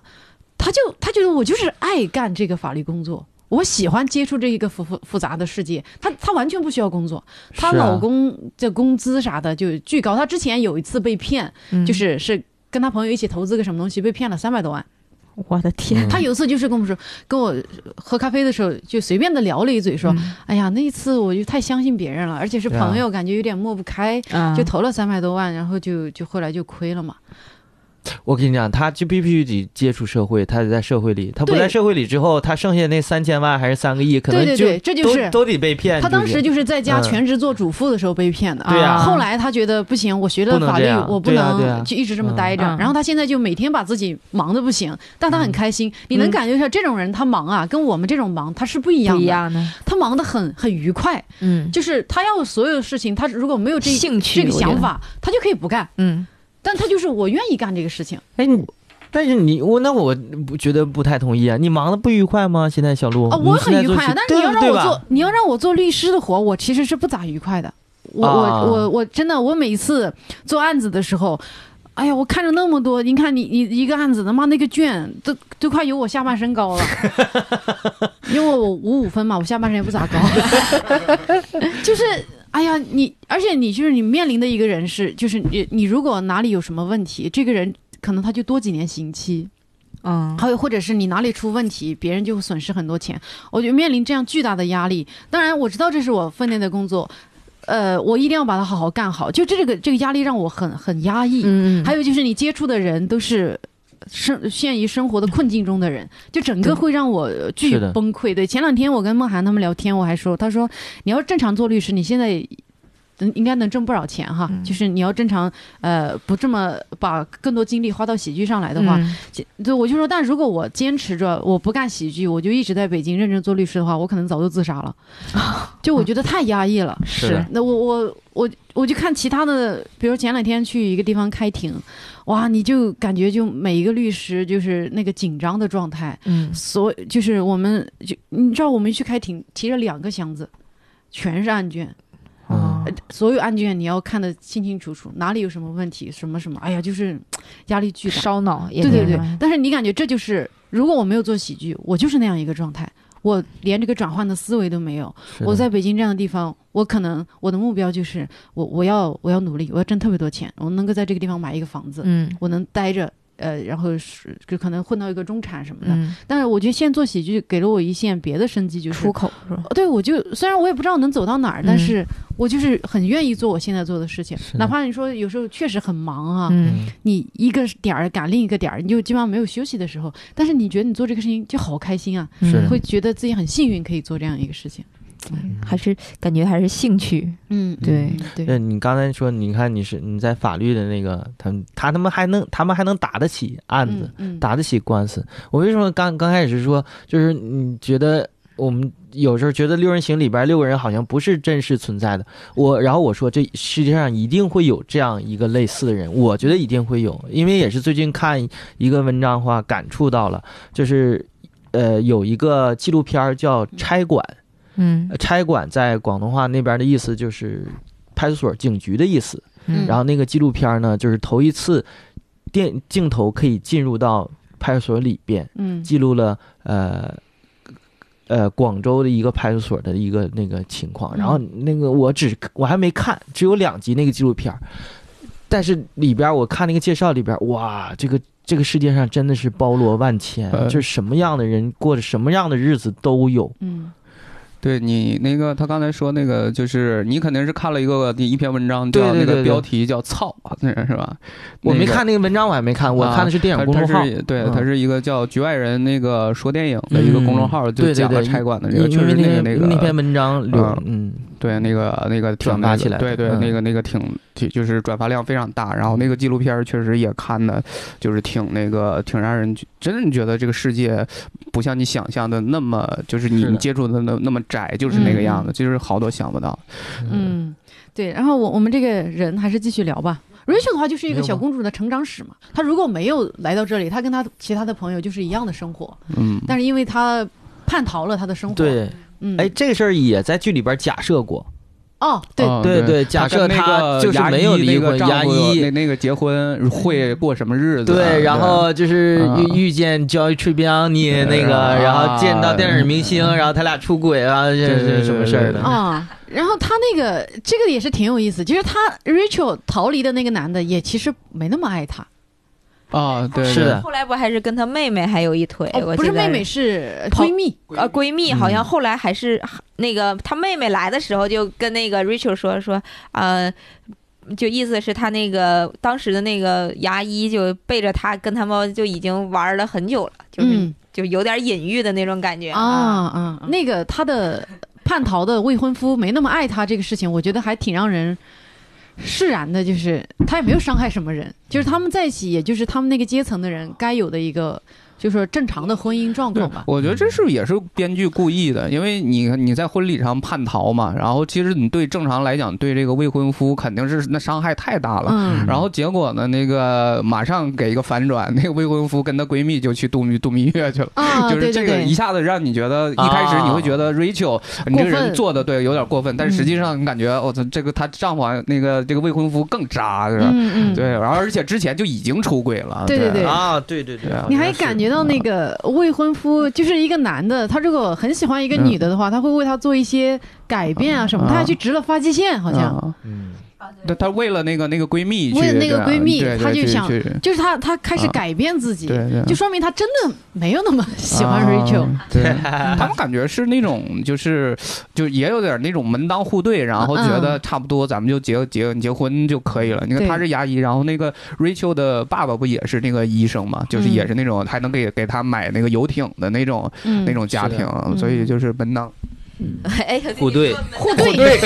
她就她觉得我就是爱干这个法律工作，我喜欢接触这一个复复复杂的世界。她她完全不需要工作，她
是啊
老公的工资啥的就巨高。她之前有一次被骗，
嗯
嗯
就是是。跟她朋友一起投资个什么东西，被骗了三百多万。
我的
嗯
天，
她有一次就是跟我们说，跟我喝咖啡的时候就随便的聊了一嘴，说：“哎呀，那一次我就太相信别人了，而且是
嗯对啊
朋友，感觉有点抹不开。
嗯
就投了三百多万，然后就就后来就亏了嘛。
我跟你讲，他就必须得接触社会，他得在社会里，他不
对
在社会里之后，他剩下那三千万还是三个亿，可能
对
就
对对这就是
都都得被骗。
他当时
就
就是在家
嗯
全职做主妇的时候被骗的啊
对呀
后来他觉得不行，我学了
不能
法律
这样，
我不
对呀对呀啊
能就一直这么待着。
嗯
然后他现在就每天把自己忙的不行，但
嗯
他很开心。你能感觉一下，这种人他忙啊，跟我们这种忙他是不一样
不
的。
一样的，
他忙得很很愉快，
嗯，
就是他要所有事情，他如果没有这
兴趣
这个
我觉得
想法，他就可以不干。
嗯，
但他就是我愿意干这个事情。
是哎，你但是你我那我不觉得不太同意啊，你忙的不愉快吗？现在小鹿
啊，我很愉快啊，但是你要让我，
你现在
做
是，
你要让我做律师的活，我其实是不咋愉快的。我、
啊
我我我真的，我每次做案子的时候，哎呀，我看着那么多，你看你你一个案子，他妈那个卷都都快有我下半身高了， 因为我五五分嘛，我下半身也不咋高， 就是。哎呀，你而且你就是你面临的一个人是，就是你你如果哪里有什么问题，这个人可能他就多几年刑期，
嗯，
还有或者是你哪里出问题，别人就会损失很多钱。我就面临这样巨大的压力。当然，我知道这是我分内的工作，呃，我一定要把它好好干好。就这个这个压力让我很很压抑。
嗯，
还
有
有就是你接触的人都是。生陷于生活的困境中的人，就整
对
个会让我呃巨
是的
崩溃。对，前两天我跟梦涵他们聊天，我还说，他说你要正常做律师，你现在嗯应该能挣不少钱哈。
嗯
就是你要正常呃不这么把更多精力花到喜剧上来的
嗯
话，，对，我就说，但如果我坚持着我不干喜剧，我就一直在北京认真做律师的话，我可能早就自杀了。就我觉得太压抑了。
啊是的
那我我我我就看其他的，比如前两天去一个地方开庭，哇，你就感觉就每一个律师就是那个紧张的状态，
嗯，
所就是我们就你知道我们去开庭提着两个箱子，全是案卷，
哦
嗯，
所有案卷你要看得清清楚楚，哪里有什么问题，什么什么，哎呀，就是压力巨大。
烧脑也啊
对对
是
对
吧，
但是你感觉这就是，如果我没有做喜剧，我就是那样一个状态，我连这个转换的思维都没有。
是的
我在北京这样的地方，我可能我的目标就是，我我要我要努力，我要挣特别多钱，我能够在这个地方买一个房子，
嗯
我能待着，呃，然后是就可能混到一个中产什么的。
嗯，
但是我觉得现在做喜剧给了我一线别的生机，就是
出口是吧？
哦对，我就虽然我也不知道能走到哪儿，但
嗯
是我就是很愿意做我现在做的事情，
是
哪
的
怕你说有时候确实很忙啊，
嗯
嗯，
你一个点儿赶另一个点儿，你就基本上没有休息的时候。但是你觉得你做这个事情就好开心啊，
是的
嗯
会觉得自己很幸运可以做这样一个事情。
还是感觉还是兴趣，
嗯，
对
嗯对
那你刚才说，你看你是你在法律的那个，他们他他们还能他们还能打得起案子，
嗯，嗯
打得起官司。我为什么刚刚开始说，就是你觉得我们有时候觉得六人行里边六个人好像不是真实存在的。我然后我说，这世界上一定会有这样一个类似的人，我觉得一定会有，因为也是最近看一个文章的话感触到了，就是呃有一个纪录片儿叫《差馆》。
嗯
呃差馆在广东话那边的意思就是派出所、警局的意思。
嗯
然后那个纪录片呢，就是头一次电镜头可以进入到派出所里边，
嗯
记录了呃呃广州的一个派出所的一个那个情况。
嗯
然后那个我只我还没看，只有两集那个纪录片儿，但是里边我看那个介绍里边，哇，这个。这个世界上真的是包罗万千，
呃
就是什么样的人过着什么样的日子都有。
嗯
对你那个，他刚才说那个，就是你肯定是看了一个一篇文章，
对
叫
对
那
对
个
对
标题叫“操”，那是吧？
我没
那个
看那个文章，我还没看，我
啊
看的是电影
他
公
他
众号。
是对，
嗯
他是一个叫“局外人”那个说电影的一个公众号，就
对对
讲了
对，
差馆的这
因
个，确
因
实
为
那个
那
个
篇文章流
嗯，
嗯，
对，那个那个挺
转发
那个
起来
对对，
嗯
那个那个挺挺就是转发量非常大。然后那个纪录片儿确实也看的，就是挺那个挺让人觉真的觉得这个世界不像你想象的那么，就是你
是的
你接触的那那么窄，就是那个样子，
嗯
就是好多想不到。
嗯，
嗯，对。然后我我们这个人还是继续聊吧。Rachel 的话就是一
没
个
有吗
小公主的成长史嘛，她如果没有来到这里，她跟她其他的朋友就是一样的生活，
嗯，
但是因为她叛逃了她的生活，，
对，
嗯，
哎，，这个事儿也在剧里边假设过，
哦，对，
嗯
对对假设
跟那
他
个
就是
牙
没
医
有
那
离
个
婚
丈
牙
夫
医
那那个结婚会过什么日子？
对，然后就是
啊
遇遇见焦吹冰尼
对
那
啊
个，然后见到电影明星，然后他俩出轨啊，这
对对
是什么事儿
对对
的？
啊、然后他那个这个也是挺有意思，就是他 Rachel 逃离的那个男的也其实没那么爱他，
啊，对，
是的
嗯后来不还是跟她妹妹还有一腿，哎我
哦不是
记得
妹妹是
跑
闺蜜，
呃，闺蜜好
嗯
像后来还是那个她妹妹来的时候，就跟那个 Rachel 说说，呃，就意思是他那个当时的那个牙医就背着他跟他们就已经玩了很久了，就是、
嗯
就有点隐喻的那种感觉
啊
哦
啊，那个他的叛逃的未婚夫没那么爱他这个事情，我觉得还挺让人释然的，就是他也没有伤害什么人，就是他们在一起，也就是他们那个阶层的人该有的一个，就是说正常的婚姻状况吧。
我觉得这是也是编剧故意的，因为你你在婚礼上叛逃嘛，然后其实你对正常来讲对这个未婚夫肯定是那伤害太大了。
嗯，
然后结果呢？那个马上给一个反转，那个未婚夫跟她闺蜜就去度蜜度蜜月去了，
啊，
就
对
是这
对
个
对
一，下子让你觉得一开始你会觉得 Rachel、你这个人做的对有点过分，但实际上你感觉我操、这个她丈夫好像那个这个未婚夫更渣，是吧？
嗯嗯，
对，然后而且之前就已经出轨了，
对对对
啊，对对对
对啊，
你还感觉到那个未婚夫就是一个男的，他如果很喜欢一个女的的话，他会为她做一些改变啊什么，
嗯
他还去植了发际线，好像、
嗯
嗯，
她她为了那个那个闺蜜去，
为了那个闺蜜
对对
她就
去
想
去
就是他他开始
嗯
改变自己，
对对，
就说明他真的没有那么喜欢
啊
Rachel。
对， 他们感觉是那种，就是就也有点那种门当户对，然
嗯
后觉得差不多，咱们就结结结婚就可以了。你看
对
他是牙医，然后那个 Rachel 的爸爸不也是那个医生嘛，就是
嗯
也是那种还能给给他买那个游艇的那种
嗯
那种家
是
庭
的，
所以就是门当
哎，
互对
互
对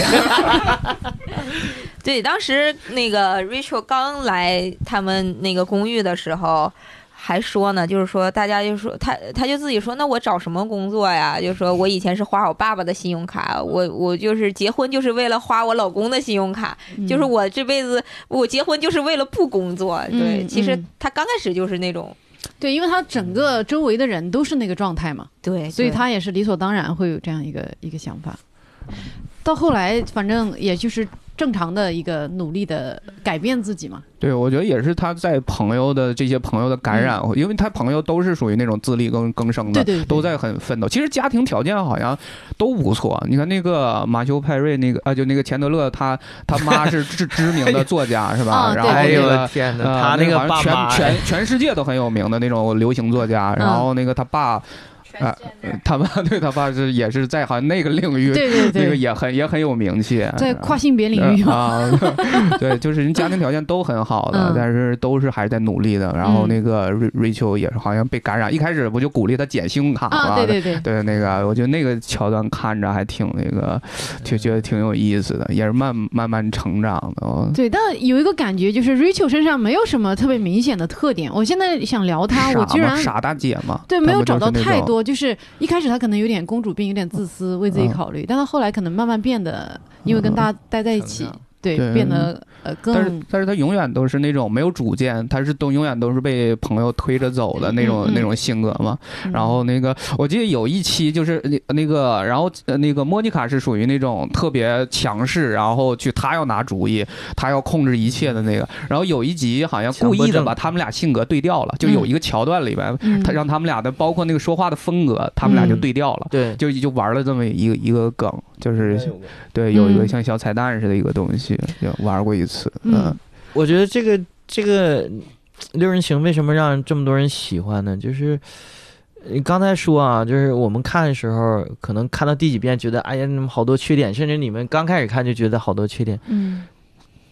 对，当时那个 Rachel 刚来他们那个公寓的时候，还说呢，就是说大家就说他，他就自己说，那我找什么工作呀？就说我以前是花我爸爸的信用卡，我我就是结婚就是为了花我老公的信用卡，
嗯
就是我这辈子我结婚就是为了不工作。对，
嗯
其实
嗯
他刚开始就是那种
对，因为他整个周围的人都是那个状态嘛，
对，
所以
对
他也是理所当然会有这样一个一个想法。到后来，反正也就是正常的一个努力的改变自己嘛。
对，我觉得也是他在朋友的这些朋友的感染，因为他朋友都是属于那种自力更更生的，
嗯对对对
都在很奋斗。其实家庭条件好像都不错。你看那个马修派瑞那个啊，就那个钱德勒，他他妈是知 知名的作家是吧？
啊
然后
对
哎
那
呦我
个。
天哪，
呃
他那
个
个
好
爸哎
像
妈
全全全世界都很有名的那种流行作家，然
嗯
后那个他爸，呃，他爸 对他爸是也是在好像那个领域，
对对
那个
对，
也很也很有名气，
在
然后
跨性别领域嘛。
呃啊，对，就是人家庭条件都很好的，
嗯
但是都是还是在努力的。然后那个瑞瑞秋也是好像被感染，一开始不就鼓励他剪信用卡
啊，
吗？
对对对，
对那个我觉得那个桥段看着还挺那个，就觉得挺有意思的，也是慢慢慢成长的。哦
对，但有一个感觉就是 Rachel 身上没有什么特别明显的特点。我现在想聊她，
傻
我居
嘛
然
傻大姐嘛，
对
她
没有
不就
找
是
到
那
太
种。
多，就是一开始她可能有点公主病，有点自私，为自己考虑，但她后来可能慢慢变得，因为跟大家待在一起
成长，
对，
对
变得呃
但是
更，
但是她永远都是那种没有主见，她是都永远都是被朋友推着走的那种、
嗯嗯
那种性格嘛。
嗯
然后那个，我记得有一期就是呃那那个，然后呃那个莫妮卡是属于那种特别强势，然后去她要拿主意，她要控制一切的那个。然后有一集好像故
强迫
意的
症
把他们俩性格对调了，就有一个桥段里边，
嗯
他让他们俩的包括那个说话的风格，他们俩就
嗯
对调了，
对，
就就玩了这么一个一个梗，就是对有一个像小彩蛋似的一个东西，就玩过一次。嗯
嗯，
我觉得这个这个嗯六人行为什么让这么多人喜欢呢？就是你刚才说啊，就是我们看的时候，可能看到第几遍觉得哎呀，那么好多缺点，甚至你们刚开始看就觉得好多缺点，
嗯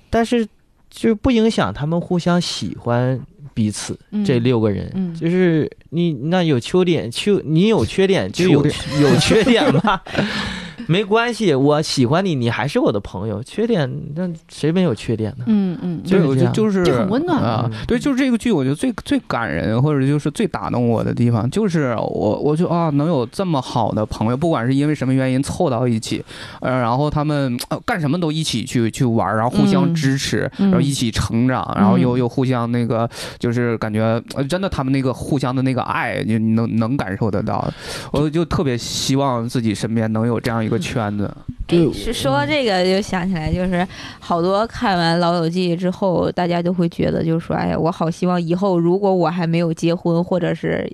但是就不影响他们互相喜欢彼此。
嗯
这六个人，
嗯
就是你那有缺点，就你有缺点 就有
缺
有缺点吧， 没关系，我喜欢你，你还是我的朋友。缺点那谁没有缺点呢？
嗯嗯，
就
对，
是
我
这
觉得
样嗯
就是
就很温暖
啊。对，就是这个剧，我觉得最最感人，或者就是最打动我的地方，就是我我就啊，能有这么好的朋友，不管是因为什么原因凑到一起，呃，然后他们、呃干什么都一起去去玩，然后互相
嗯
支持，
嗯
然后一起成长，然后又
嗯
又互相那个，就是感觉、呃真的他们那个互相的那个爱，你你能能感受得到。我就特别希望自己身边能有这样一个圈子。
哎是说
嗯
到这个就想起来，就是好多看完《老友记》之后，大家就会觉得，就是说，哎呀，我好希望以后如果我还没有结婚，或者是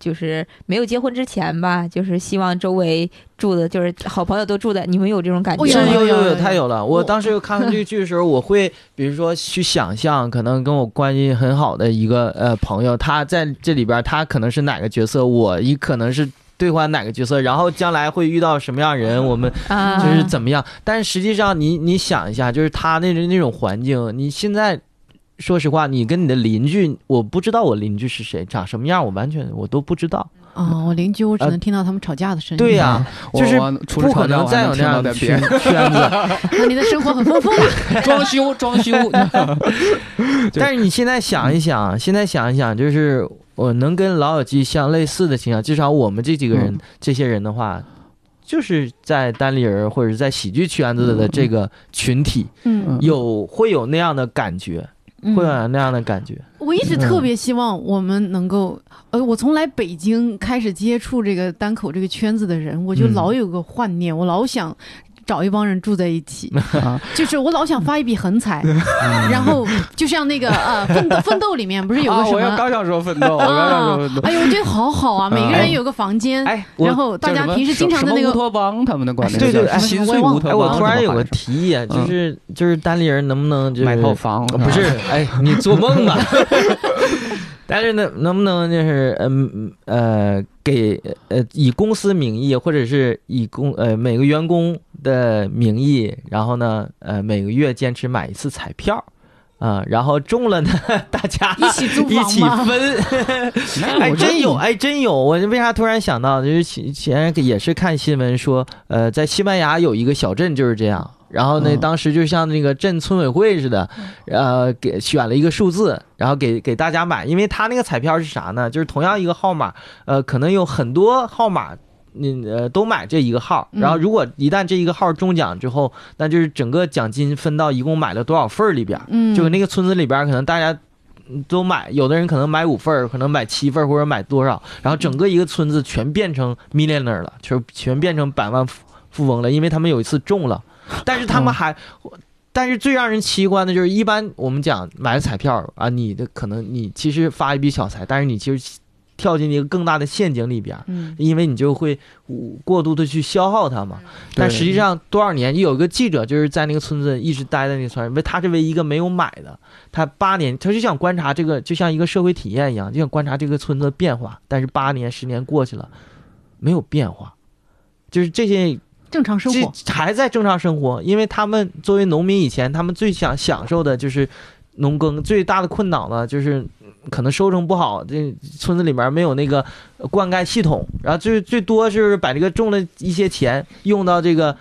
就是没有结婚之前吧，就是希望周围住的就是好朋友都住在，你们有这种感觉
哦
是
有
吗？
有
有有
有，太有了！我
我
当时看完这个剧的时候，我会比如说去想象，可能跟我关系很好的一个呃朋友，他在这里边，他可能是哪个角色，我一可能是兑换哪个角色，然后将来会遇到什么样人，我们
啊
就是怎么样。但是实际上你，你想一下，就是他那种那种环境，你现在说实话，你跟你的邻居，我不知道我邻居是谁，长什么样，我完全我都不知道。
啊，
哦
我邻居我只能听到他们吵架的声音。
对呀、
我
就是
嗯我除了
不可
吵架
能
我还
再有
能
那
听到
样的
点
圈
别
圈子。
那你的生活很丰富啊。
装修装修，
但是你现在想一想，现在想一想，就是我能跟老友记像类似的情况，至少我们这几个人、
嗯
这些人的话，就是在单立人或者是在喜剧圈子的这个群体，
嗯，
有会有那样的感觉，会啊
嗯
有那样的感觉。
我一
嗯
直特别希望我们能够，呃，我从来北京开始接触这个单口这个圈子的人，我就
嗯
老有个幻念，我老想。找一帮人住在一 起
啊，
就是我老想发一笔横财，
嗯
然后就像那个呃《奋斗奋斗》里面不是有
啊，
个什
我要
么？
刚想说奋斗，我刚想说奋斗。
哎呦，我觉得好好
嗯
啊！每个人有个房间，
哎，我
嗯然
哦
后大
叫
家
什么
平时经常
什
的
么
那
乌
个
托邦，他们的管那个
对对
叫
哎
心碎
我忘了
乌托
哎，
邦。
我突然有
好
个
像
提议，啊，就是、就是单立人能不能就是
买套房，
不是，哎，你做梦吧？但是呢，能不能就是嗯呃给呃以公司名义，或者是以公呃每个员工的名义，然后呢呃每个月坚持买一次彩票啊、然后中了呢 大家
一起
啊
租
一
房
起
嘛。
分。
那
哎，
我
真有，哎，真有！我为啥突然想到，就是前前也是看新闻说，呃，在西班牙有一个小镇就是这样，然后呢，
嗯
当时就像那个镇村委会似的，呃，给选了一个数字，然后给给大家买，因为他那个彩票是啥呢？就是同样一个号码，呃，可能有很多号码。你呃都买这一个号，然后如果一旦这一个号中奖之后，那就是整个奖金分到一共买了多少份儿里边儿，
嗯，
就是那个村子里边，可能大家嗯都买，有的人可能买五份儿，可能买七份儿或者买多少，然后整个一个村子全变成 millionaire 了，就是全变成百万富富翁了，因为他们有一次中了，但是他们还。但是最让人奇观的就是，一般我们讲买彩票啊，你的可能你其实发一笔小财，但是你其实跳进一个更大的陷阱里边儿，
嗯
因为你就会嗯过度的去消耗它嘛。但实际上多少年，有一个记者就是在那个村子一直待在那个村儿，因为他是唯一一个没有买的，他八年，他就想观察这个，就像一个社会体验一样，就想观察这个村子的变化。但是八年、十年过去了，没有变化，就是这些
正常生活，
这还在正常生活，因为他们作为农民，以前他们最想享受的就是农耕，最大的困扰呢就是可能收成不好，这村子里面没有那个灌溉系统，然后最最多就是把这个种了一些钱用到这个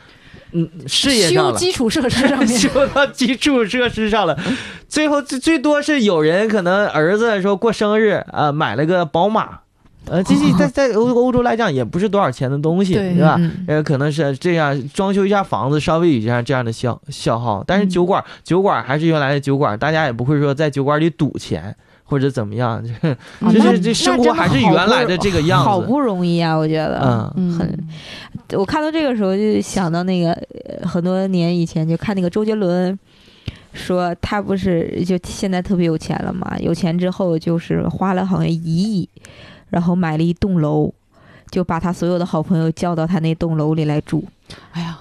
嗯事业上
修
了。
基础设施上 面。
修到基础设施上了，最后最最多是有人可能儿子说过生日啊、呃买了个宝马，呃，这些在在欧欧洲来讲也不是多少钱的东西，
哦对
是吧？
嗯
呃，可能是这样装修一下房子，稍微有一下这样的消消耗。但是
嗯
酒馆、酒馆还是原来的酒馆，大家也不会说在酒馆里赌钱或者怎么样， 就是
啊
就
那
是这生
那
活
真
还
的
是
好
原
不
来的这个样
好
子。
不容易啊，我觉得，
嗯，
嗯，
很我看到这个时候就想到那个呃很多年以前就看那个周杰伦，说他不是就现在特别有钱了嘛，有钱之后就是花了好像一亿，然后买了一栋楼，就把他所有的好朋友叫到他那栋楼里来住。
哎呀，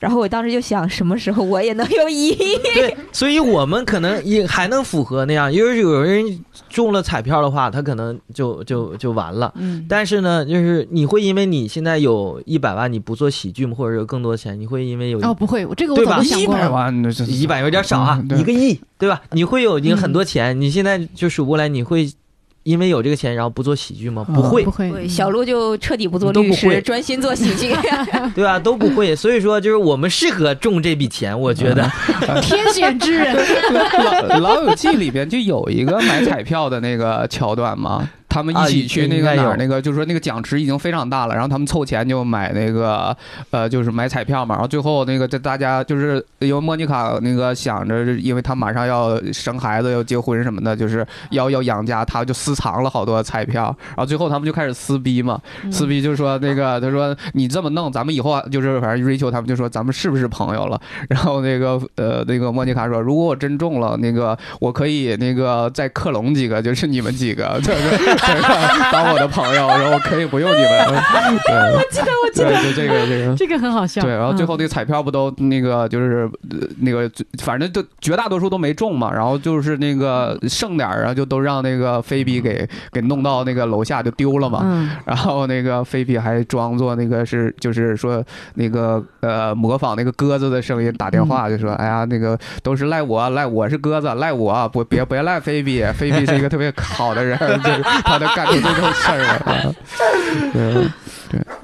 然后我当时就想，什么时候我也能有一亿？
对，所以我们可能也还能符合那样，因为有人中了彩票的话，他可能就就就完了。
嗯，
但是呢，就是你会因为你现在有一百万，你不做喜剧吗或者有更多钱，你会因为有
哦，不会，我这个我
对
早
吧
就想
一
过
百
了。
万，那这
一百有点少啊
嗯，对
一个亿，对吧？你会有你很
嗯
多钱，你现在就数过来，你会因为有这个钱然后不做喜剧吗？
嗯
不会
不，会，嗯
小鹿就彻底不做
都
律
不会
师，专心做喜剧。
对吧？都不会。所以说，就是我们适合中这笔钱，我觉
嗯
得。
天选 之人，
老 老友记里边就有一个买彩票的那个桥段嘛，他们一起去那个
啊应该
哪
有
儿那个，就是说那个奖池已经非常大了，然后他们凑钱就买那个呃，就是买彩票嘛，然后最后那个这大家就是因为莫妮卡那个想着，因为她马上要生孩子要结婚什么的，就是要要养家，她就私藏了好多彩票，然后最后他们就开始撕逼嘛，撕逼就说那个他说你这么弄，咱们以后啊就是反正 Rachel 他们就说咱们是不是朋友了？然后那个呃那个莫妮卡说，如果我真中了，那个我可以那个再克隆几个，就是你们几个，就是 身上当我的朋友，然后可以不用你们。 我记得，我记得，就这个这个。
这个很好笑。
对，然后
嗯
最后那个彩票不都那个就是、呃那个，反正都绝大多数都没中嘛。然后就是那个剩点儿，然后就都让那个菲比给给弄到那个楼下就丢了嘛。
嗯，
然后那个菲比还装作那个是就是说那个呃模仿那个鸽子的声音打电
嗯
话，就说哎呀那个都是赖我赖我是鸽子赖我不别别赖菲比，菲比是一个特别好的人， 就是他能干出这种事儿来。 对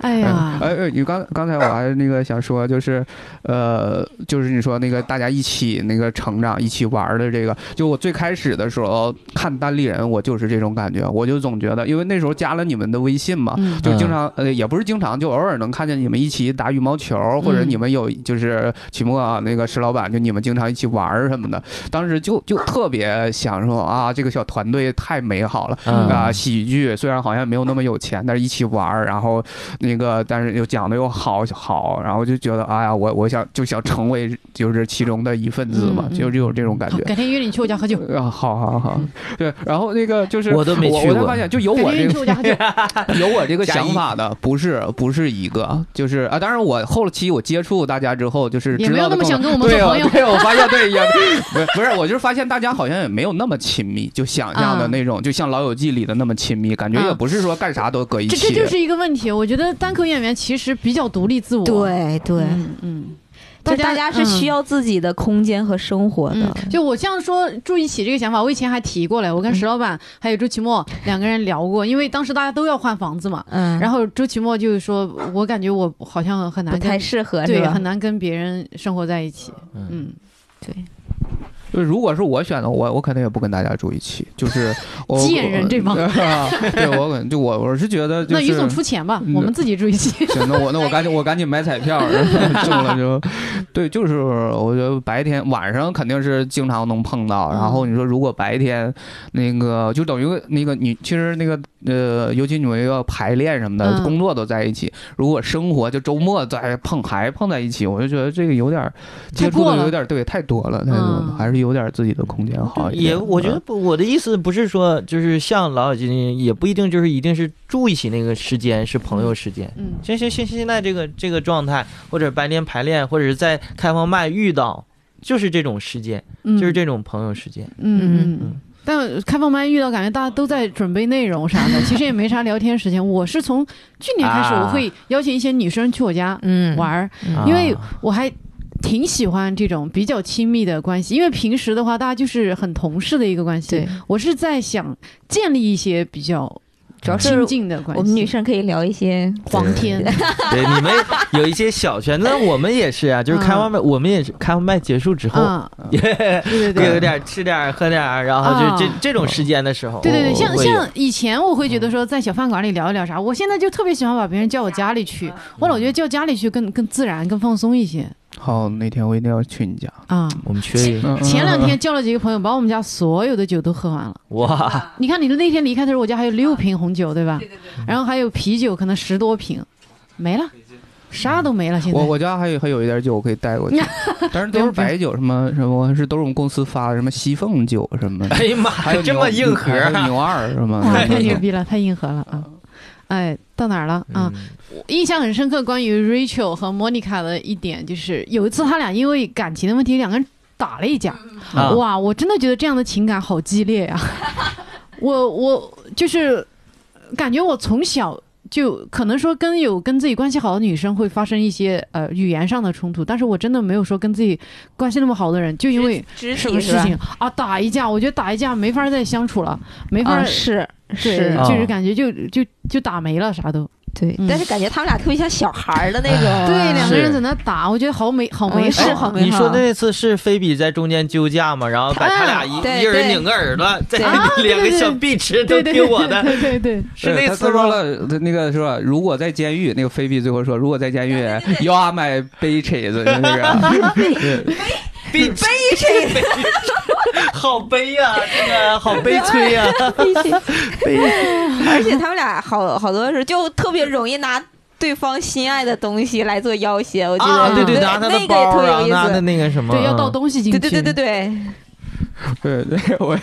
哎
嗯
呀，
哎哎，你刚刚才我还那个想说，就是，呃，就是你说那个大家一起那个成长、一起玩儿的这个，就我最开始的时候看单立人，我就是这种感觉，我就总觉得，因为那时候加了你们的微信嘛，
嗯
就经常呃也不是经常，就偶尔能看见你们一起打羽毛球，或者
嗯
你们有就是曲墨啊那个石老板，就你们经常一起玩儿什么的，当时就就特别想说啊，这个小团队太美好了。
嗯
啊，喜剧虽然好像没有那么有钱，但是一起玩儿，然后那个，但是又讲的又好好，然后就觉得，哎呀，我我想就想成为就是其中的一份子嘛，
嗯嗯
就就有这种感
好，嗯
觉。
改天约你去我家喝酒。
啊，好好好，对，然后那个就是
我都没去
我才
过
发现就有
改
我
天约你去
这个
我家喝酒。
有我这个
加一
想法的，不是不是一个，就是啊，当然我后期我接触大家之后，就是
也
知
没有那
道的
么
更
想跟我们做
对
朋友
我对我发现对也不不是，我就是发现大家好像也没有那么亲密，就想象的
嗯
那种，就像《老友记》里的那么亲密，感觉
嗯
也不是说干啥都搁一
这这
起
就。是一个问题，我觉得单口演员其实比较独立自我。
对对，
嗯，嗯，
就大家是嗯需
要。
要自己的空间和生活
嗯
的。，
就我像说住一起这个想法，我以前还提过嘞，我跟石老板还有周奇墨两个人聊过，因为当时大家都要换房子嘛，
嗯，
然后周奇墨就说，我感觉我好像很难
不
跟
太适合是
对，
吧
很？难跟别人生活在一起，
嗯，
嗯，
就是如果是我选的，我我肯定也不跟大家住一起，就是 我
贱人 这帮
对我可能就我我是觉得就
那
是
于总出钱吧，
嗯
我们自己住一起，
行，那我那我赶紧我赶紧买彩票， 然后中了就，对，就是我觉得白天晚上肯定是经常能碰到，然
嗯
后你说如果白天那个就等于那个你其实那个呃，尤其你们要排练什么的，
嗯
工作都在一起，如果生活就周末再碰还碰在一起，我就觉得这个有点儿接触
过
的
了
有点儿对太多了，太多了
嗯，
还是有点儿自己的空间好一点。嗯
也我觉得不，我的意思不是说就是像老友记，也不一定就是一定是住一起那个时间是朋友时间。
嗯，
像像像现在这个这个状态，或者白天排练，或者是在开放麦遇到，就是这种时间，
嗯
就是，这种朋友时间。
嗯嗯嗯
嗯。
但开放麦遇到感觉大家都在准备内容啥的，其实也没啥聊天时间。我是从去年开始，
啊
我会邀请一些女生去我家
嗯
玩儿，
嗯
因为我还挺喜欢这种比较亲密的关系，因为平时的话，大家就是很同事的一个关系
对。，
我是在想建立一些比较
主要是
亲近的关系。
我们女生可以聊一些
黄天，
对你们有一些小圈子，那我们也是啊，就是
嗯
开放麦，我们也是开放麦结束之 后，
啊，对对
有
对。
点吃点儿喝点儿，然后就这
啊
这种时间的时候，
对对对，像
会有
像以前我会觉得说在小饭馆里聊一聊啥，我现在就特别喜欢把别人叫我家里去，我老觉得叫家里去更更自然、更放松一些
好，那天我一定要去你家。
啊。
我们去
嗯
前两天叫了几个朋友，把我们家所有的酒都喝完了。
哇，
你看，你那天离开的时候，我家还有六瓶红酒，对吧？然后还有啤酒，可能十多瓶，没了，啥都没了。现在
我我家还有还有一点酒，我可以 带过去，但是都是白酒，什么什么是都是我们公司发的，什么西凤酒 什么的，
哎呀妈
还有
呀，这么硬核
还有
啊！
牛二什 么
哇，太牛
的。
逼了，太硬核了啊！
嗯
哎，到哪儿了啊？
嗯
印象很深刻，关于 Rachel 和 Monica 的一点就是，有一次他俩因为感情的问题，两个人打了一架。
啊
哇，我真的觉得这样的情感好激烈呀、 我我就是感觉我从小就可能说跟有跟自己关系好的女生会发生一些呃语言上的冲突，但是我真的没有说跟自己关系那么好的人，就因为
肢
什么
体
事情啊打一架，我觉得打一架没法再相处了，没法、
啊，是
对
是，，
啊
就是感觉就就就打没了啥都。
对
嗯，
但是感觉他们俩特别像小孩儿的那种，
对，两个人
是
在那打，我觉得好没好没
嗯
好好
是好没
你
哈
说那次是菲比在中间纠架嘛，然后把他俩
对
一一人
对
拧个耳朵，在
对
啊对
两个
对
小壁纸都
对对
听
对
我 的，
对对对，
是
对
那
他
次
他说
吗？
了，他那个说如果在监狱，那个菲比最后说，如果在监狱，You are my bitches，就那个
悲悲催， 好悲呀、这个好悲 催呀、
啊而且他们俩好好多时候就特别容易拿对方心爱的东西来做要挟，我
啊！
觉得
对对，
对
拿他的
那个也
包
特
啊
有，意
拿的
思，
那个什么，
对要倒东西进去。
对对对对对，
对对，我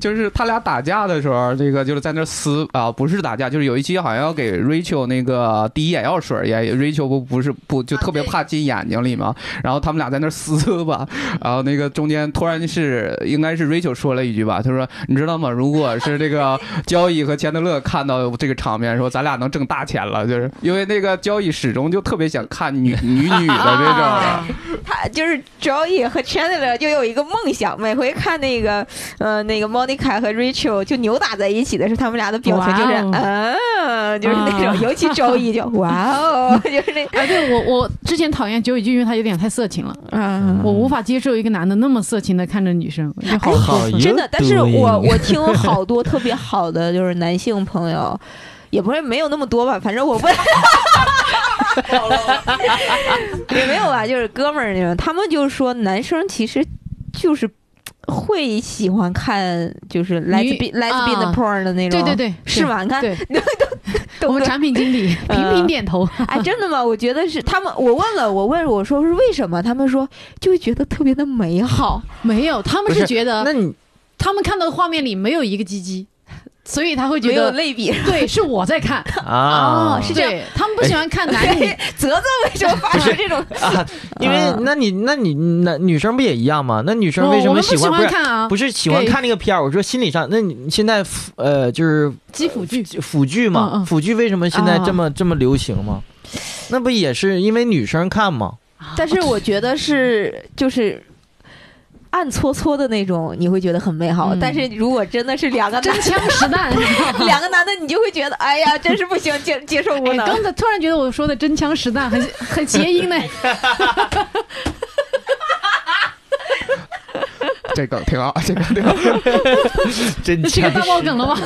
就是他俩打架的时候，这个就是在那撕啊，不是打架，就是有一期好像要给 Rachel 那个滴眼药水，也 Rachel 不不是不就特别怕进眼睛里嘛，然后他们俩在那撕吧，然后那个中间突然是应该是 Rachel 说了一句吧，他说你知道吗？如果是这个交易和钱德勒看到这个场面，说咱俩能挣大钱了，就是因为那个交易始终就特别想看女女女的这种。
啊他就是 Joey 和 Chandler 就有一个梦想，每回看那个呃那个 Monica 和 Rachel 就扭打在一起的时候，他们俩的表情就是
哇
嗯，就是那种，尤其 Joey 就哇哦， 就是那
啊，对我我之前讨厌九尾就因为他有点太色情了，
嗯。
我无法接受一个男的那么色情的看着女生，就好
哎好
过分
厌
嗯真的，但是
对
我我听好多特别好的就是男性朋友，也不是没有那么多吧，反正 我问，也没有吧，就是哥们儿那种，他们就说男生其实就是会喜欢看就是
女
lesbian lesbian 的
啊
porn 的那种，
对对对，
是嗯吗？你看，
对，
豆
我们
哥
产品经 理频频点头。
哎，真的吗？我觉得是他们，我问了，我问我说是为什么，他们说就会觉得特别的美好，
没有，他们
不是
是觉得
那你
他们看到画面里没有一个鸡鸡，所以他会觉
没有
得
类比。
对，是我在看。
啊，
哦是这样哎
对他们不喜欢看男 女，
泽泽为什么发出这种
啊，因为那你那你那女生不也一样吗？那女生为
嗯
什
哦我
么
们不
欢不
欢
是
看啊
不？是喜欢
对
看那个片儿？我说心理上，那你现在呃就是
基辅剧
腐剧
嗯
嘛，
嗯
腐剧为什么现在
啊
这么这么流行吗？那不也是因为女生看吗？
但是我觉得是就是暗搓搓的那种，你会觉得很美好。
嗯
但是如果真的是两个男
真枪实弹。
两个男的，你就会觉得哎呀，真是不行，接接受 不
哎，
能。
刚才突然觉得我说的真枪实弹很很谐音呢。
这梗挺好，这梗挺好。
真
这是个大爆梗了吧？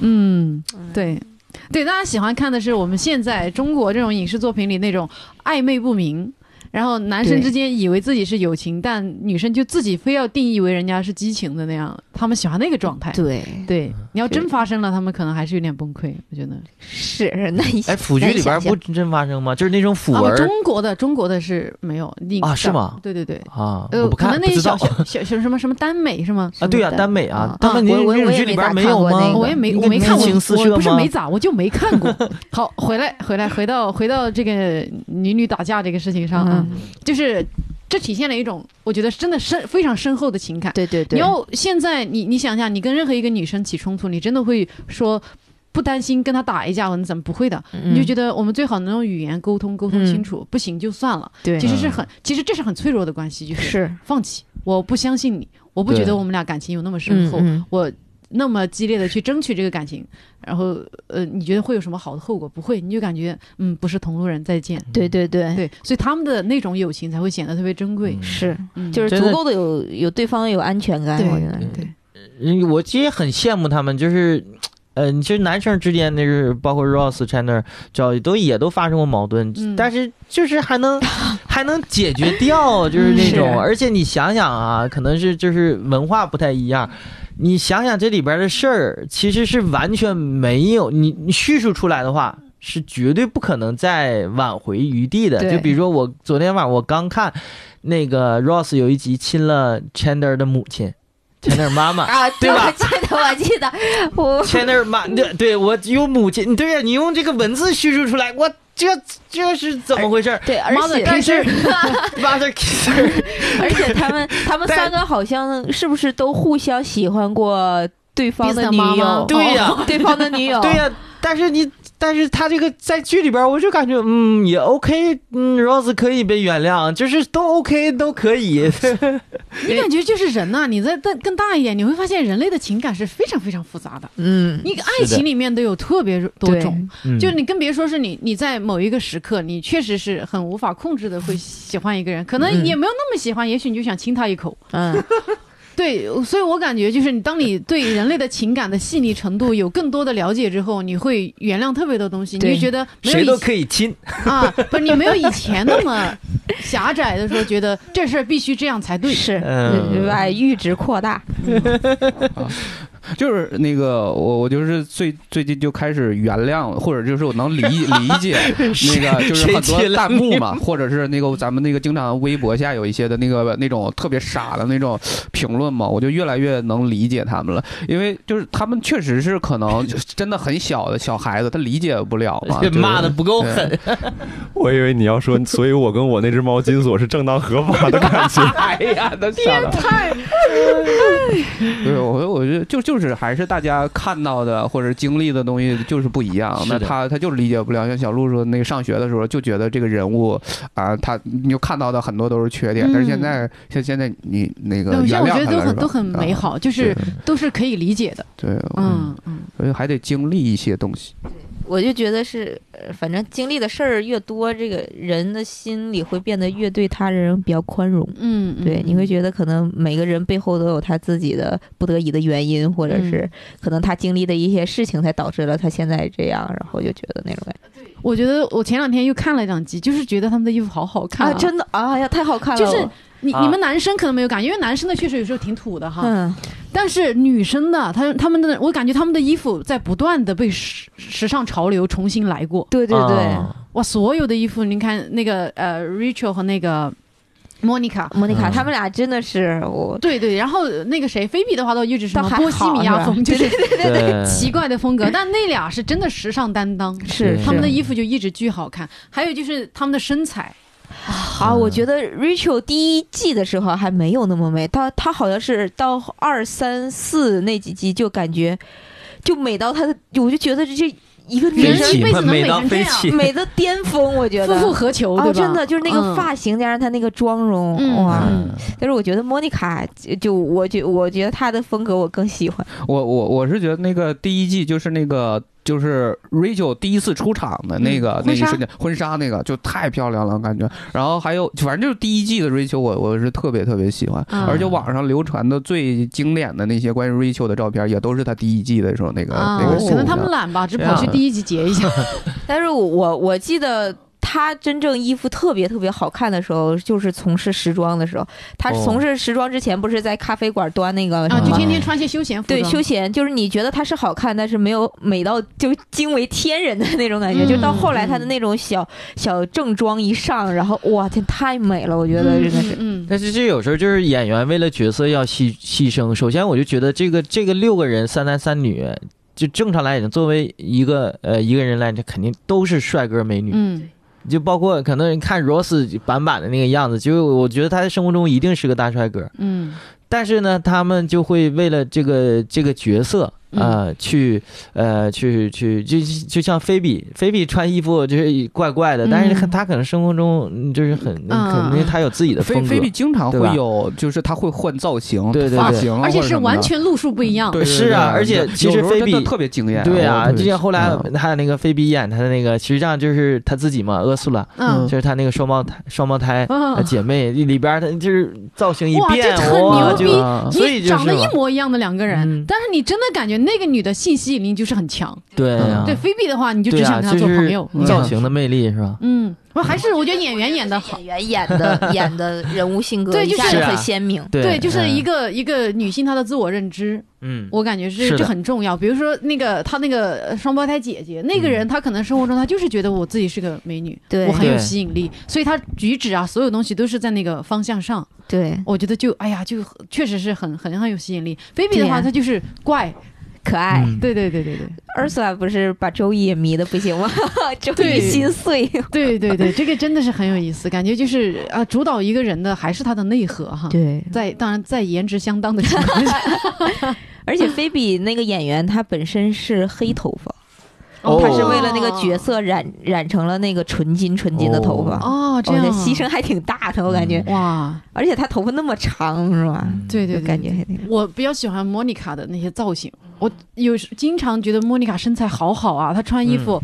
嗯，对。对，大家喜欢看的是我们现在中国这种影视作品里那种暧昧不明，然后男生
对
之间以为自己是友情，但女生就自己非要定义为人家是激情的那样，他们喜欢那个状态。
嗯
对，
对，你要
对
真发生了，他们可能还是有点崩溃，我觉得。
是那一
哎，腐剧里边不真发生吗？就是那种腐
啊，
文
中国的中国的是没有你
啊是吗
对对对，
啊，
呃，
我不
可
看
能
不
那些
知
小
道
小小小什么什么耽美是吗？
啊，对呀，耽美啊，耽美
啊我我
那
我
种
也
剧
没
里
咋
边没
看
有
过那
吗？
个
我也没
那
我
个
没看过
激情，四
我
射
不是
吗
没咋，我就没看 过。好，回来回来，回到回到这个女女打架这个事情上啊，
嗯，
就是这体现了一种我觉得真的深非常深厚的情感。
对对对，
你要现在你你想想，你跟任何一个女生起冲突，你真的会说不担心跟她打一架或者怎么？不会的，
你
你就觉得我们最好能用语言沟通沟通清楚，不行就算了。
嗯对嗯
其实是很，其实这是很脆弱的关系，就是
是
放弃，我不相信你，我不觉
对
得我们俩感情有那么深厚，
嗯
我那么激烈的去争取这个感情，然后呃，你觉得会有什么好的后果？不会，你就感觉嗯，不是同路人，再见。
对对对，
对，所以他们的那种友情才会显得特别珍贵，
是
嗯
就是
真
足
的
够的有有对方有安全感，
对
我觉得
对
嗯，我其实很羡慕他们，就是，呃，其实男生之间那是包括 Ross、Chandler、Joy 都也都发生过矛盾，
嗯
但是就是还能还能解决掉，就是那种，
是
而且你想想啊，可能是就是文化不太一样。你想想这里边的事儿，其实是完全没有你你叙述出来的话，是绝对不可能再挽回余地的。
对
就比如说我昨天晚上我刚看那个 Ross 有一集亲了 Chandler 的母亲，Chandler 妈妈，
啊，
对吧
我记得我记得我。
在那儿骂，对对，我有母亲，对呀、你用这个文字叙述出来，我这这是怎么回事儿？
对，而
Mother
且
kisser
妈的 kiss her，
而且他们他们
但
三个好像是不是都互相喜欢过对方的女
彼此的妈妈
友？
对呀
哦 对方的女友。
对呀、但是你，但是他这个在剧里边儿，我就感觉，嗯，也 OK，嗯，Rose 可以被原谅，就是都 OK，都可以。
你感觉就是人呐、你再更更大一点，你会发现人类的情感是非常非常复杂的。
嗯，
你爱情里面都有特别多
对
种，
嗯
就是你更别说是你你在某一个时刻，你确实是很无法控制的会喜欢一个人，可能
嗯
也没有那么喜欢，也许你就想亲他一口。
嗯，
对，所以我感觉就是你，当你对人类的情感的细腻程度有更多的了解之后，你会原谅特别多东西，你
对
就觉得没有
谁
以
都
前
可以亲，
啊，不是你没有以前那么狭窄的说，觉得
哎
这事儿必须这样才对。
是
嗯
把阈值扩大。
就是那个我我就是最最近就开始原谅，或者就是我能理理解那个就是很多弹幕嘛，或者是那个咱们那个经常微博下有一些的那个那种特别傻的那种评论嘛，我就越来越能理解他们了，因为就是他们确实是可能就是真的很小的小孩子，他理解不了嘛，就是
骂的不够狠，
我以为你要说，所以我跟我那只毛巾锁是正当 合法的感情。
哎呀，那变 态！对，我我觉得就就是还是大家看到的或者经历的东西就是不一样。
是
那
的
他他就是理解不了，像小鹿说那个上学的时候就觉得这个人物啊，他你就看到的很多都是缺点，
嗯
但是现在现现在你那个
那我
原
现在
谅
我
他
觉得都
了是
很
吧
都很美。
啊
好，就是都是可以理解的。
对，
嗯嗯，
我觉得还得经历一些东西。
我就觉得是，呃反正经历的事儿越多，这个人的心里会变得越对他人比较宽容。
嗯，嗯
对，你会觉得可能每个人背后都有他自己的不得已的原因，或者是可能他经历的一些事情才导致了他现在这样，然后就觉得那种感觉
我觉得我前两天又看了两集，就是觉得他们的衣服好好看的。
的啊呀，太好看
就是你
啊
你们男生可能没有感觉，因为男生的确实有时候挺土的哈，
嗯，
但是女生的，她他们的，我感觉他们的衣服在不断的被时时尚潮流重新来过。
对对对，
啊
哇，所有的衣服，你看那个呃，Rachel 和那个 Monica，
莫妮卡
嗯
他们俩真的是我，
对对，然后那个谁，菲比的话都一直是什么
倒还
波西米
好
亚
是吧
风，就是
对，
奇怪的风 格，但那俩是真的时尚担当，
是
对
他们的
是
衣服就一直巨好看。还有就是他们的身材，
啊，我觉得 Rachel 第一季的时候还没有那么美，到她好像是到二三四那几集就感觉，就美到她的，我就觉得这一个女
人
生
一
起
辈
嘛
子能
美
美
到
成这
飞
样，
起，
美的巅峰，我觉得
夫复何求，
哦，
对吧？
真的就是那个
嗯
发型加上她那个妆容，
嗯
哇！
嗯
但是我觉得莫妮卡就就我觉我觉得她的风格我更喜欢，
我我我是觉得那个第一季就是那个就是 Rachel 第一次出场的那个、
嗯
那
婚
一
纱
瞬间婚纱那个就太漂亮了感觉，然后还有反正就是第一季的 Rachel 我我是特别特别喜欢，
嗯
而且网上流传的最经典的那些关于 Rachel 的照片也都是她第一季的时候那个、
啊
那个，
可能他们懒吧，只跑去第一集截一下。
但是我我我记得。她真正衣服特别特别好看的时候，就是从事时装的时候。她
哦
从事时装之前，不是在咖啡馆端那个什
啊，
么
就天天穿些休闲服装。
对休闲，就是你觉得她是好看，但是没有美到就惊为天人的那种感觉。
嗯
就到后来她的那种小小正装一上，然后哇天太美了，我觉得真的是。
嗯，嗯
但是这有时候就是演员为了角色要牺牺牲。首先，我就觉得这个这个六个人三男三女，就正常来讲，作为一个呃一个人来讲，肯定都是帅哥美女。
嗯，
就包括可能人看 Rose 板板的那个样子，就我觉得他在生活中一定是个大帅哥。
嗯
但是呢，他们就会为了这个这个角色。
嗯
呃，去，呃，去去，就就像菲比，菲比穿衣服就是怪怪的，但是
嗯
他可能生活中嗯就是很，
啊
肯定他有自己的
菲
风格。
菲比经常会
对吧
有，就是她会换造型、
对对对
发型啊，
而且
或者
是
什么的
完全路数不一样。
对对
是啊
对
而且
对
其实
有时候真的
菲比
特别惊艳，
对
我
啊，
特别
就像后来
嗯
还有那个菲比演她的那个，实际上就是她自己嘛，厄苏拉，
嗯
就是她那个双胞胎双胞胎呃
嗯，
姐妹里边，她就是造型一
哇
变，
这很
哇
牛
就
逼
啊
所
哦
以
你
就是
长得
嘛
一模一样的两个人
嗯，
但是你真的感觉那个女的性吸引力就是很强。
对啊，
对菲比的话，你就只
对
想
啊
跟她
就
做朋
是
友。
嗯
造型的魅力是吧？
嗯，我还是我觉得演员演的好
演。员 演的演的人物性格，
对
一
就是
下
是啊
很鲜明。
对，
嗯
就是一
个
个、一个女性她的自我认知，
嗯，
我感觉
是
是
的
这很重要。比如说那个她那个呃双胞胎姐姐，那
嗯
个人她可能生活中她就是觉得我自己是个美女，
对
我很有
对
吸引力，所以她举止啊，所有东西都是在那个方向上。
对，
我觉得就哎呀，就很确实是很很很有吸引力。baby
对
的
呀
话，她就是怪，
可爱。
嗯
啊对对对对对
Ursula 不是把周易也迷的不行 吗？周易
对
心碎。
对对对，这个真的是很有意思，感觉就是啊，主导一个人的还是他的内核哈。
对，
在当然，在颜值相当的情况下，
而且菲比那个演员，她本身是黑头发，
哦
她是为了那个角色染染成了那个纯金纯金的头发。
哦，这
我觉
样
得
啊
牺牲还挺大的，我感觉，
哇，
而且她头发那么长，是吧？
嗯
对对
就
对，
感觉还挺。
我比较喜欢莫妮卡的那些造型，我有时经常觉得莫妮卡身材好好啊，她穿衣服，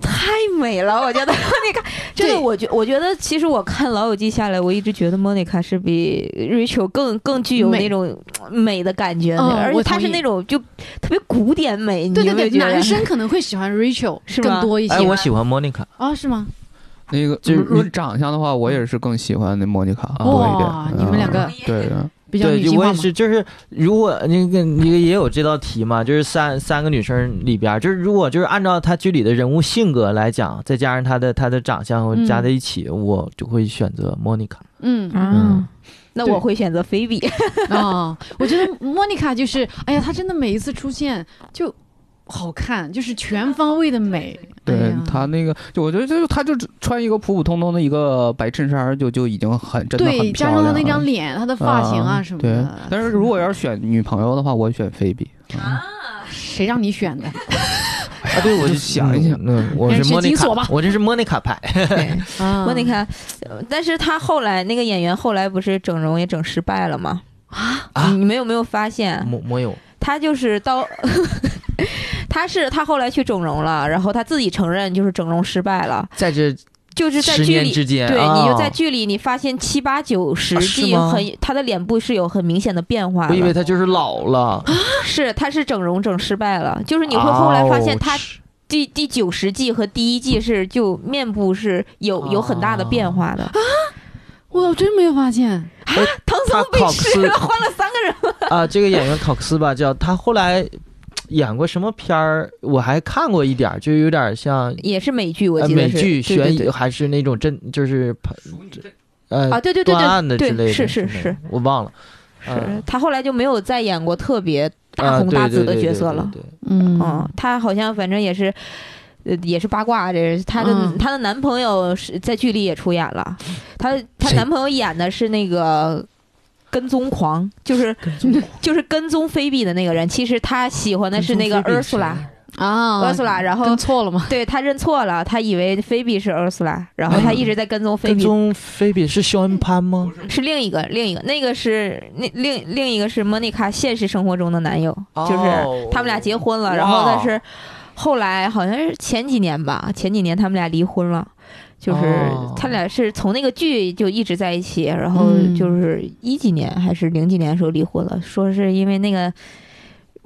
太美了，我 觉得莫妮卡真的，
对
我觉我觉得其实我看《老友记》下来，我一直觉得莫妮卡是比 Rachel 更更具有
美
那种呃美的感觉的，
嗯
而且
我
她
同
是
意
那种就特别古典美，
对对
你有没有
对，
觉得
男生可能会喜欢 Rachel
是吗
更多一些
嗯哎，我喜欢莫妮卡，
啊，是吗？
那个
就是
论长相的话，我也是更喜欢那莫妮卡多一点
哇。你们两个
嗯对，
比较
对，
女
就
性
我
化
也
嘛。
是，就是如果那个那个也有这道题嘛，就是三三个女生里边儿，就是如果就是按照她剧里的人物性格来讲，再加上她的她的长相和
嗯
加在一起，我就会选择莫妮卡。
嗯啊、
嗯，
那
对
我会选择 菲比。
哦我觉得莫妮卡就是，哎呀，她真的每一次出现就好看，就是全方位的美。哎
对
呀
他那个，就我觉得就他就穿一个普普通通的一个白衬衫儿，就就已经很真的很漂亮
对，
了。嗯
加上她那张脸、她的发型啊什么的。
对，但是如果要是选女朋友的话，我选菲比。
啊
嗯
谁让你选的
啊，对，我就想一想，
嗯，我
人
是
是
莫妮
金
卡
锁吧，
我这是莫妮卡派。
对，
啊？
嗯
莫妮卡，呃但是她后来那个演员后来不是整容也整失败了吗？
啊嗯
你你们有没有发现，
没没有，
她就是到， 她是她后来去整容了，然后她自己承认就是整容失败了，
在这
就是在
十
剧
年
里。
之间，
对，
啊
你就在剧里，你发现七八九十
啊是
季
吗
很，她的脸部是有很明显的变化的。
我以为她就是老 了，
是，她是整容整失败了，就是你会
哦
后来发现她
Ouch
第第九十季和第一季是就面部是有有很
啊
大的变化的。
我真没有发现。
唐
她
僧被
考
吃
试
了，换了三个人。
啊，这个演员考克斯吧，叫他后来演过什么片儿？我还看过一点儿，就有点像
也是美剧，我
呃
记得
美
是、
剧
对
悬
对
疑，
对
还是那种真就是呃
啊，对对对
断案
对
的之类
对，
的，
是是
那
是
种，我忘了。
是他后来就没有再演过特别大红大紫的角色了。
啊对，对对对对
嗯
嗯，他好像反正也是。呃，也是八卦，这是她的
嗯
她、的男朋友是在剧里也出演了，她她
谁
男朋友演的是那个跟踪狂，就是 就是跟踪菲比的那个人，其实他喜欢的是那个
跟踪菲比是
Ursula，
啊，
厄苏拉然后
跟错了吗？
对他认错了，他以为菲比是 Ursula，然后他一直在跟踪
嗯
菲
跟
比，
踪菲比是肖恩潘吗？
是另一个，另一个，那个是那另另一个是莫妮卡现实生活中的男友，就是
哦
他们俩结婚了，
哇
然后但是后来好像是前几年吧，前几年他们俩离婚了。就是
哦
他俩是从那个剧就一直在一起，然后
嗯
就是一几年还是零几年的时候离婚了，说是因为那个，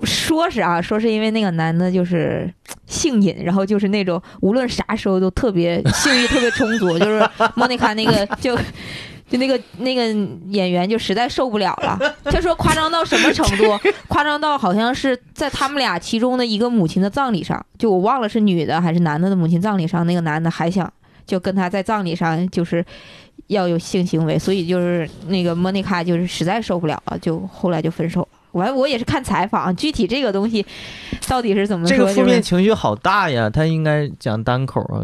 说是啊，说是因为那个男的就是性瘾，然后就是那种无论啥时候都特别性欲特别充足，就是莫妮卡那个就 就那个那个演员就实在受不了了。 他说夸张到什么程 度？夸张到好像是在他们俩其中的一个母亲的葬礼上，就我忘了是女的还是男的的母亲葬礼上，那个男的还想就跟他在葬礼上就是要有性行为，所以就是那个莫妮卡就是实在受不了了，就后来就分手了。完，我也是看采访，具体这个东西到底是怎么
这
说？
个负
就是
面情绪好大呀，他应该讲单口啊。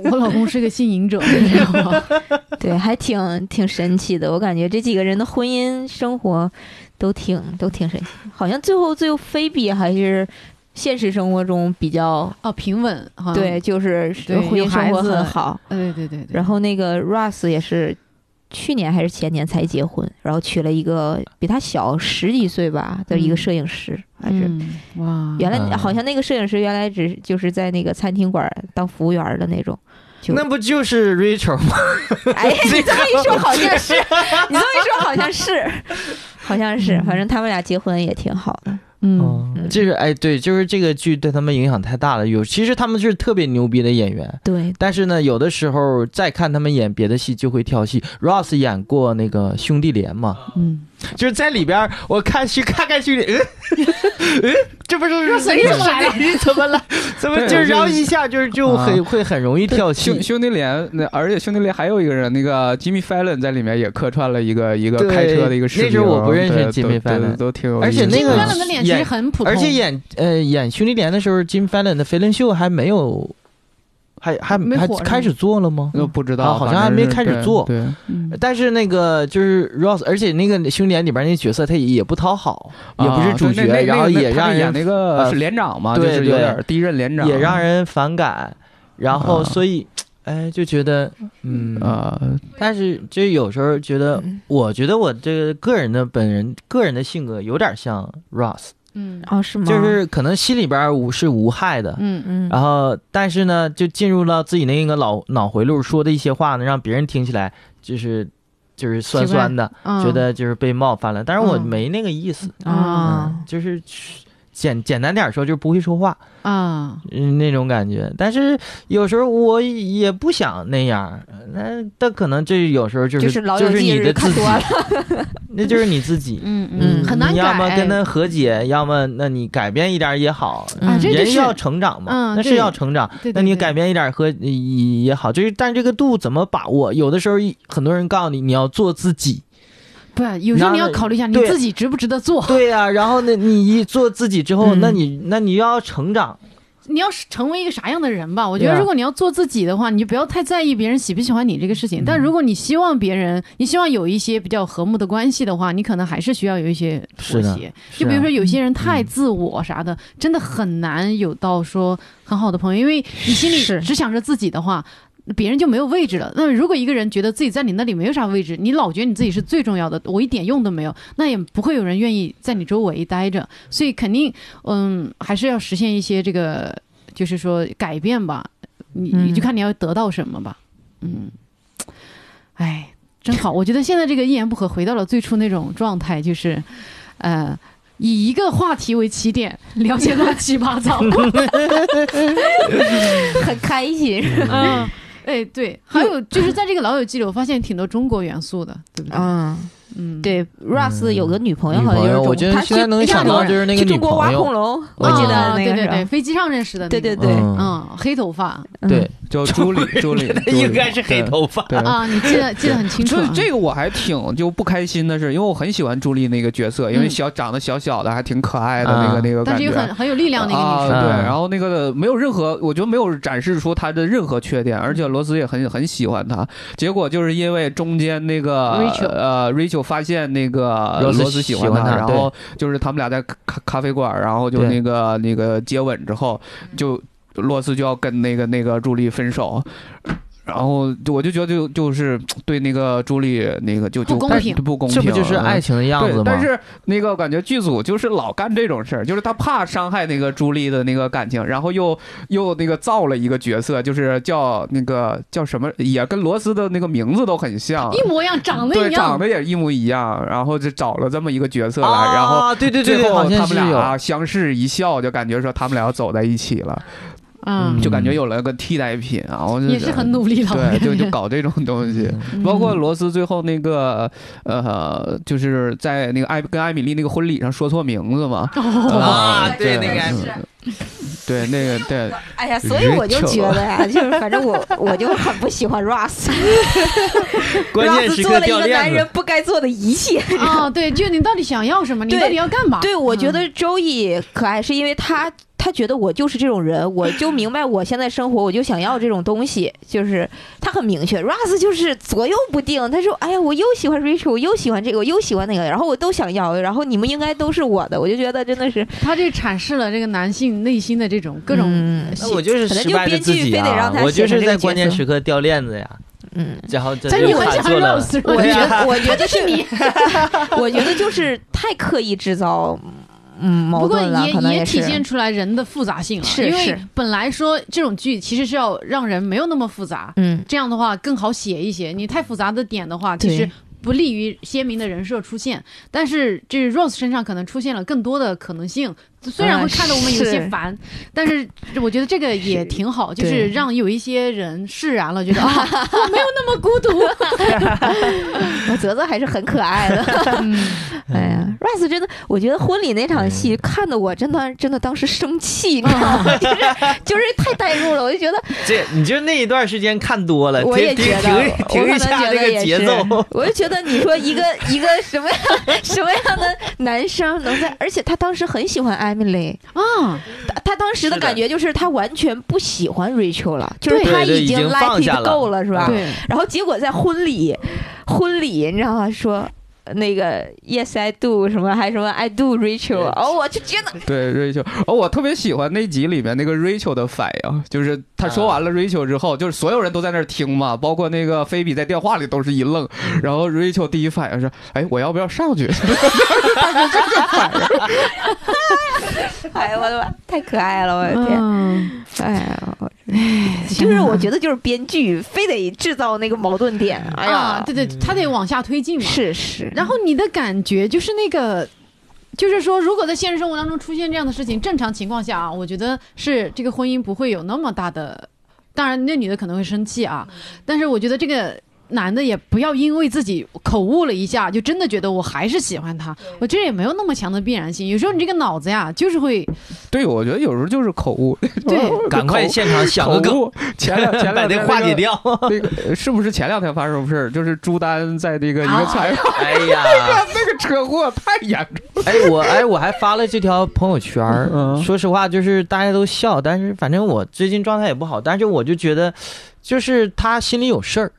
我老公是个性瘾者，你知道吗？
对，还挺挺神奇的。我感觉这几个人的婚姻生活都挺都挺神奇，好像最后最后菲比还是现实生活中比较、嗯
哦，平稳哈。
对，，就是
对
婚
有
姻生
孩
活
子
很好。
对对对对。
然后那个 Russ 也是去年还是前年才结婚，然后娶了一个比他小十几岁吧的一个
嗯
摄影师，还是。
嗯，哇，
原来
嗯
好像那个摄影师原来只是就是在那个餐厅馆当服务员的那 种，就
那不就是 Rachel 吗？
哎，你这么一说好像是， 你这么一说好像是，好像是，反正他们俩结婚也挺好的。
嗯，
嗯
嗯
就是哎，对，就是这个剧对他们影响太大了。有其实他们是特别牛逼的演员，
对，
但是呢，有的时候再看他们演别的戏就会跳戏。Ross 演过那个《兄弟连》嘛，
嗯，
就是在里边儿我看去看看兄弟，嗯嗯，这不是
谁又来了？
怎么了？怎么
对
就是
就是
然后一下就是就很会很容易跳戏
兄。兄弟连，那而且兄弟连还有一个人，那个 Jimmy Fallon 在里面也客串了一个一个
对
开车的一个视频。
那时候我不认识
对
Jimmy
都都
Fallon
都挺有
而
意思的。
且那个
范冷的脸其实很普通，
而且演呃演兄弟连的时候，金帆伦的肥伦秀还没有，还还
没
还
火是吗
开始做了吗？
那不知道，
啊好像还
反正是
没开始做
对，对
嗯
但是那个就是 Ross，而且那个兄弟连里边那角色他也不讨好，也不是主角，
啊对那那
然后
那
也
他
让
们演
人
那个
呃
是连长嘛，就
对
是有
对
点第一任连长，
也让人反感，然后
啊
所以哎就觉得嗯
啊，
但是就有时候觉得，
嗯
我觉得我这个个人的本人个人的性格有点像 Ross，
嗯
哦，是吗？
就是可能心里边无是无害的，
嗯
嗯，
然后，但是呢，就进入到自己那个脑脑回路说的一些话呢，让别人听起来就是就是酸酸的，
嗯，
觉得就是被冒犯了。但是我
嗯
没那个意思，
啊
嗯，就是简简单点说，就是不会说话，
啊，
嗯，那种感觉。但是有时候我也不想那样，那但可能这有时候就是就
就
是
老友记
你
日
的
看
自己
多，了，
那就是你自己。
嗯
嗯
很难
你
改。哎
要么跟他和解，要么那你改变一点也好。
啊，这就
嗯人
是
要成长嘛，
嗯
那是
对
要成长。
对对
那
对
你改变一点和也也好，就是但这个度怎么把握？有的时候一很多人告诉你你要做自己，
不，有时候你要考虑一下你
对
自己值不值得做。
对呀、然后呢，你一做自己之后，
嗯
那你那你要成长，
你要是成为一个啥样的人吧？我觉得
对啊
如果你要做自己的话，你就不要太在意别人喜不喜欢你这个事情。
嗯
但如果你希望别人，你希望有一些比较和睦的关系的话，你可能还是需要有一些妥
是的
协。
是
就比如
啊嗯
说有些人太自我啥的，真的很难有到说很好的朋友，因为你心
是
里只想着自己的话。别人就没有位置了。那如果一个人觉得自己在你那里没有啥位置，你老觉得你自己是最重要的，我一点用都没有，那也不会有人愿意在你周围待着。所以肯定，嗯，还是要实现一些这个，就是说改变吧。你
嗯
你就看你要得到什么吧。嗯，哎，真好。我觉得现在这个一言不合回到了最初那种状态，就是，呃。以一个话题为起点，聊些乱七八糟。
很开心。
嗯，哎，对，还有就是在这个《老友记》里，我发现挺多中国元素的，对不对？
嗯，
嗯，
对，Russ 有个女朋友，
女
好像
朋
就
友
是
我
中
觉得
他
现在
去
能想到就是那个
去
女
中国挖
朋友啊
恐龙，
我
我
记
记
得
得那
啊对
个
对
是
对，
吧
飞机上认识的那
对
个，
对对
嗯，
嗯，黑头发
对，
叫朱莉，朱莉
应该是黑头发。
对。
啊，你 记得记得很清楚
所以
啊。
这个我还挺就不开心的是，因为我很喜欢朱莉那个角色，因为
嗯
小长得小小的，还挺可爱的那个
啊
那个
但
感
是
觉
又。很很有力量的一个女生。
啊。对，
嗯
然后那个没有任何，我觉得没有展示出她的任何缺点，而且罗斯也很很喜欢她。结果就是因为中间那个
Rachel
呃 Rachel 发现那个
罗斯
罗斯喜
喜
欢
欢她
然后就是他们俩在咖咖啡馆，然后就
对
那个那个接吻之后，就罗斯就要跟那个那个朱莉分手。然后就我就觉得就就是对那个朱莉那个就就
不公
但
平
不公平，
这不就是
嗯
爱情的样
对，
子吗？
但是那个感觉剧组就是老干这种事儿，就是他怕伤害那个朱莉的那个感情，然后又又那个造了一个角色，就是叫那个叫什么，也跟罗斯的那个名字都很像，
一模一样，长得
对，
一
长
样。
得也一模一样，然后就找了这么一个角色来，
哦
啊，
然后。
对对对
最
对，
后
好
他
像
们
是
俩
有，
相视一笑，就感觉说他们俩要走在一起了，
嗯，
就感觉有了个替代品啊！我就
也是很努力了。
对，就就搞这种东西。
嗯
包括罗斯最后那个呃，就是在那个艾跟艾米丽那个婚礼上说错名字嘛，呃
哦
啊对那个
嗯对那个对，
哎呀，所以我就觉 得呀，就是反正我我就很不喜欢 Russ，
关键
Russ
时
做
刻
了一
掉
个男
链
人
子。
不该做的一切。
啊，对，就你到底想要什么？你
对
到底要干嘛？嗯
对，我觉得周易可爱是因为他他觉得我就是这种人，我就明白我现在生活，我就想要这种东西，就是他很明确。Russ 就是左右不定，他说：“哎呀，我又喜欢 Rachel，我又喜欢这个，我又喜欢那个，然后我都想要，然后你们应该都是我的。”我就觉得真的是
他这阐释了这个男性内心的这种呃各种
嗯
那我就是
可能
失
就
败的
编
自
剧
己
非得
啊
让！他
我就
写成
是
这个
在
角
关键
色
时刻掉链子呀，
嗯。
然后这
但是
就
我很
卡
喜欢
错了
Rose，
我
对
觉
呀
啊
得，我觉得是你，我觉得就是太刻意制造，嗯，矛
不过
盾了，可能
也也
是
体现出来人的复杂性了，
是
因为
是
本来说这种剧其实是要让人没有那么复杂，
嗯，
这样的话更好写一些。你太复杂的点的话，其
对
实不利于鲜明的人设出现。但是这 Rose 身上可能出现了更多的可能性，虽然
嗯
会看得我们有些
是
烦，但是我觉得这个也挺好，就是
对
让有一些人释然了，觉 得啊，我没有那么孤独。
我泽泽还是很可爱 的。
嗯
哎呀，Russ 真的，我觉得婚礼那场戏看得我真的真的当时生气，你
嗯
知道 吗？就是就是太代入了，我就觉得
这你就那一段时间看多了，
我也
停
觉得，
停
我可
停
能
一下
觉
这
得也
个
是，
节 奏。
我就觉得你说一个一个什么样 什么样的男生能在，而且他当时很喜欢 Emily，
啊，
他他当时的
是的
感觉就是他完全不喜欢 Rachel 了，就是
对
他
对对已
经
经
let
放
it
下了嗯
go 了，是吧？
啊对，
然后结果在婚礼，婚礼你知道吗？说。那个 Yes I do 什么还什么 I do Rachel，哦，我就觉得
对 Rachel，哦，我特别喜欢那集里面那个 Rachel 的反应，就是他说完了
啊
Rachel 之后，就是所有人都在那儿听嘛，包括那个菲比在电话里都是一愣，
嗯
然后 Rachel 第一反应是，哎，我要不要上去？
哎呀，我的妈，太可爱了，我的天！
嗯，
哎呀，我
天啊
就是
哪
我觉得就是编剧非得制造那个矛盾点，哎呀，
啊啊，对对，他得往下推进嘛。
是是，
然后你的感觉就是那个就是说，如果在现实生活当中出现这样的事情，正常情况下啊，我觉得是这个婚姻不会有那么大的。当然，那女的可能会生气啊，但是我觉得这个男的也不要因为自己口误了一下，就真的觉得我还是喜欢他。我觉得也没有那么强的必然性。有时候你这个脑子呀，就是会
对，我觉得有时候就是口误，
对
赶快现场想
口
个梗，
误。前 两前
把
两
这
天
化
那
解
个
掉。
那个呃是不是前两天发生什么事儿？就是朱丹在这个一个采访，
哎呀，
那个 车祸太严重。
哎我哎我还发了这条朋友圈儿，
嗯
说实话就是大家都笑，但是反正我最近状态也不好，但是我就觉得，就是他心里有事儿，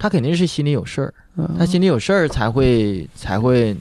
他肯定是心里有事儿，
嗯
他心里有事儿才会才会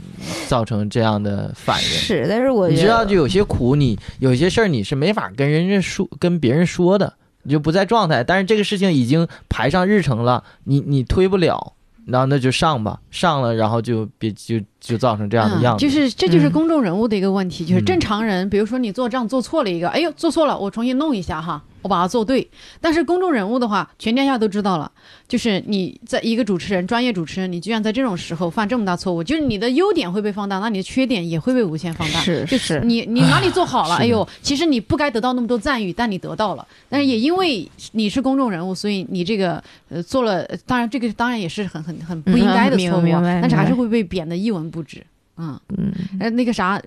造成这样的反应。
是，但是我
你
觉
知道，
得
就有些苦你，有些事儿你是没法跟人家说、跟别人说的，你就不在状态。但是这个事情已经排上日程了，你你推不了，然后那就上吧，上了，然后就别就就造成这样的样
嗯、
子。
就是这就是
嗯
公众人物的一个问题，就是
嗯
正常人，比如说你做账做错了一个，哎呦做错了，我重新弄一下哈，我把它做对。但是公众人物的话，全天下都知道了，就是你在一个主持人、专业主持人，你居然在这种时候犯这么大错误，就是你的优点会被放大，那你的缺点也会被无限放大。
是
就是
是
你你哪里做好了？
是的
哎呦，其实你不该得到那么多赞誉，但你得到了。但是也因为你是公众人物，所以你这个呃做了，呃当然这个当然也是很很很不应该的
嗯明白
错误
明
啊，
白
但是还是
明
会被贬得一文不值。嗯，
嗯，
呃，那个啥，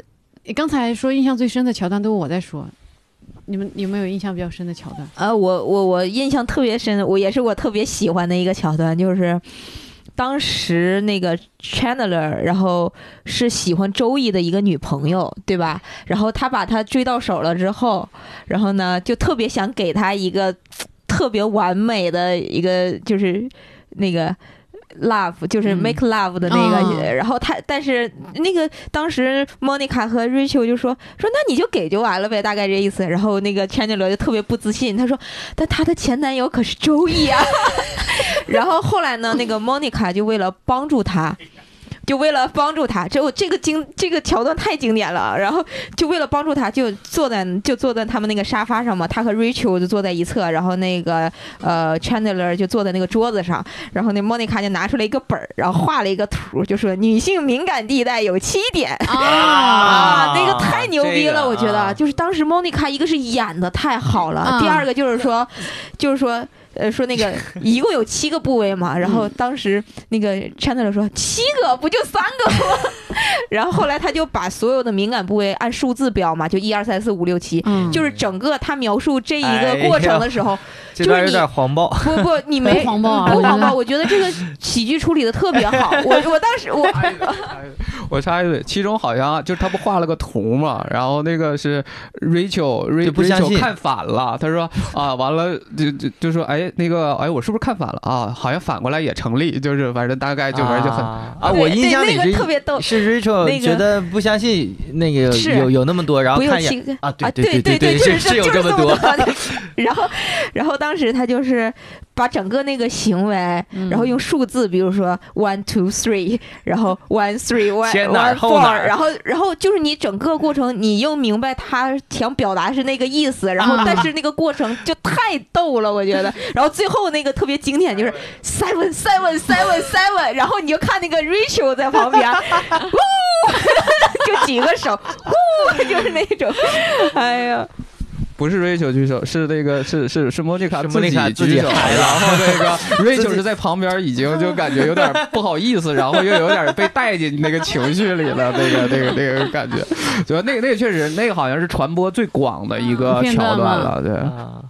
刚才说印象最深的桥段都是我在说，你们有没有印象比较深的桥段？
呃，我我我印象特别深，我也是我特别喜欢的一个桥段，就是当时那个 Chandler，然后是喜欢周易的一个女朋友，对吧？然后他把她追到手了之后，然后呢就特别想给她一个特别完美的一个就是那个。love 就是
嗯
make love 的那个，
哦
然后他但是那个当时 Monica 和 Rachel 就说说那你就给就完了呗，大概这意思。然后那个 Chandler 就特别不自信，他说但她的前男友可是周易啊。 然后后来呢，那个 Monica 就为了帮助他。就为了帮助他，这我这个经这个桥段太经典了。啊然后就为了帮助他，就坐在就坐在他们那个沙发上嘛，他和 Rachel 就坐在一侧，然后那个呃 Chandler 就坐在那个桌子上，然后那 Monica 就拿出来一个本儿，然后画了一个图，就说女性敏感地带有七点，啊，那个太牛逼了，
这个
我觉得、
啊嗯
就是当时 Monica 一个是演的太好了，
啊
第二个就是说，就是说。呃，说那个 一共有七个部位
嗯
嘛，然后当时那个 Chandler 说七个不就三个吗？ 然后后来他就把所有的敏感部位按数字标嘛，就一二三四五六七，
嗯
就是整个他描述这一
哎
个
呀
过程的时候，
这
就是
段有
你
点黄暴，
不不，你没嗯
不黄暴啊
不
我觉
黄
得
暴，我觉得这个喜剧处理的特 别好，我我当时我
哎
我插一嘴，其中好像就是他不画了个图嘛，然后那个是 Rachel
就
Rachel
不相信
看反了，他说啊，完了就就就说哎那个哎我是不是看反了啊？好像反过来也成立，就是反正大概就反正就很
啊啊！我
对
印
对
象里
那个
是
特别逗，
是
那
Rachel
个
觉得不相信那个
是
有有那么多，然后
不用
看一
七
眼
个。
啊，对
啊，对
对
对，
是
是
有
就是
这
么
么多，
然后，然后当时他就是把整个那个行为，
嗯
然后用数字，比如说 one two three，然后 one three one
先哪儿
one
后哪
four，
儿
然后然后就是你整个过程，你又明白他想表达是那个意思，然后
啊
但是那个过程就太逗了，我觉 得。然后最后那个特别经典就是 seven seven seven seven，然后你就看那个 Rachel 在 旁边，呜， 就举个手，呜， 就是那种，哎呀。
不是 Rachel 举手，是那个是是是 Monica
是 Monica
自己举手，
自己
然后那个
自
Rachel
己
是在旁边已经就感觉有点不好意思，然后又有点被带进那个情绪里了，那个那个那个感觉，就那个那个确实那个好像是传播最广的一个
嗯片
桥
段
段
嘛
了，对。
啊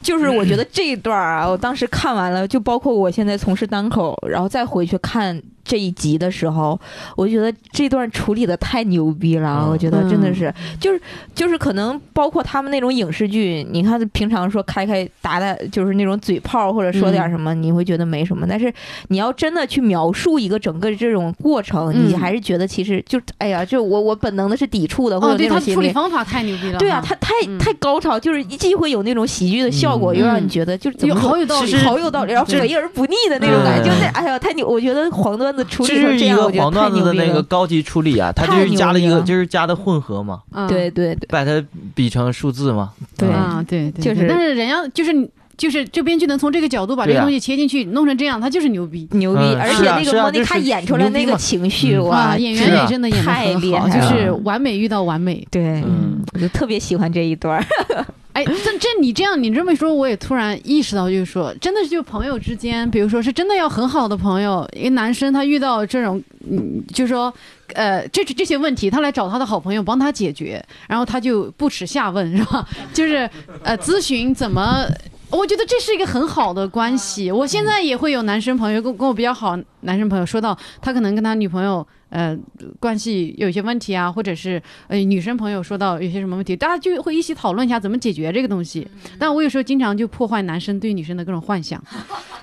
就是 我觉得这一段儿啊，我当时看完了，就包括我现在从事单口，然后再回去看这一集的时候，我觉得这段处理的太牛逼了，啊
嗯
我觉得真的
嗯
是，就是就是可能包括他们那种影视剧，你看平常说开开打打，就是那种嘴炮或者说
嗯
点什么，你会觉得没什么，但是你要真的去描述一个整个这种过程，
嗯
你还是觉得其实就哎呀，就我我本能的是抵触的，或
哦，
者
对
那
他
种心
处
理
理方法太牛逼了哈，
对啊，他太
嗯
太高超，就是既会有那种喜剧的效果，
嗯
又让你觉得就是怎
有
么
好
说
有道理，
其实
好有道理，然后
这
肥而不腻的那种感觉，
对
就是哎呀，太牛！我觉得黄段子处
这
理成
是一
样，
个
我觉
黄
得太
段子
牛
的
逼
那个
了。嗯
高级处理啊，它就
太
是加了一
牛逼
个，
了
就是加的混合嘛，
嗯
对对对
把它比成数字嘛。
对
嗯
啊，对对，
就
对
是
但是人家就是你就是这编剧能从这个角度把这
对
个
啊
东西切进去，弄成这样，他就是牛逼
牛逼，
嗯
而且
是啊
那个
是啊
莫妮
就
卡
是
演出来
牛逼
那个
嘛
情绪，
嗯
哇，
演
是
员也
啊
真的演的
太厉
很好，
害
就是
了
完美遇到完美。
对
嗯，
我就特别喜欢这一段儿。
哎，这这你这样你这么一说，我也突然意识到，就是说，真的是就朋友之间，比如说是真的要很好的朋友，一个男生他遇到这种，嗯，就说，呃，这这些问题，他来找他的好朋友帮他解决，然后他就不耻下问，是吧？ 就是呃，咨询怎么。我觉得这是一个很好的关系。我现在也会有男生朋友跟跟我比较好，男生朋友说到他可能跟他女朋友呃关系有一些问题啊，或者是呃，女生朋友说到有些什么问题，大家就会一起讨论一下怎么解决这个东西。但我有时候经常就破坏男生对女生的各种幻想，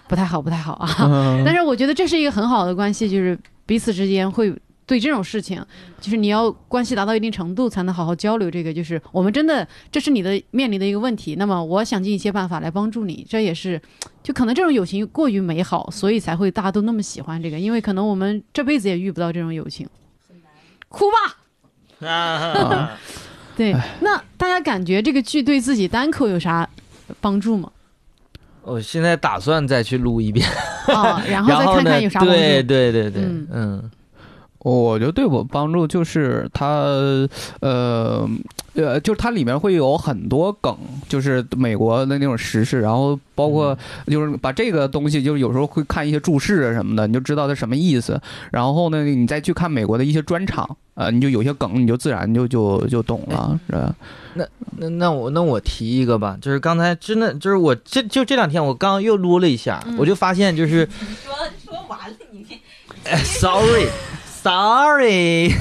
不太好，不太好啊。但是我觉得这是一个很好的关系，就是彼此之间会对这种事情，就是你要关系达到一定程度才能好好交流。这个就是我们真的，这是你的面临的一个问题，那么我想尽一切办法来帮助你。这也是，就可能这种友情过于美好，所以才会大家都那么喜欢这个，因为可能我们这辈子也遇不到这种友情。哭吧。
啊，
对，那大家感觉这个剧对自己单口有啥帮助 吗？
我现在打算再去录一遍，
啊，然后
然
再
后
看
呢
看有啥帮助。
对对对对
嗯，
嗯，
我觉得对我帮助就是它，呃，呃，就是它里面会有很多梗，就是美国的那种时事，然后包括就是把这个东西，就是有时候会看一些注释啊什么的，你就知道它什么意思。然后呢，你再去看美国的一些专场，呃，你就有些梗，你就自然就就就懂了，是吧？
那那我那我提一个吧，就是刚才真的就是我这就这两天我刚又撸了一下，
嗯
我就发现就是
说说完了，你
哎，sorry。Sorry，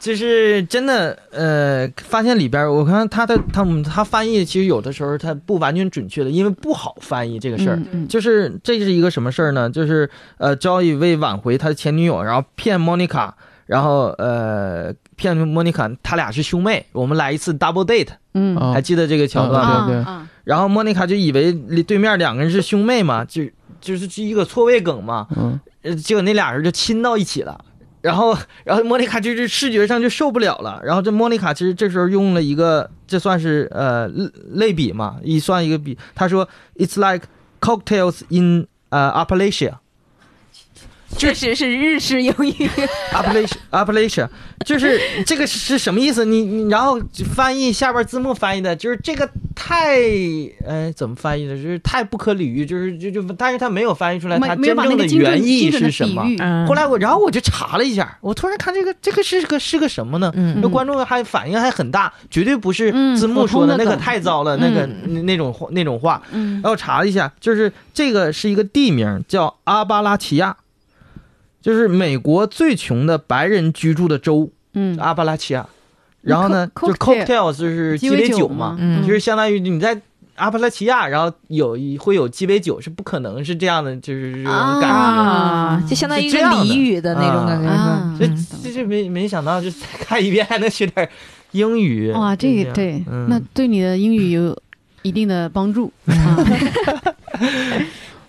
就是真的，呃，发现里边儿我看他的他们他翻译其实有的时候他不完全准确的，因为不好翻译这个事儿。
嗯嗯
就是这是一个什么事儿呢？就是呃，Joey 为挽回他的前女友，然后骗 Monica，然后呃骗 Monica，他俩是兄妹，我们来一次 double date，
嗯
啊
还记得这个桥段吗？
啊对对
啊
然后 Monica 就以为对面两个人是兄妹嘛，就就是是一个错位梗嘛，
嗯，
呃，结果那俩人就亲到一起了。然后，然后莫妮卡就是视觉上就受不了了。然后这莫妮卡其实这时候用了一个，这算是呃类类比嘛，一算一个比。他说：“It's like cocktails in 呃 Appalachia,
确实是日式英语，
Appalachia, Appalachia，就是这个是什么意思？你你然后翻译下边字幕翻译的就是这个太哎怎么翻译的？就是太不可理喻，就是就就，但是他没有翻译出来
没
他
没有
真
把那
正
个
的
精准
原意
精准的
是什
比
么。
喻，
嗯
后来我，然后我就查了一下，我突然看这个，这个是个是个什么呢？
嗯
那观众还反应还很大，绝对不是
嗯
字幕
普
说
通
的
的
那个
梗
太糟了，那个那那种话那种话。
嗯
然后查了一下，就是这个是一个地名，叫阿巴拉奇亚，就是美国最穷的白人居住的州，
嗯，
阿巴拉奇亚。然后呢，
Co-
就
cocktail
cocktail 就是鸡尾酒嘛，
嗯
就是相当于你在阿巴拉奇亚，然后有一会有鸡尾酒是不可能是这样的，就是这种感觉。
啊，就相当于一个俚语的那种感觉。
啊
这
嗯
这这没没想到，就再看一遍还能学点英语。
哇，
就
这
样
个对，
嗯、
那对你的英语有一定的帮 助啊。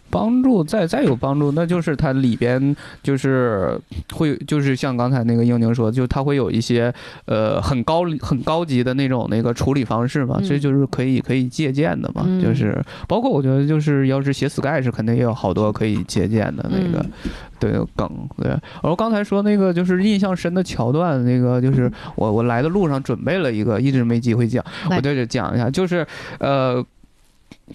帮助再再有帮助，那就是它里边就是会就是像刚才那个英宁说，就它会有一些呃很高很高级的那种那个处理方式嘛，
嗯
这就是可以可以借鉴的嘛，
嗯
就是包括我觉得就是要是写 Sky 是肯定也有好多可以借鉴的那个、
嗯
对梗对。然后刚才说那个就是印象深的桥段，那个就是我我来的路上准备了一个，一直没机会讲，
来
我在这讲一下，就是呃。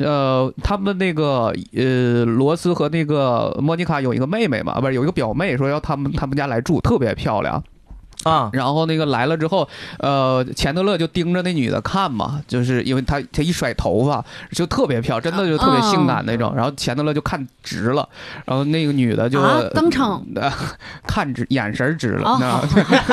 呃，他们那个呃，罗斯和那个莫妮卡有一个妹妹嘛，啊不是有一个表妹，说要他们他们家来住，特别漂亮。
啊，
然后那个来了之后，呃，钱德勒就盯着那女的看嘛，就是因为她她一甩头发就特别漂亮，真的就特别性感那
嗯
种。然后钱德勒就看直了，然后那个女的就、
啊当场
呃 看直，眼神直了。
哦
那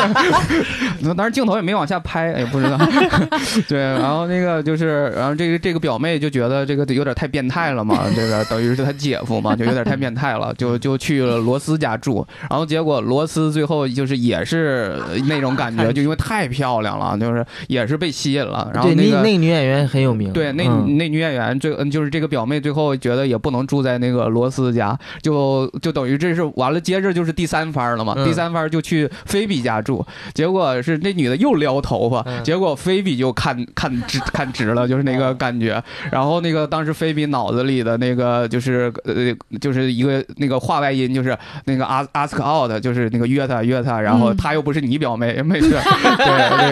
那 当然镜头也没往下拍，也不知道。 对，然后那个就是，然后这个这个表妹就觉得这个有点太变态了嘛，这个等于是她姐夫嘛，就有点太变态了，就就去了罗斯家住。然后结果罗斯最后就是也是呃那种感觉，就因为太漂亮了，就是也是被吸引了。然后
对，那
个
那个女演员很有名。
对，那、
嗯
那女演员最嗯就是这个表妹，最后觉得也不能住在那个罗斯家，就就等于这是完了，接着就是第三番了嘛。
嗯
第三番就去菲比家住，结果是那女的又撩头发，
嗯
结果菲比就看看直看直了，就是那个感觉。然后那个当时菲比脑子里的那个就是呃就是一个那个话外音，就是那个 ask ask out，就是那个约她约她，然后
嗯
她又不是你表妹，没事， 对，那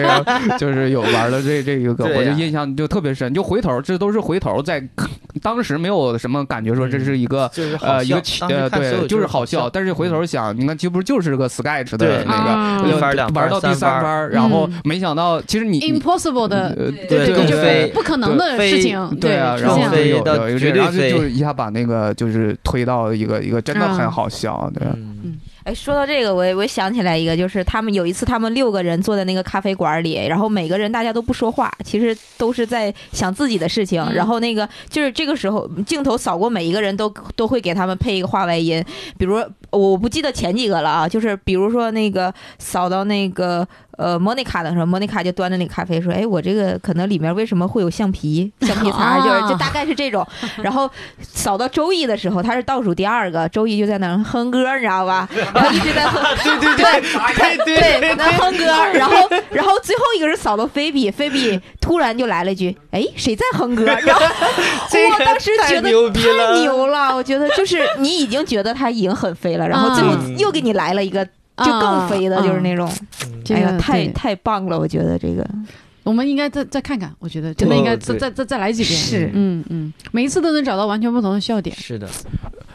个就是有玩的这这个梗，
对
我就
呀
印象就特别深。就回头，这都是回头在， 当时没有什么感觉说这是一个、
就是好
呃一
笑
个
当时看所
起呃
有
对，就是好笑。
笑，
但是回头想，你看这不就是个 sketch 的
对
那个。
啊
呃
一番儿两番
玩
儿
到第
三番
番
儿
儿，然后没想到，其实你你
impossible 的，
呃
这
对
对
个
更
就
飞
是不可能的
对
事情，
对啊，
是
然
这
后
样
就
飞
有
到
有一个
绝
这，
对
然后就
飞
就一下把那个就是推到一个一个真的
嗯
很好笑，对，
嗯
哎，说到这个，我也我也想起来一个，就是他们有一次，他们六个人坐在那个咖啡馆里，然后每个人大家都不说话，其实都是在想自己的事情。
嗯
然后那个就是这个时候，镜头扫过每一个人都都会给他们配一个话外音，比如我不记得前几个了啊，就是比如说那个扫到那个呃莫妮卡的时候，莫妮卡就端着那咖啡说：“哎，我这个可能里面为什么会有橡皮橡皮擦？就是就大概是这种。”然后扫到周易的时候，他是倒数第二个，周易就在那儿哼歌，你知道吧？然后一直在哼，对对对对对对，那哼歌。然后 然后最后一个是扫到菲比，菲比突然就来了一句：“哎，谁在哼 歌？”然后
这
我
个
当时
太
觉得
牛逼
太
了
牛了，我觉得就是你已经觉得他已经很飞了，然后最后
嗯
又给你来了一个就更飞的，就是那种，
啊这
嗯
哎呀
个，
太
对
太棒了，我觉得这个
我们应该再再看看，我觉得真的
对
应该再
对
再再再来几遍。
是
嗯嗯，每一次都能找到完全不同的笑点。
是的，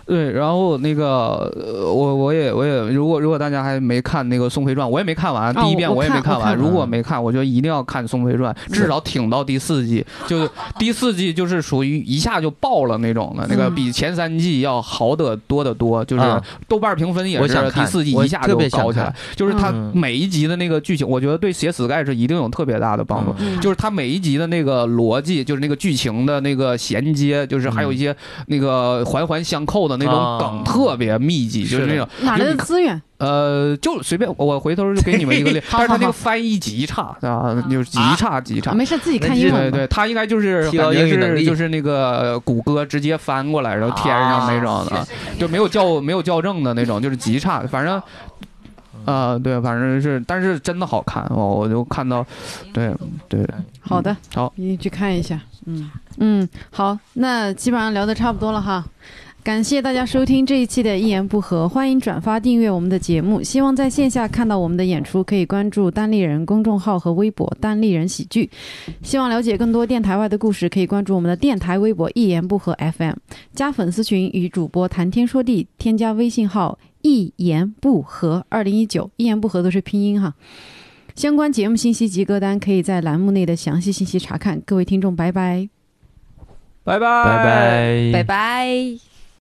对，然后那个呃我我也我也，如果如果大家还没看那个《宋飞传》，我也没看完，
啊
第一遍
我我
也没
看我
完。
看
如
了
果没看，我觉得一定要看《宋飞传》，至少挺到第四季。就第四季就是属于一下就爆了那种的，那个
嗯
比前三季要好得多得多。就是
啊
豆瓣评分也
我想
是第
看
四季
我
一下
特
就
别想
高起来
看，
就是它
嗯
每一集的那个剧情，我觉得对写 Sky 是一定有特别大的帮
嗯
助。就是它每一集的那个逻辑，就是那个剧情的那个衔接，就是还有一些那个环环相扣的那种梗，
嗯啊
特别密集，就是是
的
那种
哪来的资源？
呃，就随便我回头就给你们 一个例，
好
但是它
好
那
好
个翻译极差啊，就是极差极差。
没事，自己看
那
英
这
对
文吧。
对，它应该就是
提
感
高英
觉
语能
是
力
就是那个谷歌直接翻过来然后贴上那种的，就没有校没有校正的那种，就是极差。反正，
嗯
呃，对，反正是，但是真的好看，我我就看到，对对，
嗯好的，
好，
你去看一下。嗯嗯，好，那基本上聊的差不多了哈。感谢大家收听这一期的《一言不合》，欢迎转发订阅我们的节目。希望在线下看到我们的演出，可以关注单立人公众号和微博“单立人喜剧”。希望了解更多电台外的故事，可以关注我们的电台微博“一言不合 FM”，加粉丝群与主播谈天说地，添加微信号“一言不合二零一九”，一言不合都是拼音哈。相关节目信息及歌单可以在栏目内的详细信息查看。各位听众，拜拜。
拜拜
拜拜
拜拜。